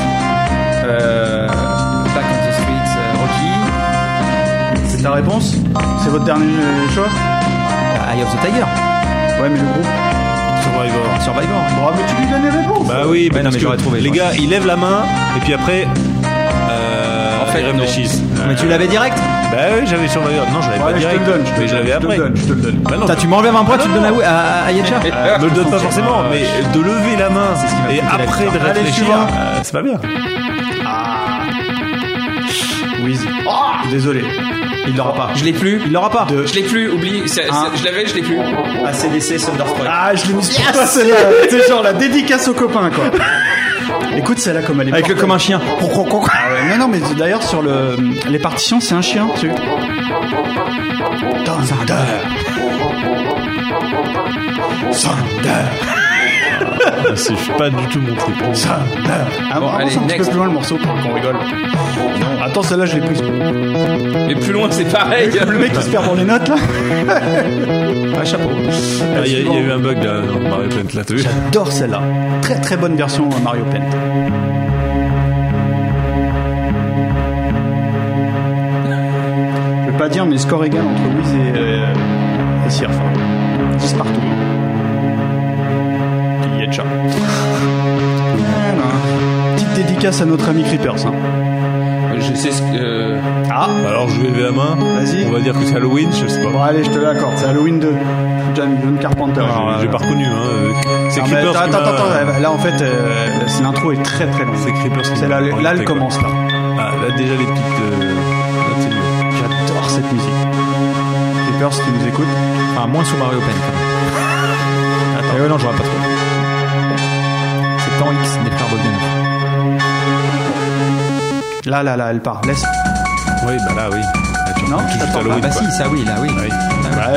A: Euh, Back on the Streets, euh, Rocky,
B: euh, C'est ta réponse C'est votre dernier euh, choix
A: euh, Eye of the Tiger,
B: Ouais, mais le groupe.
I: Survivor.
A: Survivor.
B: Bravo, Oh, tu lui donnes les réponses.
I: Bah oui,
A: Ouais, non,
I: parce
A: mais
I: que
A: j'aurais trouvé,
I: Les
A: j'aurais
I: gars, ils lèvent la main, et puis après. Euh,
D: En fait,
I: ils
D: non.
I: réfléchissent.
A: Mais tu l'avais direct
I: Bah oui, j'avais Survivor. Non, je l'avais
B: Ouais,
I: pas
B: je te
I: direct.
B: le donne, je te
I: mais
B: le
I: je l'avais
B: donne, je te
I: après.
B: le donne, je te le donne.
I: Bah non,
A: Putain, tu m'enlèves un point, tu le donnes à, Wi- à, à Yetcha
B: Euh,
I: me le donne pas forcément, mais de lever la main
A: m'a
I: et
A: coûté la
I: après de
A: victoire.
B: Allez,
I: réfléchir,
B: suivant.
I: euh, c'est pas bien.
B: Wiz. Désolé.
A: Il l'aura pas.
D: Je l'ai plus.
A: Il l'aura pas.
D: Je l'ai plus, oublie. C'est- c'est-
B: Un.
D: Je l'avais, je l'ai plus.
A: ACDC, Thunderstruck.
B: Ah, je l'ai mis sur toi, celle-là. C'est genre la dédicace aux copains, quoi. Écoute, celle-là, comme elle est
A: Avec le
B: parfaite.
A: comme un chien.
B: Ah ouais, non, non, mais d'ailleurs, sur le, les partitions, c'est un chien, tu Thunder. Thunder.
I: C'est pas du tout mon truc.
B: Thunder. Ah,
D: Bon,
B: bon,
D: allez,
B: allez, un petit peu
D: next.
B: plus loin le morceau pour qu'on rigole. Attends, celle-là, je l'ai prise.
D: Mais plus loin, c'est pareil.
B: Le mec qui se perd dans les notes, là
A: Ah, chapeau.
I: Ah, Il y, a- il y a eu un bug là, dans Mario Paint là, t'as vu
B: J'adore celle-là. Très très bonne version euh, Mario Paint. Je vais pas dire, mais score égal entre Wiz et, euh, et Sierf. 10 partout. hein. Il y a Petite dédicace à notre ami Creepers. hein.
D: Je sais ce que. euh,
B: Ah
I: Alors je vais lever la main.
B: Vas-y.
I: On va dire que c'est Halloween, je sais pas.
B: Bon, allez, je te l'accorde. C'est Halloween 2. John, John Carpenter.
I: Alors, j'ai pas reconnu. Hein. euh, C'est
B: Non, Ah, mais
I: Creepers.
B: attends,
I: qui m'a-
B: attends, attends. Là, en fait, euh, c'est- l'intro est très très longue.
I: C'est Creepers. qui
B: C'est là,
I: m'a
B: là,
I: orienté,
B: elle
I: quoi.
B: commence là.
I: Ah, là déjà les petites. euh, là, c'est mieux.
B: J'adore cette musique. Creepers qui nous écoute.
A: Enfin, moins sous Mario Pen. Attends. non, j'aurais pas trouvé. C'est temps X, Nectar Bogdanov.
B: Là, là, là, elle part. Laisse.
I: Oui, bah là oui. Là, tu
B: Non,
I: reprends tout de suite
B: attends,
A: Ah,
I: Halloween,
A: bah
I: quoi.
A: si, ça oui, là oui.
I: Ah oui.
B: Bah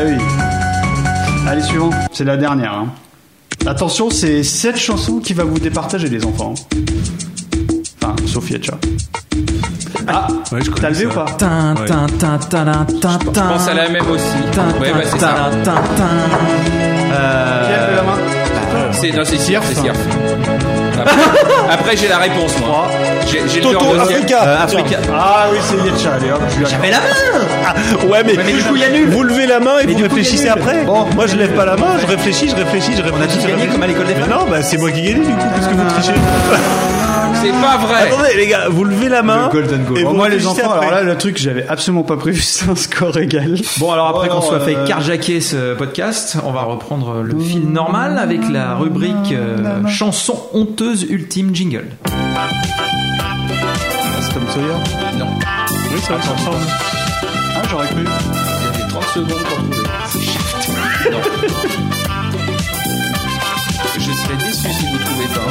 B: oui. Allez, suivant. C'est la dernière. hein. Attention, c'est cette chanson qui va vous départager, les enfants. Enfin, Sophie Hatcher. Ah, t'as levé ou pas
A: Tin, tin, tin, tin, tin, tin,
D: Je pense à la même aussi.
A: Tin,
D: Ouais,
A: tin,
D: bah, c'est ça.
A: tin, tin, tin.
B: Qui a levé la
A: Euh,
B: main
D: C'est non, c'est Sierf, c'est Sierf. Après, après, j'ai la réponse moi. J'ai j'ai le
J: Toto,
D: cœur de Sierf.
J: Africa.
D: Euh, Africa.
B: Ah oui, c'est Yetcha, allez hop, je lui accorde.
A: Mais la main
I: Ouais, mais,
A: mais du coup, il y a nul.
I: Vous levez la main et vous
A: du coup, il
I: réfléchissez
A: y a nul.
I: après. Moi, je lève pas la main, je réfléchis, je réfléchis, je réfléchis.
A: a tous
I: je
A: gagné
I: réfléchis.
A: comme à l'école des
I: Mais
A: femmes.
I: Non, bah c'est moi qui gagne du coup, parce que vous trichez.
D: C'est pas vrai.
I: Ah. Attendez, les gars, vous levez la main. Et vous
B: moi les
I: réfléchissez
B: enfants,
I: après.
B: alors là le truc j'avais absolument pas prévu, c'est un score égal.
A: Bon, alors après
B: Oh,
A: qu'on
B: non,
A: soit fait
B: euh,
A: carjacker ce podcast, on va reprendre le fil normal avec la rubrique euh, chanson honteuse ultime jingle.
B: C'est Tom Sawyer
D: Non.
B: Oui, ça va, ça ressemble. Ah, j'aurais cru.
D: J'ai 30 secondes pour trouver. Non. Je serais déçu si vous trouvez pas.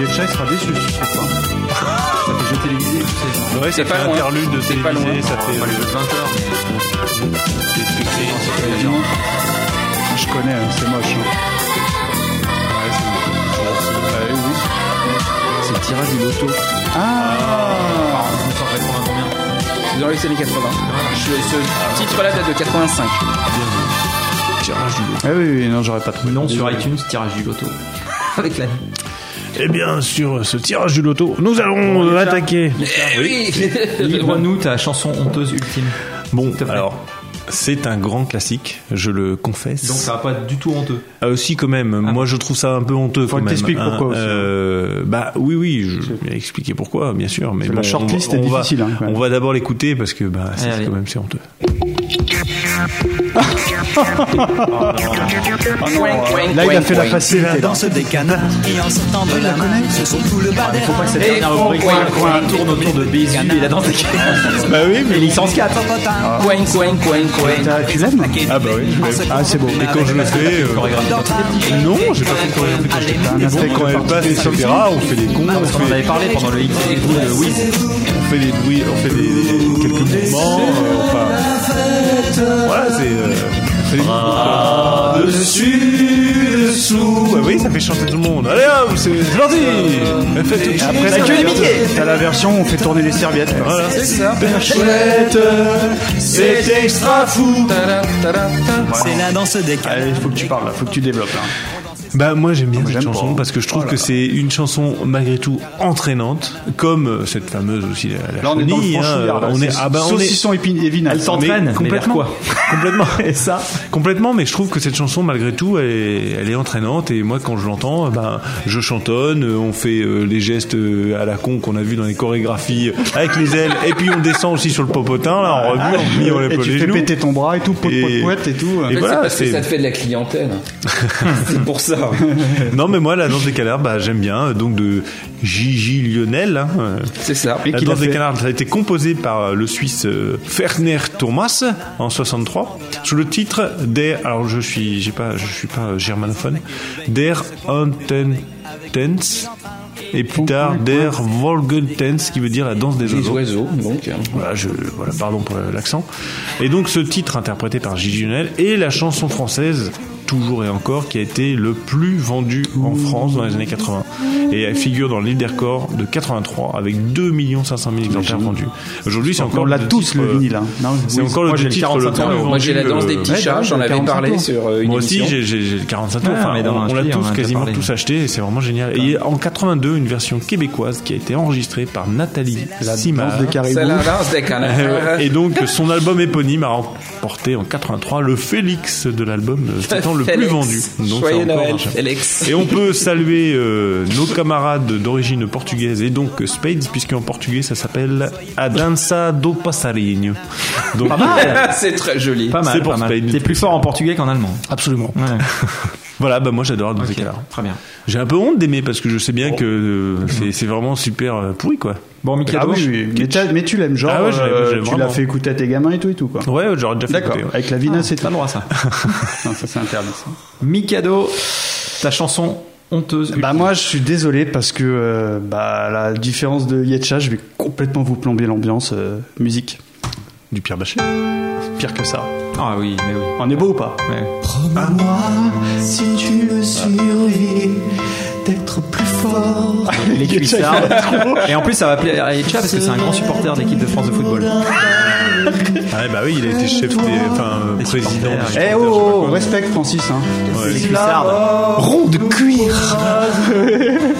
B: Yetcha il sera déçu si je trouve pas.
A: Ça fait jeter les visées, tu sais.
I: Ouais,
D: C'est
I: ça
D: pas
I: fait
D: loin.
I: interlude de
D: C'est pas
I: télévisé,
D: loin.
I: ça fait. euh,
D: Pas le jeu de 20 heures.
B: Ah, Je connais, hein, c'est moche. hein.
D: C'est le tirage du loto.
B: Ah
D: Dans les années 80. Je- ce titre-là date de 85.
B: Ah oui, oui, non, j'aurais pas trouvé. Euh,
A: Non, sur iTunes, tirage du loto. Avec la
C: Eh bien, sur ce tirage du loto, nous allons euh, attaquer.
D: Oui.
A: Livre-nous ta chanson honteuse ultime.
C: Bon,
A: S'il te plaît.
C: alors, c'est un grand classique, je le confesse.
A: Donc ça va pas être du tout honteux.
C: Ah, aussi quand même. Moi, je trouve ça un peu honteux. quand
B: Faut que
C: même,
B: t'expliques
C: hein.
B: pourquoi aussi. hein.
C: Euh, bah oui, oui. Je vais expliquer pourquoi, bien sûr. Mais
B: Parce que la
C: bon,
B: shortlist
C: on,
B: est
C: on va-
B: difficile, hein, quand même.
C: on va d'abord l'écouter parce que bah c'est
A: Allez,
C: quand
A: allez.
C: même c'est honteux.
B: Là, il a fait la Bah facilité. là.
J: Dans ce décanat, et en septembre, la main, ce sont tout le bas
A: Faut pas que cette dernière rubrique
D: coin, coin.
A: tourne autour de Bézu et la danse des
I: Bah oui, mais.
A: licence 4.
D: Coin, coin, coin, coin.
B: hein. T'as- Tu l'aimes
I: Ah bah oui.
B: Ah, c'est beau.
I: Et quand je le fais. euh, Non, j'ai pas fait de chorégraphie quand j'étais
B: Un aspect
I: Quand elle passe, etc., on fait des cons, on
A: Parce qu'on en
I: fait,
A: avait parlé pendant le X et vous, euh, oui.
I: on fait des bruits, on fait des, des- quelques mouvements, euh, enfin. Voilà, c'est. euh, c'est des- dessus, dessous. Ah oui, ça fait chanter tout le monde. Allez hop, c'est c'est parti Faites tout de suite.
B: Après, t'as- t'as la version où on fait tourner les serviettes. quoi.
I: Voilà.
D: C'est ça.
I: Chouette, c'est extra fou.
D: Tadam, tadam, tadam.
J: C'est la danse des canards.
B: Allez, faut que tu parles, là, faut que tu développes. là.
C: Bah moi j'aime bien cette
B: j'aime
C: chanson
B: pas.
C: parce que je trouve que c'est une chanson malgré tout entraînante, comme euh, cette fameuse aussi la, la
B: Là, on est dans le
C: chenille,
B: franc
C: hein,
B: chouillard, là.
C: on est
B: C'est
C: ah bah on est
B: saucisson épine- et vinaigre.
A: Elle s'entraîne, mais
C: complètement.
A: vers quoi
C: complètement
A: Et ça
C: complètement mais je trouve que cette chanson malgré tout elle est, elle est entraînante et moi quand je l'entends euh, ben je chantonne euh, on fait euh, les gestes euh, à la con qu'on a vu dans les chorégraphies euh, avec les ailes et puis on descend aussi sur le popotin là on remue Ah on plie on
B: Et
C: épaule
B: tu
C: les
B: fais
C: genoux
B: péter ton bras et tout, pote,
C: Et-
B: pote, pote et tout.
C: Et
D: Mais
C: voilà,
D: c'est parce que
C: c'est-
D: ça te fait de la clientèle. c'est pour ça.
C: non mais moi la danse des canards bah j'aime bien euh, donc de Gigi Lionel hein, euh,
D: C'est ça.
B: Et
C: La
B: qui l'a
C: danse des
B: fait
C: canards ça a été composée par euh, le Suisse euh, Ferner Thomas en 63 sous le titre Der alors je suis j'ai pas je suis pas euh, germanophone Der
A: euh,
C: Antentens et plus tard Der Volgentens qui veut dire la danse des
D: Les
C: oiseaux.
D: oiseaux, donc.
C: Voilà, je, voilà, pardon pour l'accent. Et donc ce titre interprété par Gigi Lionel est la chanson française toujours et encore qui a été le plus vendu en France dans les années 80 et elle figure dans le livre des records de 83 avec 2 500 000 exemplaires vendus. Aujourd'hui, c'est encore
B: On l'a
C: le
B: tous
C: titre,
B: le
C: euh,
B: vinyle. hein. Non,
C: C'est
B: oui,
C: encore
B: moi,
C: le
B: j'ai
C: titre Oh,
B: 45
C: le
B: ans.
C: plus
D: Moi, j'ai la
C: vendu,
D: danse des
C: euh,
D: petits
B: ouais,
D: chats,
B: dans
D: j'en
B: le
D: avais
B: 45
D: parlé
B: tours.
D: sur euh, une
C: moi aussi,
D: émission.
C: j'ai j'ai- j'ai le 45
B: Ah,
C: tours.
A: Ouais,
C: Enfin,
A: mais dans
C: on-
A: l'inspi,
C: on
A: on
C: l'a
A: en a
B: hein,
C: tous
A: déjà
C: quasiment
A: parlé.
C: tous acheté et c'est vraiment génial. Et en 82, une version québécoise qui a été enregistrée par Nathalie
B: La
C: Simard.
B: danse des caribous.
D: C'est la danse des canards.
C: Euh, Et donc, son album éponyme a remporté en 83 le Félix de l'album euh, étant le plus
D: Félix.
C: vendu.
D: Joyeux
C: Donc, c'est encore
D: Noël,
C: un chef.
D: Félix.
C: Et on peut saluer euh, nos camarades d'origine portugaise et donc euh, Spades, puisqu'en portugais ça s'appelle A Dança do Passarinho. Donc, euh,
D: c'est très joli.
A: Pas
C: C'est
A: mal,
C: pour
A: pas mal.
C: Spade.
A: T'es plus fort en portugais qu'en allemand.
C: absolument.
A: Ouais.
C: Voilà, bah moi j'adore dans
A: Ok,
C: ces cas-là.
A: Très bien.
C: J'ai un peu honte d'aimer parce que je sais bien que euh, c'est- c'est vraiment super euh, pourri quoi.
A: Bon,
B: Ah
A: Mikado,
B: oui, oui, mais, t'as- mais tu l'aimes, genre,
C: Ah ouais, je l'ai-
B: euh,
C: je l'ai
B: tu l'as
C: vraiment.
B: fait écouter à tes gamins et tout et tout, quoi.
C: Ouais, Ah, j'aurais déjà fait
B: D'accord,
C: écouter, ouais.
B: avec la vinasse et
A: c'est
B: tout.
A: pas le droit à ça.
B: Non, ça c'est interdit. ça.
A: Mikado, ta chanson honteuse.
B: Bah moi je suis désolé parce que euh, bah, à la différence de Yetcha, je vais complètement vous plomber l'ambiance euh, musique.
C: Du Pierre Bachet.
B: Pire que ça.
A: Ah oui, mais oui.
B: On est beau ou pas
A: Ouais.
J: Promets-moi si tu veux survivre
I: d'être plus fort.
A: Les cuissards. Et en plus, ça va appeler à Etcha parce que c'est un grand supporter de l'équipe de France de football.
C: Ah, bah oui, il a été chef des. Enfin, euh, président.
B: Eh oh, oh, respect Francis. Hein.
C: Ouais.
A: Les cuissards.
I: Rond de cuir.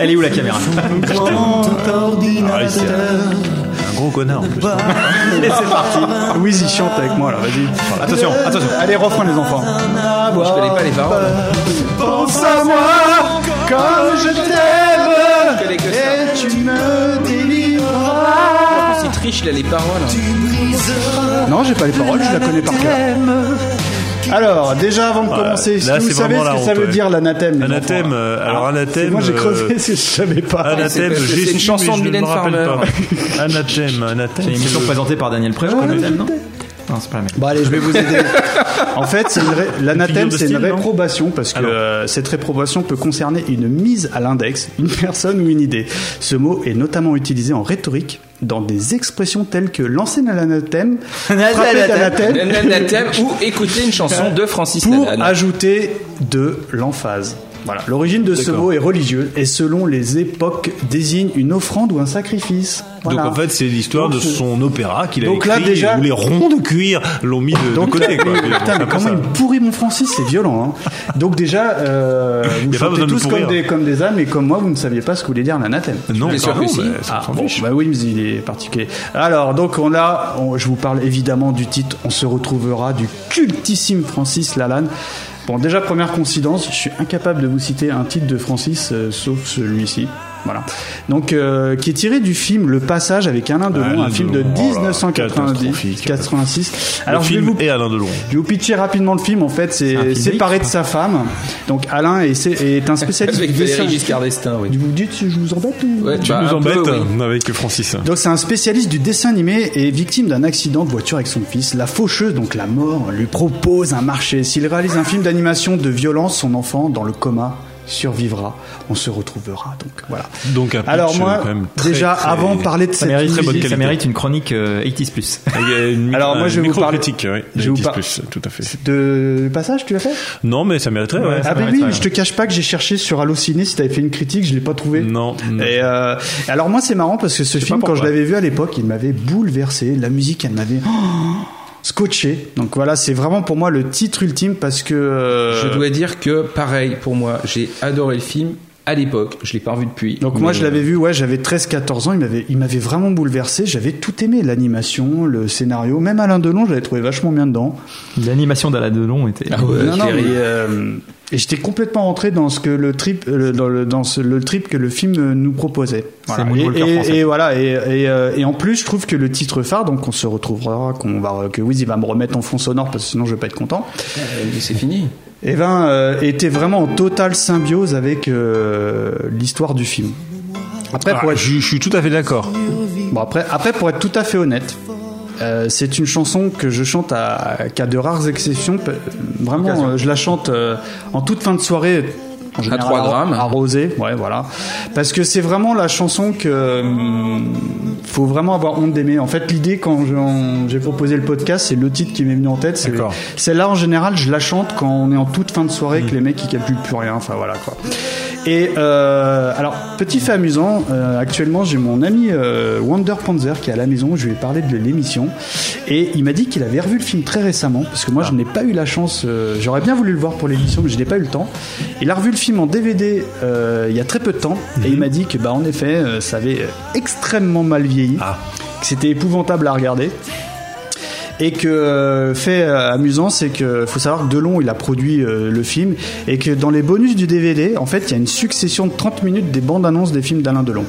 A: Elle est où la caméra
I: Grand
A: Ah,
I: ordinateur.
C: Un gros connard en plus.
B: Et c'est parti. Louise, il chante avec moi là, vas-y.
A: Attention, attention.
B: Allez, refrain les enfants.
D: Je connais pas les paroles.
B: Pense à moi comme je t'aime.
D: connais que ça.
B: Et tu me délivreras.
D: C'est triche là les paroles.
B: Non, j'ai pas les paroles, je la connais par cœur. Alors, déjà avant de
C: Voilà,
B: commencer, si
C: là,
B: vous
C: c'est
B: savez
C: vraiment
B: ce
C: la
B: que ça
C: honte,
B: veut
C: ouais.
B: dire l'anathème. les
C: Anathème,
B: enfants, là.
C: euh, alors
B: c'est
C: anathème.
B: Moi j'ai
C: euh,
B: creusé, c'est- je savais pas.
C: Anathème,
D: C'est- c'est
C: j'ai
D: une
C: su,
D: chanson
C: mais je
D: de
C: ne me
D: Mylène
C: rappelle
D: Farmer.
C: pas. Anathème, anathème.
A: C'est une émission
C: c'est le-
A: présentée par Daniel Prévost, je crois, non Non, c'est pas la même.
B: Bon allez, je vais vous aider. en fait, c'est une ré- l'anathème,
C: Une figure de
B: c'est une
C: style, non
B: réprobation parce que
C: Alors.
B: euh, cette réprobation peut concerner une mise à l'index, une personne ou une idée. Ce mot est notamment utilisé en rhétorique dans des expressions telles que lancer à l'anathème, frapper d'anathème,
D: L'anathème ou écouter une chanson de Francis
B: pour
D: Lalanne.
B: ajouter de l'emphase. Voilà. L'origine de ce
D: D'accord.
B: mot est religieuse et selon les époques désigne une offrande ou un sacrifice. Voilà.
C: Donc en fait, c'est l'histoire de
B: Donc, c'est-
C: son opéra qu'il a
B: Donc
C: écrit
B: là, déjà-
C: où les ronds de cuir l'ont mis de, de
B: Donc,
C: côté. Quoi.
B: Putain, Ah, mais comment il me pourrit mon Francis, c'est violent. hein. Donc déjà, euh, vous
C: Y a pas
B: chantez
C: besoin de
B: tous
C: pourrir.
B: comme des, comme des âmes et comme moi, vous ne saviez pas ce que voulait dire l'anathème.
C: Non,
D: Je suis sûr
C: pardon,
D: que si.
C: bah, ça
B: Ah,
C: s'en
B: bon,
C: fiche.
B: bah oui, mais il est particulier. Alors, donc on a, on- je vous parle évidemment du titre, on se retrouvera du cultissime Francis Lalanne. Bon, déjà, première coïncidence, je suis incapable de vous citer un titre de Francis, euh, sauf celui-ci. Voilà. Donc, euh, qui est tiré du film Le Passage avec Alain Delon,
C: Alain
B: un film de
C: Delon, oh là,
B: 1990.
C: catastrophique.
B: 86.
C: Le
B: Alors, je vais
C: film
B: vous
C: et Alain Delon.
B: je vais vous pitcher rapidement le film. En fait,
A: un
B: c'est
A: film
B: séparé
A: mixte,
B: de sa femme. Donc Alain est, est un spécialiste
D: Avec
B: du dessin.
D: Valérie Giscard d'Estaing, oui.
B: Vous me dites si je vous embête ou
D: Ouais,
C: Tu
D: bah,
C: nous
D: un peu,
C: embêtes
D: oui.
C: hein, avec Francis.
B: donc c'est un spécialiste du dessin animé et victime d'un accident de voiture avec son fils. La faucheuse, donc la mort, lui propose un marché. S'il réalise un film d'animation de violence, son enfant, dans le coma, survivra. On se retrouvera. Donc voilà.
C: Donc un pitch, euh,
B: Alors moi,
C: quand même très,
B: déjà
C: très-
B: avant de parler de cette
C: mérite très bonne
B: musique-
A: Ça
C: qualité.
A: mérite une chronique euh, 80s plus.
B: Ah bah Alors, moi, je vais vous parler-
C: Critique,
B: je vais vous par-
C: plus, tout à fait.
B: de le passage, tu l'as fait
C: Non, mais ça mériterait. Ouais,
B: Ah
C: ça
B: bah
C: mériterait,
B: oui,
C: ouais.
B: je te cache pas que j'ai cherché sur Allociné si t'avais fait une critique, je l'ai pas trouvé.
C: Non. non.
B: Et euh, alors moi c'est marrant parce que ce film
C: pas
B: quand je
C: pourquoi.
B: l'avais vu à l'époque il m'avait bouleversé, la musique elle m'avait oh, scotché. Donc voilà c'est vraiment pour moi le titre ultime parce que euh,
D: Je dois dire que pareil pour moi, j'ai adoré le film à l'époque, je l'ai pas revu depuis.
B: donc
D: mais-
B: moi je l'avais vu ouais j'avais 13-14 ans il m'avait il m'avait vraiment bouleversé j'avais tout aimé l'animation le scénario même Alain Delon je l'avais trouvé vachement bien dedans
A: L'animation d'Alain Delon était.
D: Ah ouais,
B: non, non,
D: Thierry.
B: mais, euh, et j'étais complètement rentré dans ce que le trip euh, le- dans le dans ce- le trip que le film euh, nous proposait Voilà.
A: C'est Moonwalker
B: et,
A: français.
B: et- et voilà et, et, euh, et en plus je trouve que le titre phare donc on se retrouvera qu'on va que Wiz il va me remettre en fond sonore parce que sinon je vais pas être content
D: Euh, mais c'est fini.
B: et ben euh, était vraiment en totale symbiose avec euh, l'histoire du film après
C: Ah,
B: pour être
C: je, je suis tout à fait d'accord.
B: Bon, après, après, pour être tout à fait honnête, euh, c'est une chanson que je chante à, qu'à de rares exceptions. Pe- Vraiment, euh, je la chante euh, en toute fin de soirée. En général,
D: trois grammes.
B: Arrosée, ouais, voilà. Parce que c'est vraiment la chanson que. hum, faut vraiment avoir honte d'aimer. En fait, l'idée, quand je- on- j'ai proposé le podcast, c'est le titre qui m'est venu en tête. c'est-
C: D'accord.
B: Celle-là, en général, je la chante quand on est en toute fin de
D: Mmh.
B: soirée, que les mecs, ils calculent plus rien. Enfin, voilà, quoi. Et euh, alors, petit fait amusant, euh, actuellement j'ai mon ami euh, Wander Panzer qui est à la maison, je lui ai parlé de l'émission et il m'a dit qu'il avait revu le film très récemment parce que moi je n'ai pas eu la chance, euh, j'aurais bien voulu le voir pour l'émission mais je n'ai pas eu le temps. Il a revu le film en DVD euh, il y a très peu de temps et il m'a dit que bah en effet euh, ça avait euh, extrêmement mal vieilli,
C: Ah.
B: que c'était épouvantable à regarder. Et que euh, fait euh, amusant, c'est que faut savoir que Delon il a produit euh, le film et que dans les bonus du DVD, en fait, il y a une succession de 30 minutes des bandes annonces des films d'Alain Delon.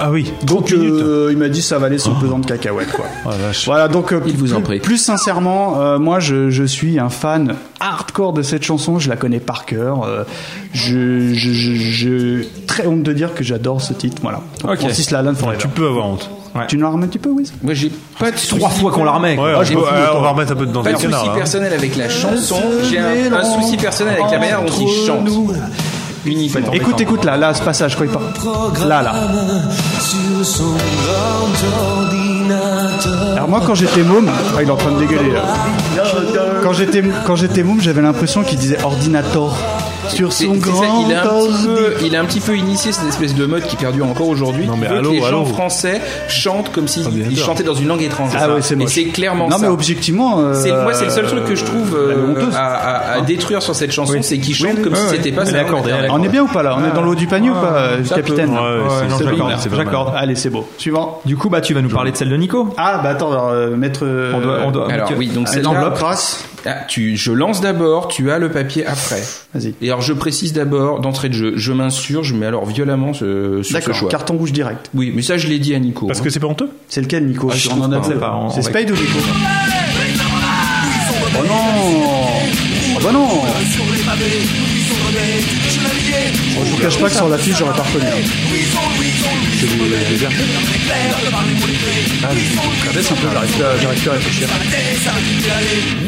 C: Ah oui. 30
B: Donc
C: minutes.
B: euh, il m'a dit ça valait son pesant de cacahuètes quoi.
C: Ah, vache.
B: Voilà donc euh,
D: Il vous
B: plus,
D: en prie.
B: plus sincèrement, euh, moi je, je suis un fan hardcore de cette chanson, je la connais par cœur. euh, je, je, je, je- très honte de dire que j'adore ce titre. Voilà. Donc,
D: Ok.
B: Francis Lalanne Forever.
C: Tu peux avoir honte.
B: Tu nous en remets un petit peu, Wiz
D: Moi j'ai pas de
A: Trois
D: souci-
A: fois qu'on la remet. quoi.
C: Ouais,
D: Ah,
C: on,
D: je
C: peut-
D: m'en fous,
C: euh, on
D: attends.
C: va remettre un peu de dans
D: Pas
C: le
D: de souci
C: canard. hein.
D: personnel avec la chanson, j'ai un, un souci personnel avec la manière dont il chante. Uniquement.
B: Écoute, écoute là, là, ce passage, croyez pas. Là, là.
I: Sur son grand ordinateur.
B: Alors moi quand j'étais môme, ah, il est en train de dégueuler là. Quand j'étais quand j'étais môme, j'avais l'impression qu'il disait ordinateur. sur
D: C'est-
B: son
D: c'est ça,
B: grand
D: il, a un petit
B: orgue.
D: peu, il a un petit peu initié cette espèce de mode qui perdure encore aujourd'hui.
B: Non,
D: qui
B: mais
D: veut
B: allô,
D: que les gens
B: allô. Ah,
D: français chantent comme s'ils ils
B: Ordinateur.
D: chantaient dans une langue étrangère.
B: Ah ouais, c'est
D: Et
B: moche.
D: c'est clairement
B: Non,
D: ça.
B: mais objectivement, euh,
D: c'est moi, c'est le seul truc que je trouve euh,
B: elle est honteuse. Hein
D: à, à- à détruire sur cette chanson, c'est qu'ils chantent comme si c'était pas ça.
B: On Ah est bien ou pas là On est dans l'eau du panier ou pas, euh,
A: Ça
B: capitaine
A: peut. Ouais, ouais, c'est-
B: non,
A: c'est pas
B: j'accorde,
A: mal, c'est pas
B: J'accorde.
A: mal.
B: Allez, c'est beau. Suivant.
A: Du coup, bah, tu vas nous parler de celle de Nico.
B: Ah, bah attends, alors, euh, maître.
A: On doit- on doit-
D: Alors oui, donc c'est
B: l'enveloppe.
D: Ah, tu, je lance d'abord, tu as le papier après.
B: Vas-y.
D: Et alors je précise d'abord d'entrée de jeu, je m'insurge, mais alors violemment ce, sur ce
B: D'accord,
D: choix.
B: carton rouge direct.
D: Oui, mais ça je l'ai dit à Nico. hein.
C: Parce que c'est pas honteux
B: C'est lequel, Nico
D: Ah, je
B: On en a
D: trouve
B: deux.
D: pas, on-
B: C'est
D: on-
B: Spade ou Nico Oh non Oh bah non Bon, Je vous cache pas que sur la fiche, j'aurais pas reconnu. hein. Laisse un peu, j'arrive pas- j'arrive plus à réfléchir.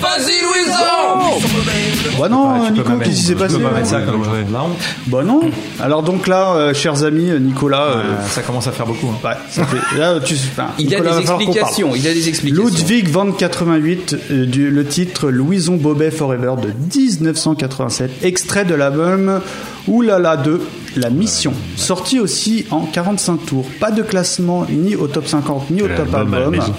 D: Vas-y Louison
B: Bah non,
A: Tu peux
B: Nico,
A: pas mettre-
B: qu'est-ce qui s'est
A: tu peux
B: passé
A: pas
B: là
A: mettre ça comme la honte.
B: Bah non Alors donc là, euh, chers amis, euh, Nicolas... euh,
A: Ça commence à faire beaucoup. hein.
B: ouais, ça fait- là, tu- enfin,
D: Il a
B: Nicolas,
D: des
B: va falloir qu'on parle.
D: explications, il a des explications.
B: Ludwig van 88, euh, du, le titre Louison Bobet Forever de 1987, extrait de l'album Oulala 2, La Mission, sorti aussi en 45 tours. Pas de classement ni au top 50 ni au top
C: l'album à la
B: album.
C: maison.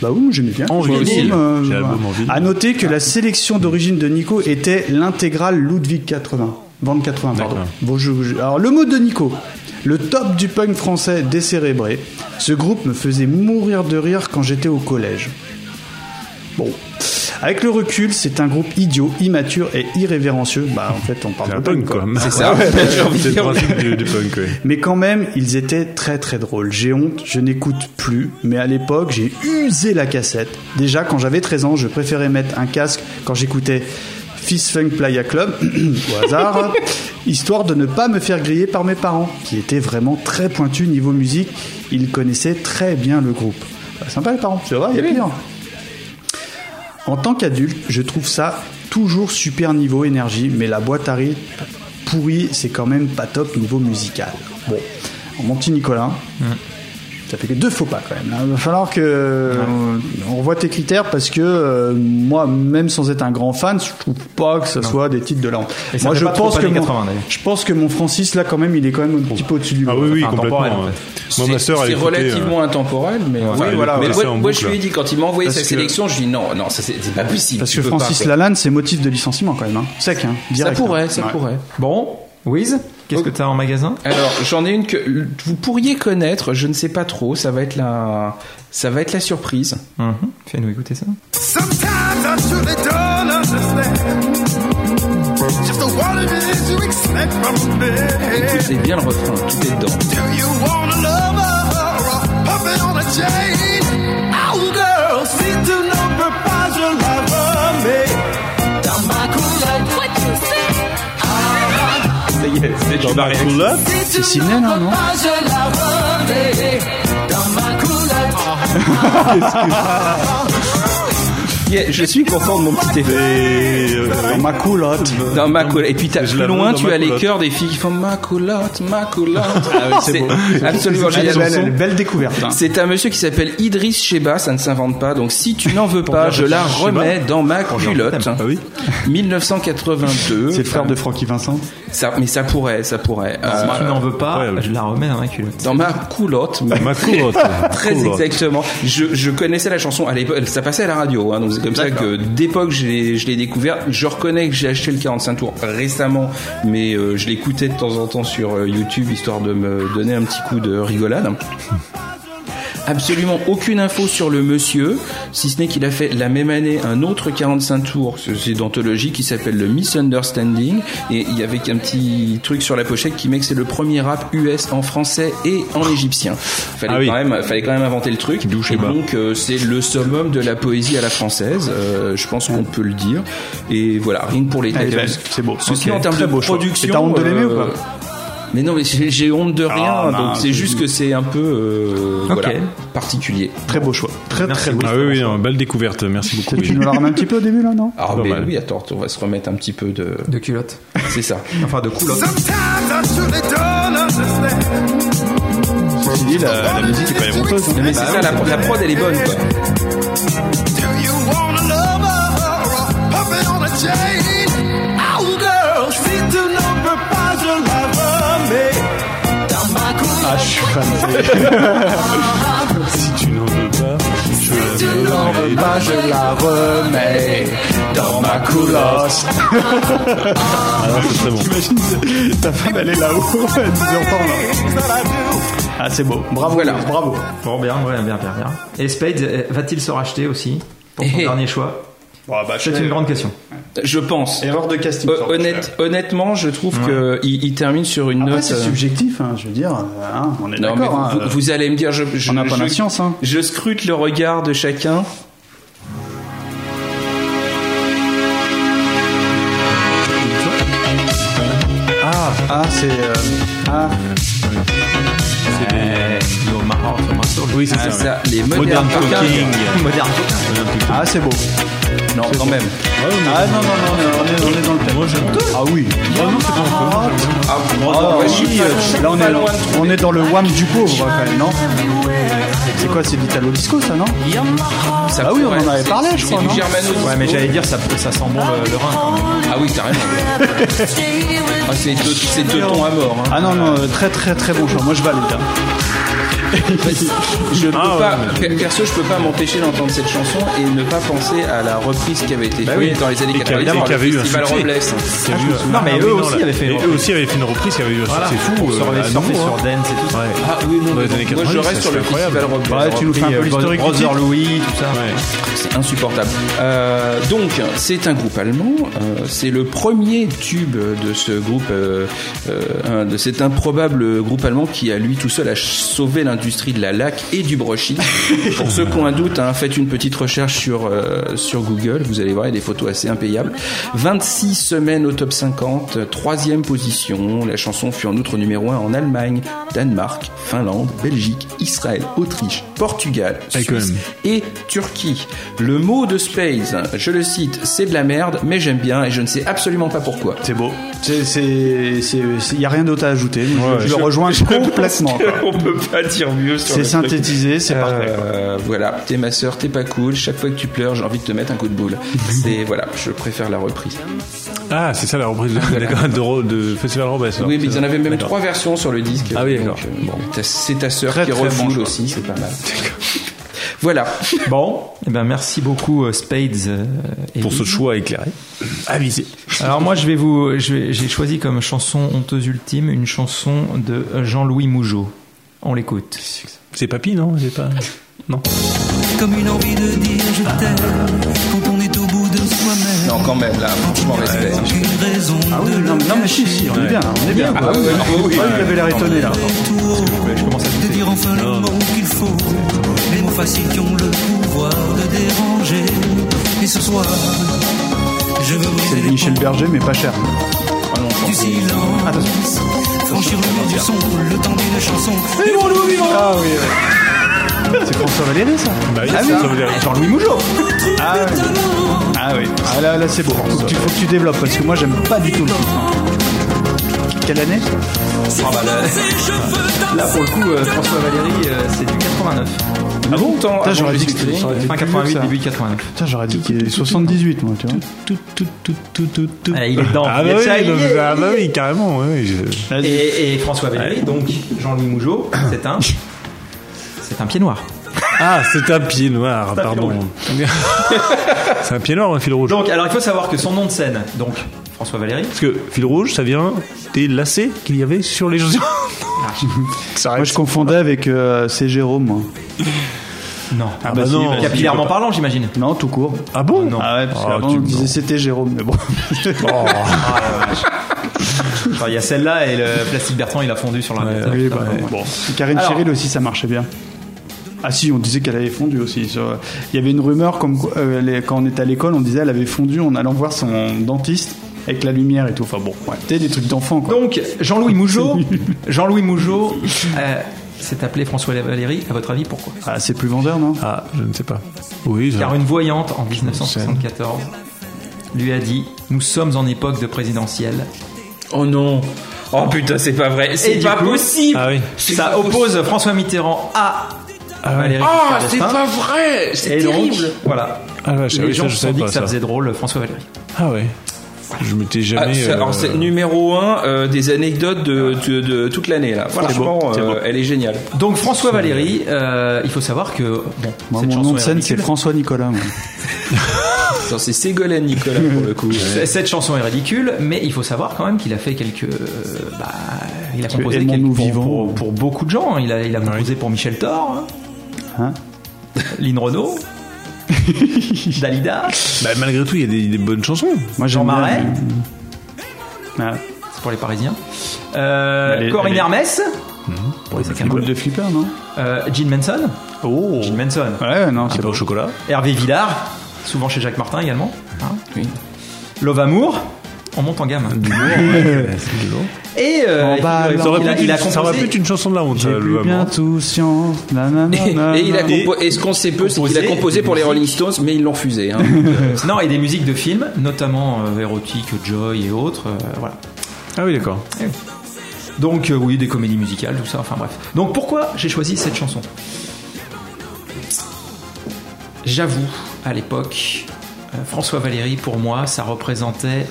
B: Bah oui, moi, j'aimais bien.
C: En
B: Je me
C: vinyle.
B: dis, euh,
C: J'ai l'album en vinyle.
B: à noter que la sélection d'origine de Nico était l'intégrale Ludwig 80. 20 80, pardon.
C: D'accord.
B: Bon, je- je- alors, le mot de Nico. Le top du punk français décérébré. Ce groupe me faisait mourir de rire quand j'étais au collège. Bon. Avec le recul, c'est un groupe idiot, immature et irrévérencieux. Bah, en fait, on parle
C: C'est
B: de
C: un punk,
B: quoi.
C: quoi.
D: C'est ça. J'ai envie de
C: C'est le
D: dire.
C: principe du, du punk, ouais.
B: Mais quand même, ils étaient très très drôles. J'ai honte, je n'écoute plus, mais à l'époque, j'ai usé la cassette. Déjà, quand j'avais 13 ans, je préférais mettre un casque quand j'écoutais Fist Funk Playa Club, au hasard, histoire de ne pas me faire griller par mes parents, qui étaient vraiment très pointus niveau musique. Ils connaissaient très bien le groupe. Bah, sympa les parents, c'est vrai, il y a pire. En tant qu'adulte, je trouve ça toujours super niveau énergie, mais la boîte à rythme pourrie, c'est quand même pas top niveau musical. Bon, Alors, mon petit Nicolas, ça fait que deux faux pas quand même. hein. Il va falloir que euh, on revoie tes critères parce que euh, moi, même sans être un grand fan, je trouve pas que ce soit des titres de la honte.
A: Et ça
B: Moi,
A: fait
B: je
A: pas trop
B: pense
A: pas
B: que
A: des
B: mon,
A: 80, d'ailleurs.
B: je pense que mon Francis là, quand même, il est quand même un petit peu au-dessus du.
C: Ah
B: lot.
C: oui, oui,
A: Enfin,
C: complètement.
A: intemporel, en
C: hein.
A: fait.
C: Moi, ma
D: C'est
C: sœur, elle
D: c'est
C: écoutait,
D: relativement intemporel, mais
C: enfin, elle
D: Mais
C: écoutait
D: moi,
C: ça en
D: moi, je
C: boucle.
D: lui ai dit quand il m'a envoyé
B: Parce
D: sa
B: que-
D: sélection, je lui ai dit non, non, ça c'est c'est pas possible.
B: Parce
D: tu
B: que
D: peux pas,
B: Francis
D: quoi.
B: Lalanne, c'est motif de licenciement quand même. Hein. Sec, hein.
D: ça
B: Direct, hein.
D: pourrait, ça
B: Ouais.
D: pourrait.
A: Bon, Wiz, qu'est-ce que t'as en magasin
D: Alors, j'en ai une que vous pourriez connaître, je ne sais pas trop, ça va être la, ça va être la surprise.
A: Mhm. Fais-nous écouter ça.
J: Sometimes I truly don't understand just what it is you expect from me.
D: Écoutez bien le refrain, tout est dedans.
J: Do you want a lover or a puppet on a chain? Oh, girl, see to no proposal lover me.
D: Ça y est, c'est dans ma
B: C'est Sidney, là, non
D: Yeah, je suis content de mon petit effet.
B: Dans ma coulotte.
D: Dans ma colo- Et puis t'as-
C: Je
D: plus
C: la
D: loin,
C: veux dans
D: tu
C: ma
D: as les
C: colotte.
D: cœurs des filles qui font ma culotte, ma culotte. Ah oui, c'est absolument
B: Elle est
D: génial.
B: belle, elle est belle découverte. hein.
D: C'est un monsieur qui s'appelle Idriss Sheba, ça ne s'invente pas. Donc si tu n'en veux pas, je la remets dans ma culotte.
C: Ah oui
D: 1982.
B: C'est le frère de Francky Vincent.
D: Ça, mais ça pourrait, ça pourrait. Euh,
A: Si tu n'en veux pas,
C: incroyable.
A: je la remets dans ma culotte.
D: dans ma culotte. mais-
C: Ma coulotte.
D: Très
C: Coulotte.
D: exactement. Je, je connaissais la chanson à l'époque, ça passait à la radio, hein, donc c'est comme ça que d'époque je l'ai je l'ai découvert. Je reconnais que j'ai acheté le 45 tours récemment, mais euh, je l'écoutais de temps en temps sur euh, YouTube histoire de me donner un petit coup de rigolade. Absolument aucune info sur le monsieur, si ce n'est qu'il a fait la même année un autre 45 tours, c'est- c'est d'anthologie, qui s'appelle le Misunderstanding, et il y avait un petit truc sur la pochette qui met que c'est le premier rap US en français et en égyptien. Fallait,
C: Ah oui.
D: quand, même, fallait quand même inventer le truc.
C: D'où
D: Et
C: Sheba.
D: donc euh, c'est le summum de la poésie à la française, euh, je pense qu'on peut le dire. Et voilà, rien que pour les
B: Elle est
D: tags.
B: belle, Eh ben, c'est beau.
D: Ceci
B: Ok,
D: en termes
B: très
D: de
B: beau choix.
D: production.
B: Et t'as honte de l'aimer ou
D: euh,
B: pas
D: mais non, mais j'ai j'ai honte de rien,
B: Ah,
D: donc
B: mince.
D: c'est juste que c'est un peu euh, voilà, particulier.
B: Très beau choix. Très très beau.
C: Ah oui, oui, non, belle découverte. Merci beaucoup.
B: Tu
C: Will.
B: nous la ramènes un petit peu au début là, non
D: Ah
C: Pas
D: mais
C: mal.
D: oui, attends, on va se remettre un petit peu de...
A: De culotte.
D: C'est ça.
A: Enfin, de coulotte.
J: Sometimes I truly don't understand.
B: Ceci dit, Ah, la, la musique est quand même honteuse. hein.
D: Mais c'est ça, la, la prod elle est bonne quoi.
J: Do you want a lover or a puppet on a chain? Oh, girl, see
C: tu vas Si tu n'en veux pas,
J: Si tu n'en veux pas, je la remets dans ma coulotte.
C: Alors, c'est très bon.
B: T'imagines ta femme, elle est là-haut, elle nous entend là. Ah, c'est beau. Bravo, bravo.
A: Bon, bien, ouais, bien, bien, bien. Et Spade euh, va-t-il se racheter aussi pour son
D: Eh.
A: dernier choix
B: Bon, bah, je
A: C'est
B: fais-
A: une grande question.
D: Je pense.
B: Erreur de casting.
D: Hon-
B: sans doute.
D: honnête- honnêtement, je trouve que il, il termine sur une
B: Après,
D: note.
B: Ah, c'est
D: euh,
B: subjectif, hein, je veux dire. euh, hein, on est
D: non,
B: d'accord.
D: mais
B: hein,
D: vous,
B: euh,
D: vous allez me dire, je, je,
B: on n'a pas
D: je-
B: la science. Hein.
D: je scrute le regard de chacun.
B: Ah, ah c'est. euh, ah,
C: C'est des-
D: Oui, c'est ça. Les modernes
C: Modern
D: Parker.
C: Talking.
A: Moderne.
B: ah, c'est beau.
D: Non, quand même.
B: Ah, non, non, non, on est, on est dans le thème.
C: Moi, j'aime
B: Ah oui. Ah, non, c'est pas un peu.
D: Ah,
B: Ah,
D: ouais, je suis
B: oui,
D: pas-
B: euh,
D: je suis
B: là on
D: pas
B: est,
D: loin de-
B: on est dans le wham du pauvre quand même, non C'est quoi, c'est l'Italo Disco ça, non
D: ça
B: Ah oui, on
D: pourrait-
B: en avait
D: c'est-
B: parlent, je
D: c'est
B: crois,
D: du
B: non
D: germano.
A: Ouais, mais j'allais dire, ça, ça sent bon le, le rein quand même.
D: Ah oui, carrément. Ah, c'est deux, c'est deux tons à mort. hein.
B: Ah non, non, euh, très très très bon choix, moi je valide. hein.
D: Je peux
C: Ah,
D: pas,
C: ouais.
D: per- perso, je peux pas m'empêcher d'entendre cette chanson et ne pas penser à la reprise qui avait été jouée dans les années
C: Bah Et qui avait-
D: 90
C: et qui
D: par
C: avait
D: le
C: eu un
D: festival
C: succès.
D: Robles.
C: Qui a eu-
A: Non, mais
C: Ah,
A: eux
C: oui,
A: aussi
C: là.
A: avaient fait
C: Et
A: une
C: eux aussi avaient fait une reprise qui avait eu un
A: Voilà.
C: succès fou.
A: On se
C: euh,
A: remet
C: à
A: surfer
C: nouveau,
A: sur
C: hein.
A: Dance et tout ça.
C: Ouais.
D: Ah oui, non,
C: Dans les
D: non, moi
C: années
D: je
C: 90,
D: reste
C: ça,
D: sur le
C: c'est incroyable.
D: festival Robles.
B: Ouais, tu nous fais un peu l'historique. du
A: Brother
B: titre.
A: Louis, tout ça.
C: Ouais.
D: C'est insupportable. Euh, donc, c'est un groupe allemand. euh, c'est le premier tube de ce groupe, euh, euh, un- de cet improbable groupe allemand qui, à lui tout seul, a ch- sauvé l'industrie de la laque et du brushing. Pour ceux qui ont un doute, hein, faites une petite recherche sur, euh, sur Google. Vous allez voir, il y a des photos assez impayables. 26 semaines au top 50, euh, troisième position. La chanson fut en outre numéro 1 en Allemagne, Danemark, Finlande, Belgique, Israël, Autriche, Portugal,
C: Et quand
D: Suisse
C: même.
D: et Turquie. Le mot de Space, je le cite, c'est de la merde, mais j'aime bien et je ne sais absolument pas pourquoi.
B: C'est beau. Il n'y a rien d'autre à ajouter. Moi, je,
C: Ouais.
B: je le rejoins complètement. quoi.
D: On peut pas dire mieux sur
B: C'est
D: le truc.
B: synthétisé, c'est parfait.
D: Euh, voilà, t'es ma sœur, t'es pas cool. Chaque fois que tu pleures, j'ai envie de te mettre un coup de boule. C'est voilà, je préfère la reprise.
C: Ah, c'est ça la reprise de, d'accord, de, Ro- de Festival Robles. alors,
D: oui, mais
C: c'est
D: ils
C: ça.
D: en avaient même
C: D'accord.
D: trois versions sur le disque.
C: Ah oui,
D: Donc,
C: d'accord.
D: euh, bon, t'as- c'est ta sœur
B: Très,
D: qui
B: très bon
D: refoule
B: choix.
D: aussi, c'est pas mal. Voilà.
A: Bon, eh ben merci beaucoup euh, Spades. euh, et
C: Pour
A: Lee.
C: ce choix éclairé, avisé.
A: Alors moi, je vais vous, je vais- j'ai choisi comme chanson honteuse ultime une chanson de Jean-Louis Mougeot. On l'écoute.
C: C'est papy, non C'est pas. Non.
G: Comme une envie de dire je t'aime quand on est au bout de soi-même.
D: Non, quand même, là, franchement, respect.
G: Aucune raison
B: Ah oui,
G: de
B: non,
G: le
B: non, mais si, si, on est bien, on est bien.
D: Ah
B: quoi.
D: oui, ah oui,
B: Ouais, il avait l'air étonné là.
G: tout haut, de dire enfin le mot qu'il faut, les mots faciles qui ont le pouvoir de déranger. Et ce soir, je veux
B: C'est
G: briser
B: du
G: les
B: Michel
G: ponts
B: Berger, mais pas cher. Ah,
G: du silence, franchir le mur du son, le temps d'une chanson.
B: Ah oui, ouais. C'est François Valéry ça
C: Bah oui,
B: Ah
C: ça, ça veut dire-
B: Jean-Louis Mougeot
G: Ah
B: Ah oui. Ah là, là c'est beau. Faut que, tu, faut que tu développes parce que moi j'aime pas du tout le titre. Quelle année
A: Là, pour le coup, euh, François Valéry, euh, c'est du 89.
D: Ah bon, temps
B: Putain,
D: avant
B: j'aurais
D: de
B: dit que
D: discuter.
B: c'était- ça aurait été
A: Fin
B: plus vieux
A: 88,
B: que ça.
A: début 89.
B: Putain, j'aurais dit qu'il est 78 moi, tu vois.
C: Tout, tout, tout, tout, tout, tout.
A: Ah, il est dedans.
C: Ah
A: Il
C: bah
A: y a
C: oui,
A: ça, il
C: donc,
A: est-
C: ah bah oui, carrément. ouais, ouais, je-
A: Et, et François Valéry, donc Jean-Louis Mougeot, c'est un, c'est un pied noir.
C: Ah, c'est un pied noir, pardon. c'est un pied noir ou un fil rouge
A: Donc, alors il faut savoir que son nom de scène, donc François Valéry,
C: Parce que fil rouge, ça vient des lacets qu'il y avait sur les gens.
B: Moi je confondais avec euh, C'est Jérôme moi.
A: non,
C: Ah bah non.
A: capillairement parlant, j'imagine.
B: Non, tout court.
C: Ah bon
A: Non.
B: Ah ouais, parce
C: Oh,
B: qu'avant
C: tu
B: on
C: me
B: disait
C: mens.
B: c'était Jérôme, mais bon.
A: Enfin, il y a celle-là et le plastique Bertrand, il a fondu sur l'ordinateur.
B: Oui, bah, bon. Karine
A: Alors-
B: Cheryl aussi, ça marchait bien. Ah si, on disait qu'elle avait fondu aussi. sur- Il y avait une rumeur comme quoi, euh, elle est- quand on était à l'école, on disait elle avait fondu en allant voir son dentiste avec la lumière et tout. Enfin bon, ouais, c'était des trucs d'enfant quoi.
A: Donc Jean-Louis Mougeot, Jean-Louis Mougeot euh, s'est appelé François Valéry. À votre avis, pourquoi
B: Ah, c'est plus vendeur, non
C: Ah, je ne sais pas. Oui, je...
A: Car une voyante en 1974 lui a dit Nous sommes en époque de présidentielle.
D: Oh non. Oh putain, c'est pas vrai. C'est
A: du
D: pas
A: coup-
D: possible.
C: Ah oui.
D: C'est
A: Ça
D: pas
A: oppose François Mitterrand à Valéry
D: Ah,
A: Giscard
D: c'est
A: d'Estaing.
D: pas vrai. C'est
A: Et donc,
D: terrible.
A: voilà.
C: Ah, vache, ah
A: les
C: oui,
A: gens
C: ça,
A: se
C: je
A: sont
C: savais
A: dit
C: pas
A: que ça
C: ça.
A: faisait drôle François Valéry.
C: Ah ouais. Je m'étais jamais.
D: Ah, ça- alors, c'est numéro 1 des anecdotes de, de- de toute l'année. là. Franchement,
A: beau, c'est
D: euh,
A: beau.
D: elle est géniale.
A: Donc François Valéry, euh, il faut savoir que bon,
B: Moi,
A: cette
B: mon
A: chanson
B: nom de
A: est
B: scène, c'est
A: ridicule.
B: François Nicolas. moi.
D: Non, C'est Ségolène Nicolas pour le coup.
A: C- Cette chanson est ridicule, mais il faut savoir quand même qu'il a fait quelques. euh, bah, il a
B: Parce que
A: composé quelques,
B: Aimons-nous
A: pour,
B: vivants.
A: pour- pour beaucoup de gens. hein. Il a, il a composé pour Michel Thor,
B: Hein
A: Lynn Renault, Dalida,
C: Bah, malgré tout, il y a des, des bonnes chansons.
B: Moi,
A: Jean
B: j'aime bien,
A: Marais,
B: mais- Ah,
A: c'est pour les Parisiens, euh,
B: Allez,
A: Corinne
B: allez. Mhm.
A: Hermès,
C: Pour les
A: Acapulco.
B: boule de flipper, non
A: euh, Gene Manson,
C: Oh
A: Gene Manson,
B: Ouais, non,
C: C'est
B: c'est
C: pas au chocolat.
A: Hervé Villard, souvent chez Jacques Martin également. hein. Love Amour, on monte en gamme. Et euh,
B: En bas,
A: il,
B: là.
A: a-
C: Ça aurait
A: il a,
C: pu
A: il a
C: être- ça aurait pu
A: composé
C: être une chanson de la honte, euh, ça,
B: J'ai
C: le
B: plus
C: Hamon.
B: bientôt science. nanana,
D: Et, et il a
B: nanana.
D: compo- et ce qu'on sait peu, c'est qu'il a
A: composé
D: composé
A: des
D: pour les
A: musiques.
D: Rolling Stones, mais ils l'ont refusé. hein.
A: non et des musiques de films, notamment euh, érotiques, Joy et autres. euh, voilà.
C: Ah oui, d'accord.
A: Donc euh, oui, des comédies musicales, tout ça. Enfin bref. Donc pourquoi j'ai choisi cette chanson J'avoue, à l'époque, euh, François Valéry, pour moi, ça représentait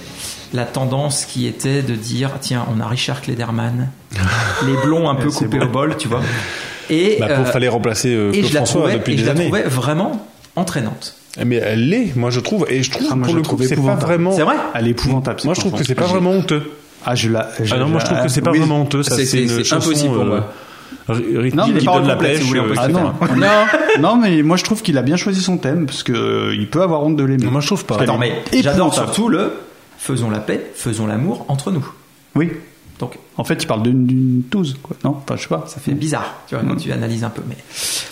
A: la tendance qui était de dire ah, tiens, on a Richard Klederman, les blonds un peu coupés au bol, tu vois. Et,
C: Bah, pour-
A: euh,
C: fallait remplacer euh,
A: et
C: Claude
A: je la
C: François
A: trouvais,
C: depuis
A: et je
C: des
A: la
C: années.
A: trouvais vraiment entraînante.
C: Mais elle l'est, moi je trouve. Et je trouve
B: Ah, moi,
C: pour
B: je
C: le
B: la
C: coup,
B: trouve
C: c'est pas
B: épouvantable.
C: vraiment.
A: C'est vrai
B: Elle est épouvantable. cette
C: Moi je trouve que
B: chanson.
C: c'est pas vraiment honteux.
B: Ah, je la. je-
C: Ah non, moi je trouve que c'est pas
B: oui.
C: vraiment honteux. ça,
D: C'est-
C: une
D: c'est
C: chanson,
D: impossible pour
C: euh,
D: moi.
C: ry- rythmique
B: Non, mais
C: qui
B: pas
C: donne la
A: complète, si
C: pêche.
A: vous voulez, on peut
C: euh,
A: se
B: Ah
C: etc.
B: non, non, non, mais moi je trouve qu'il a bien choisi son thème parce que euh, il peut avoir honte de l'aimer.
C: Non, moi je trouve pas.
A: Attends, mais j'adore
B: épouvantable.
A: surtout le faisons la paix, faisons l'amour entre nous.
B: Oui.
A: Donc
B: En fait, il parle d'une- d'une touze, quoi. Non, enfin, je sais pas. Ça
A: c'est bizarre, tu vois, quand tu analyses un peu. Mais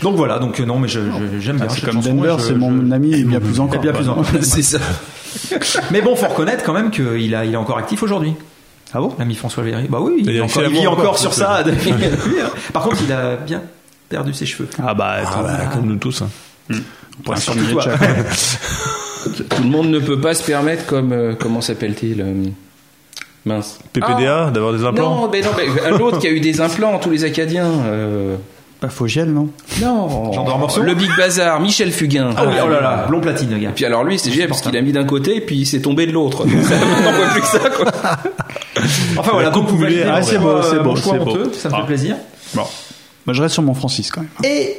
A: donc voilà, donc euh, non, mais je- je- j'aime bien.
B: Ah, C'est
A: cette
B: comme
A: chanson,
B: Hein, Denver,
A: je-
B: c'est
A: je-
B: mon ami et bien plus
A: Et
B: encore.
A: bien plus
B: quoi.
A: en-
D: c'est ça.
A: Mais bon, faut reconnaître quand même qu'il a, il est encore actif aujourd'hui.
B: Ah bon
A: L'ami François Valéry. Bah oui, il,
C: Il
A: est
C: a
A: encore,
C: fait
A: il vit
C: l'amour
A: encore
C: encore,
A: sur
C: c'est
A: ça.
B: euh,
A: hein. Par contre, il a bien perdu ses cheveux.
B: Ah bah,
C: Ah
B: attends.
C: bah, comme nous tous. hein.
B: Pour
A: surtout toi.
D: Tout le monde ne peut pas se permettre comme euh, comment s'appelle-t-il euh, Mince. Ah,
C: PPDA, d'avoir des implants.
D: Non, mais non, mais un autre qui a eu des implants, tous les Acadiens. euh,
B: Pas Fogiel, non
D: Non.
A: Jean-Dor Morceau
D: Le Big Bazar, Michel Fugain.
A: Ah oui, oh là là, blond platine, le gars.
D: Puis alors lui, c'est génial parce qu'il a mis d'un côté et puis il s'est tombé de l'autre. Donc ça, on n'en voit plus que ça. Quoi.
A: Enfin voilà, donc vous validez
B: Ah,
A: mon
B: c'est
A: choix-
B: beau, c'est
A: mon
B: beau,
A: choix
B: c'est beau. Ah.
A: honteux, Ça me fait plaisir.
B: Bon. Bah, je reste sur mon Francis quand même.
A: Et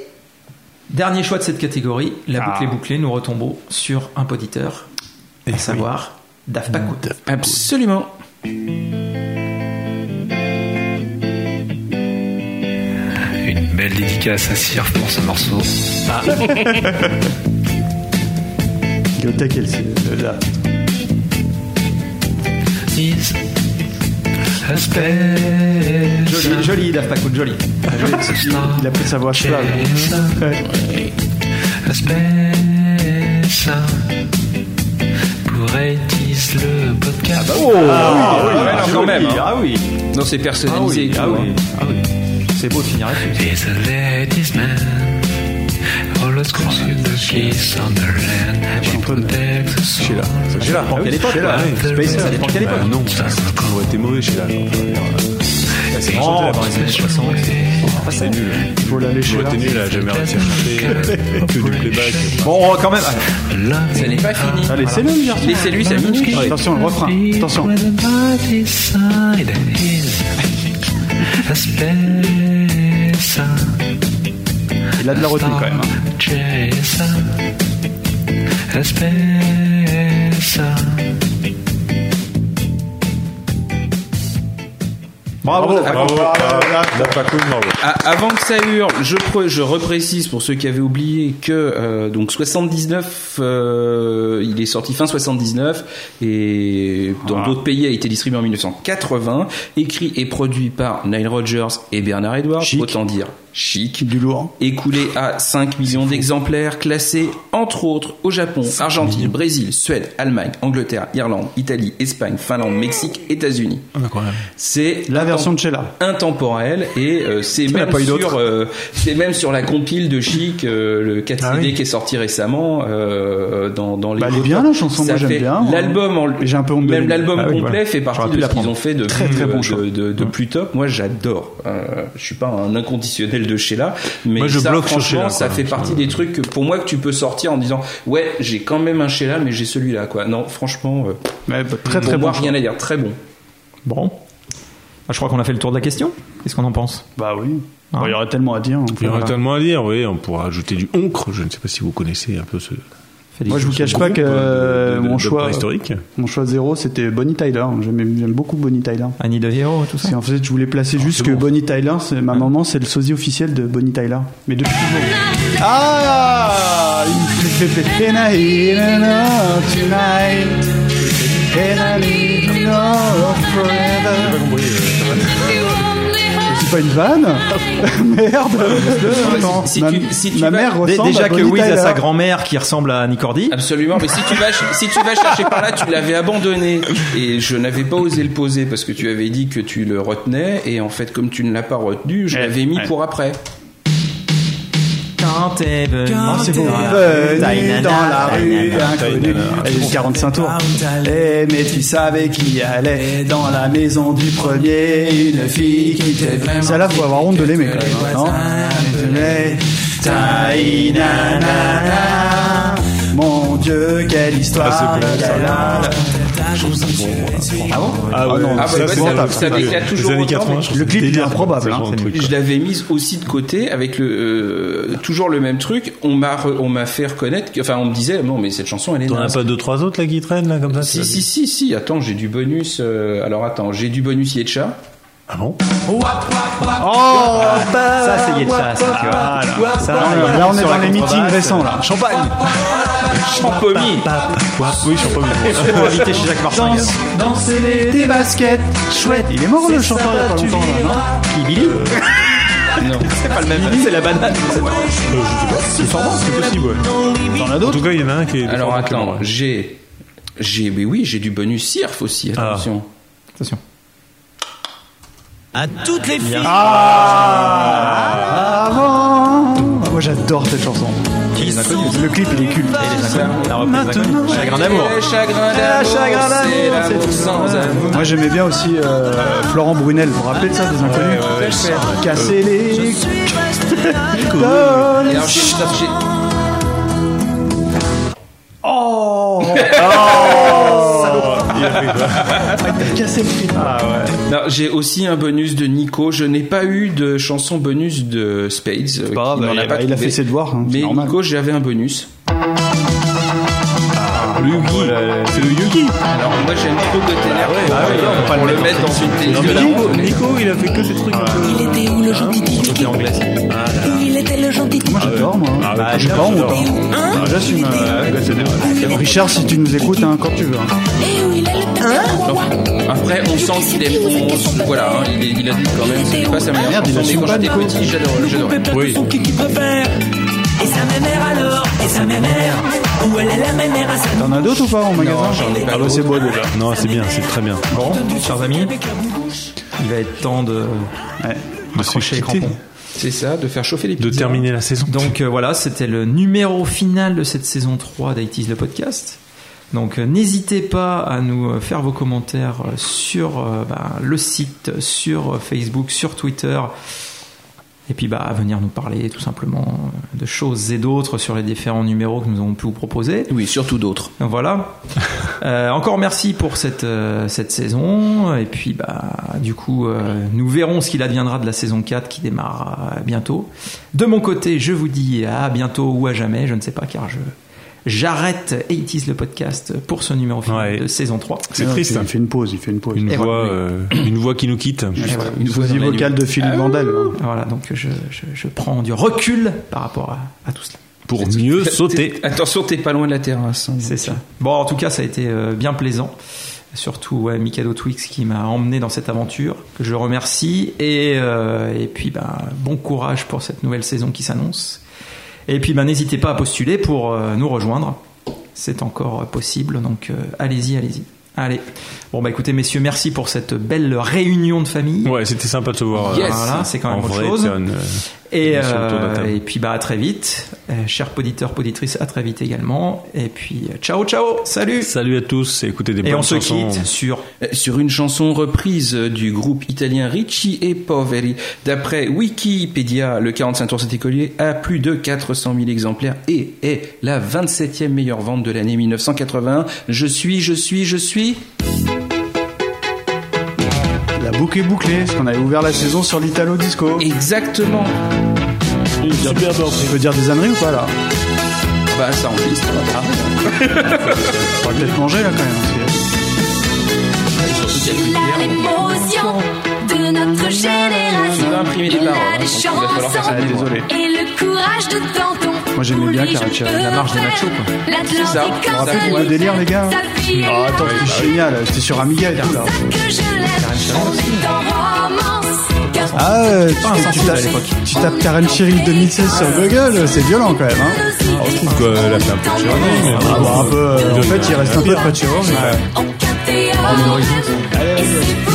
A: dernier choix de cette catégorie, la
B: Ah. Eh
A: boucle est bouclée, nous retombons sur un poditeur, à savoir Daft Punk.
D: Absolument.
G: Une belle dédicace à Sir pour ce morceau.
B: Il est au taquet, le- le- euh, là.
G: Is a special
A: Joli, joli Daft Punk, joli.
G: star.
B: Il a pris sa voix cheval. Ouais.
G: La Space pour Aitis le podcast.
D: alors, quand même. hein.
A: Ah oui,
D: Non, c'est personnalisé. et tout,
A: ah oui,
D: hein.
A: ah oui. C'est beau de finir là-dessus.
G: He's a ladies man. All the schools in the kiss on the land. She protects the soul.
C: J'ai là.
G: Ah
A: Quelle époque, quoi.
C: Spacer.
A: Ça dépend quelle époque.
C: Bah, non, ça aurait été mauvais chez là. C'est
A: Oh, dans les années 60.
C: c'est nul.
B: Il faut l'aller chez là.
C: J'aurais été nul, là, jamais réussi à chanter. euh, Que du playback.
A: Bon, quand même.
G: Love
D: Ça n'est pas fini.
B: Allez, c'est le garçon.
D: Laissez-lui sa minute.
B: Ouais. Attention, le refrain. Attention.
G: Where the body side is a space.
B: Il a de la retenue quand même. hein.
G: Jason, espessa.
B: Bravo.
C: Bravo. Daft Punk, bravo.
D: Ah, avant que ça hurle, je, pr- je reprécise pour ceux qui avaient oublié que euh, donc 79, euh, il est sorti fin 79 et dans
B: Ah.
D: d'autres pays a été distribué en 1980, écrit et produit par Nile Rodgers et Bernard Edwards,
B: Chic.
D: autant dire chic.
B: Du lourd.
D: Écoulé à 5 millions d'exemplaires, classé entre autres au Japon, Argentine, Brésil, Suède, Allemagne, Angleterre, Irlande, Italie, Espagne, Finlande, Mexique, États-Unis.
C: Incroyable.
D: C'est
B: La version de
D: Bah,
B: Sheila.
D: Intemporel et euh, c'est
B: Il y en a
D: même
B: pas eu
D: sur
B: d'autres.
D: euh, c'est même sur la compile de Chic euh, le 4
B: Ah
D: CD
B: oui.
D: qui est sorti récemment euh, dans dans les
B: Bah, elle est bien la chanson,
D: Ça
B: moi j'aime
D: fait
B: bien. hein.
D: L'album en
B: J'ai un peu honte de
D: même
B: lui.
D: l'album
B: Ah oui,
D: complet
B: voilà.
D: fait partie
B: J'aurais
D: de ce
B: pu la
D: qu'ils
B: prendre.
D: ont fait de
B: Très,
D: plus,
B: très bon
D: euh,
B: choix.
D: de, de- de plus top. Moi j'adore. Euh, je suis pas un inconditionnel de Sheila, mais
C: Moi, je
D: ça,
C: bloque sur
D: franchement
C: Sheila,
D: ça
C: quoi.
D: fait partie des trucs que, pour moi que tu peux sortir en disant ouais j'ai quand même un Sheila mais j'ai celui-là quoi. Non franchement euh,
A: très,
D: pour
A: très
D: moi,
A: bon
D: rien
A: choix.
D: à dire très bon.
A: Bon. Ah, Je crois qu'on a fait le tour de la question. Qu'est-ce qu'on en pense
B: Bah
D: Hein
B: oui. Bon, Il y aurait tellement à dire. hein.
C: Il y aurait
B: Voilà.
C: tellement à dire, oui, on pourra ajouter du oncre, je ne sais pas si vous connaissez un peu ce.
B: Moi, je vous cache
C: ce
B: pas
C: groupe
B: que
C: de-
B: euh,
C: de- de-
B: mon
C: de
B: choix
C: préhistorique.
B: mon choix zéro, c'était Bonnie Tyler. J'aime j'aime beaucoup Bonnie Tyler.
A: Annie de Hero, tout ça.
B: En fait, je voulais placer juste que Bonnie Tyler, c'est ma maman, c'est le sosie officiel de Bonnie Tyler. Mais depuis toujours. Ah, il me fait péter. And I need a love tonight. And I need a love forever.
A: euh,
B: C'est pas une vanne Merde
A: hein.
B: Non, ma, ma mère
A: Dé-
B: ressemble
A: Déjà
B: à
A: que
B: Bonnie
A: Wiz a
B: Tyler.
A: sa grand-mère qui ressemble à Annie Cordy.
D: Absolument, mais si tu vas, si tu vas chercher par là, tu l'avais abandonné. Et je n'avais pas osé le poser parce que tu avais dit que tu le retenais. Et en fait, comme tu ne l'as pas retenu,
C: Eh,
D: je l'avais mis
A: ouais.
D: pour après.
A: Quand t'es venu
B: Quand c'est bon,
A: Tainana,
B: dans la rue
A: tainana,
B: inconnue.
A: tainana.
B: Elle est 45 tours. Eh, mais tu savais qui allait dans la maison du premier, une fille qui t'aimait. Ça là, faut avoir honte de l'aimer quand même, hein, non Tainana, mon Dieu, quelle histoire qu'elle a. Ah bon
C: Ah ouais,
B: non,
D: Ah
B: c'est
D: ouais, ouais,
B: épouvantable.
D: ça- ça m'éclate toujours
C: Les années
D: autant,
C: 80,
D: mais
C: je trouve
B: Le
C: que
B: clip
C: c'est
B: il est
C: délire,
B: improbable.
C: quoi. C'est
B: hein.
C: vraiment un truc,
D: Je l'avais mise aussi de côté avec le euh, toujours le même truc. On m'a re- on m'a fait reconnaître. que- Enfin, on me disait non, mais cette chanson, elle est.
C: T'en as
D: naze.
C: pas deux, trois autres là qui traînent là comme ça
D: Si si si si. Attends, j'ai du bonus. euh, alors attends, j'ai du bonus Yetcha.
C: Ah bon
B: Oh,
A: Ça, c'est Yeltsa, ça, tu vois.
B: Ah, là, là, on est dans les meetings récents là. Champagne.
D: Champomy.
C: Ah, Oui, je suis pas
A: Pour inviter chez Jacques Martin.
B: Danse, danser tes baskets, chouette. Il est mort le chanteur il y a pas longtemps là, non
A: Qui Billy
D: Non.
A: C'est pas le même. C'est la banane.
C: C'est c'est possible, ouais.
B: T'en as
C: En
B: d'autres
C: tout cas, il y en a un qui est. hein.
D: Alors
C: défendant que
D: attends,
C: moi.
D: j'ai j'ai mais oui, j'ai du bonus Sirf aussi.
C: Ah.
D: Attention.
A: Attention.
G: À toutes les filles
B: Avant. Moi j'adore cette chanson. Le clip il est culte.
A: La reprise d'inconnu. Chagrin d'amour.
D: Le chagrin d'amour,
B: Chagrin d'amour,
D: c'est l'amour
B: c'est tout.
D: sans amour.
B: Moi j'aimais bien aussi euh, Florent Brunel. Vous vous rappelez de ça des inconnus Casser les.
D: Et alors, j'ai- j'ai-
B: Oh
C: Il a fait quoi
B: Casser les.
D: non, j'ai aussi un bonus de Nico. Je n'ai pas eu de chanson bonus de Spades. euh, qui
B: grave,
D: n'en
B: il- il a
D: trouvé.
B: fait ses devoirs, hein, c'est
D: mais
B: normal.
D: Nico, j'avais un bonus.
C: Le
D: Oh
C: Yugi. C'est le Yugi.
D: Alors moi, j'aime trop le ténère. pour,
C: pas
D: le
C: le
D: mettre dans une télé de la
C: Nico,
D: randonnée.
C: Nico, il a fait que ces trucs.
E: Il était où le gentil
B: Hein
E: tiki Il était le gentil tiki
B: Ah Moi j'adore moi.
C: Ah, bah,
B: j'ai
C: j'adore,
B: pas honte.
C: j'adore.
B: hein.
E: Hein
B: J'assume. euh, Richard, si tu nous écoutes, hein, quand tu veux. hein.
E: Et où il est le tata
D: Hein Après, on sent qu'il est. on- voilà, hein, il, est- il a dit quand même. C'est pas sa meilleure
B: Merde, il
D: chanson, mais
B: assume
D: quand
B: pas,
D: j'étais
B: Nico.
D: petit, j'adorais. j'adorais.
C: Oui.
G: Son kiki préfère Et sa mémère alors Et sa mémère Où elle est la mémère à sa
B: T'en as d'autres ou pas en magasin
D: j'en ai pas
B: Ah bah, c'est beau déjà.
C: Non, c'est bien, c'est très bien.
A: Bon, chers amis, il va être temps de
B: Ouais.
A: accrocher les
C: quitter.
A: crampons.
D: C'est ça, de faire chauffer les
C: De
D: pizzas.
C: terminer la saison.
A: Donc euh, voilà, c'était le numéro final de cette saison 3 d'IT's le podcast. Donc euh, n'hésitez pas à nous euh, faire vos commentaires euh, sur euh, bah, le site, sur euh, Facebook, sur Twitter. Et puis bah, à venir nous parler tout simplement euh, de choses et d'autres sur les différents numéros que nous avons pu vous proposer.
D: Oui, surtout d'autres.
A: Donc Voilà. Euh, encore merci pour cette, euh, cette saison. Et puis, bah, du coup, euh, nous verrons ce qu'il adviendra de la saison 4 qui démarre euh, bientôt. De mon côté, je vous dis à bientôt ou à jamais. Je ne sais pas car je j'arrête 80 le podcast pour ce numéro final
C: Ouais.
A: de saison 3.
C: C'est
B: Non,
C: triste.
B: Il fait une pause, il fait une pause.
C: Une
A: Et
C: voix,
A: voilà.
C: euh, une voix qui nous quitte.
A: Et voilà.
B: Une sosie vocale de Philippe Vandel. hein.
A: Voilà, donc je, je, je prends du recul par rapport à, à tout cela.
C: Pour mieux sauter.
D: T'es- Attention, t'es pas loin de la terrasse. hein.
A: C'est ça. Bon, en tout cas, ça a été euh, bien plaisant. Surtout ouais, Mikado Twix qui m'a emmené dans cette aventure, que je remercie. Et, euh, et puis, ben, bon courage pour cette nouvelle saison qui s'annonce. Et puis, ben, n'hésitez pas à postuler pour euh, nous rejoindre. C'est encore euh, possible, donc euh, allez-y, allez-y. Allez. Bon bah écoutez messieurs, merci pour cette belle réunion de famille.
C: Ouais, c'était sympa de se voir. euh,
A: Yes. Voilà, c'est quand même
C: en
A: autre
C: vrai,
A: chose.
C: c'est un, euh,
A: Et,
C: une émission autour de la
A: euh,
C: table.
A: et puis bah à très vite, Euh, chers auditeurs, auditrices, à très vite également. Et puis euh, ciao ciao, salut.
C: Salut à tous et écoutez des
A: Et
C: bonnes
A: on se
C: chansons.
A: quitte sur
D: Euh, Sur une chanson reprise euh, du groupe italien Ricci e Poveri. D'après Wikipédia, le 45 tours Saint écolier a plus de 400 000 exemplaires et est la 27e meilleure vente de l'année 1981. Je suis, je suis, je suis.
B: La boucle est bouclée, parce qu'on avait ouvert la saison sur l'Italo Disco.
D: Exactement.
B: On peut dire des âneries ou pas là
D: Bah ça en piste, on va pas.
B: On va peut-être manger là quand même. parce que-
E: La l'émotion de notre génération.
D: On va imprimer des
E: Il a
D: paroles, hein,
E: des
D: donc il va falloir faire ça.
E: chansons.
B: Ah, désolé.
E: Et le courage de Danton.
B: Moi, j'aimais bien Caracha, la marche des machos, quoi.
D: C'est ça.
E: L'Atlantique
D: On
E: en
D: rappelle
B: C'est
E: solitaire.
B: le délire, les gars.
E: Sa vie est
B: Ah, attends,
E: là,
B: c'était génial. C'était sur Amiga et tout là.
E: que je l'aime. On est en romance. Car
B: Ah, euh, tu,
E: un
B: tu
E: sentiment
B: tapes,
E: à l'époque.
B: tu tapes Karen Cheryl 2016 sur Google, c'est violent quand même. Hein.
C: Je trouve que la fin
E: on
B: Ah, bon, un peu, euh, en fait, il reste un peu de Pachiro, mais
E: En catégorie. Et si vous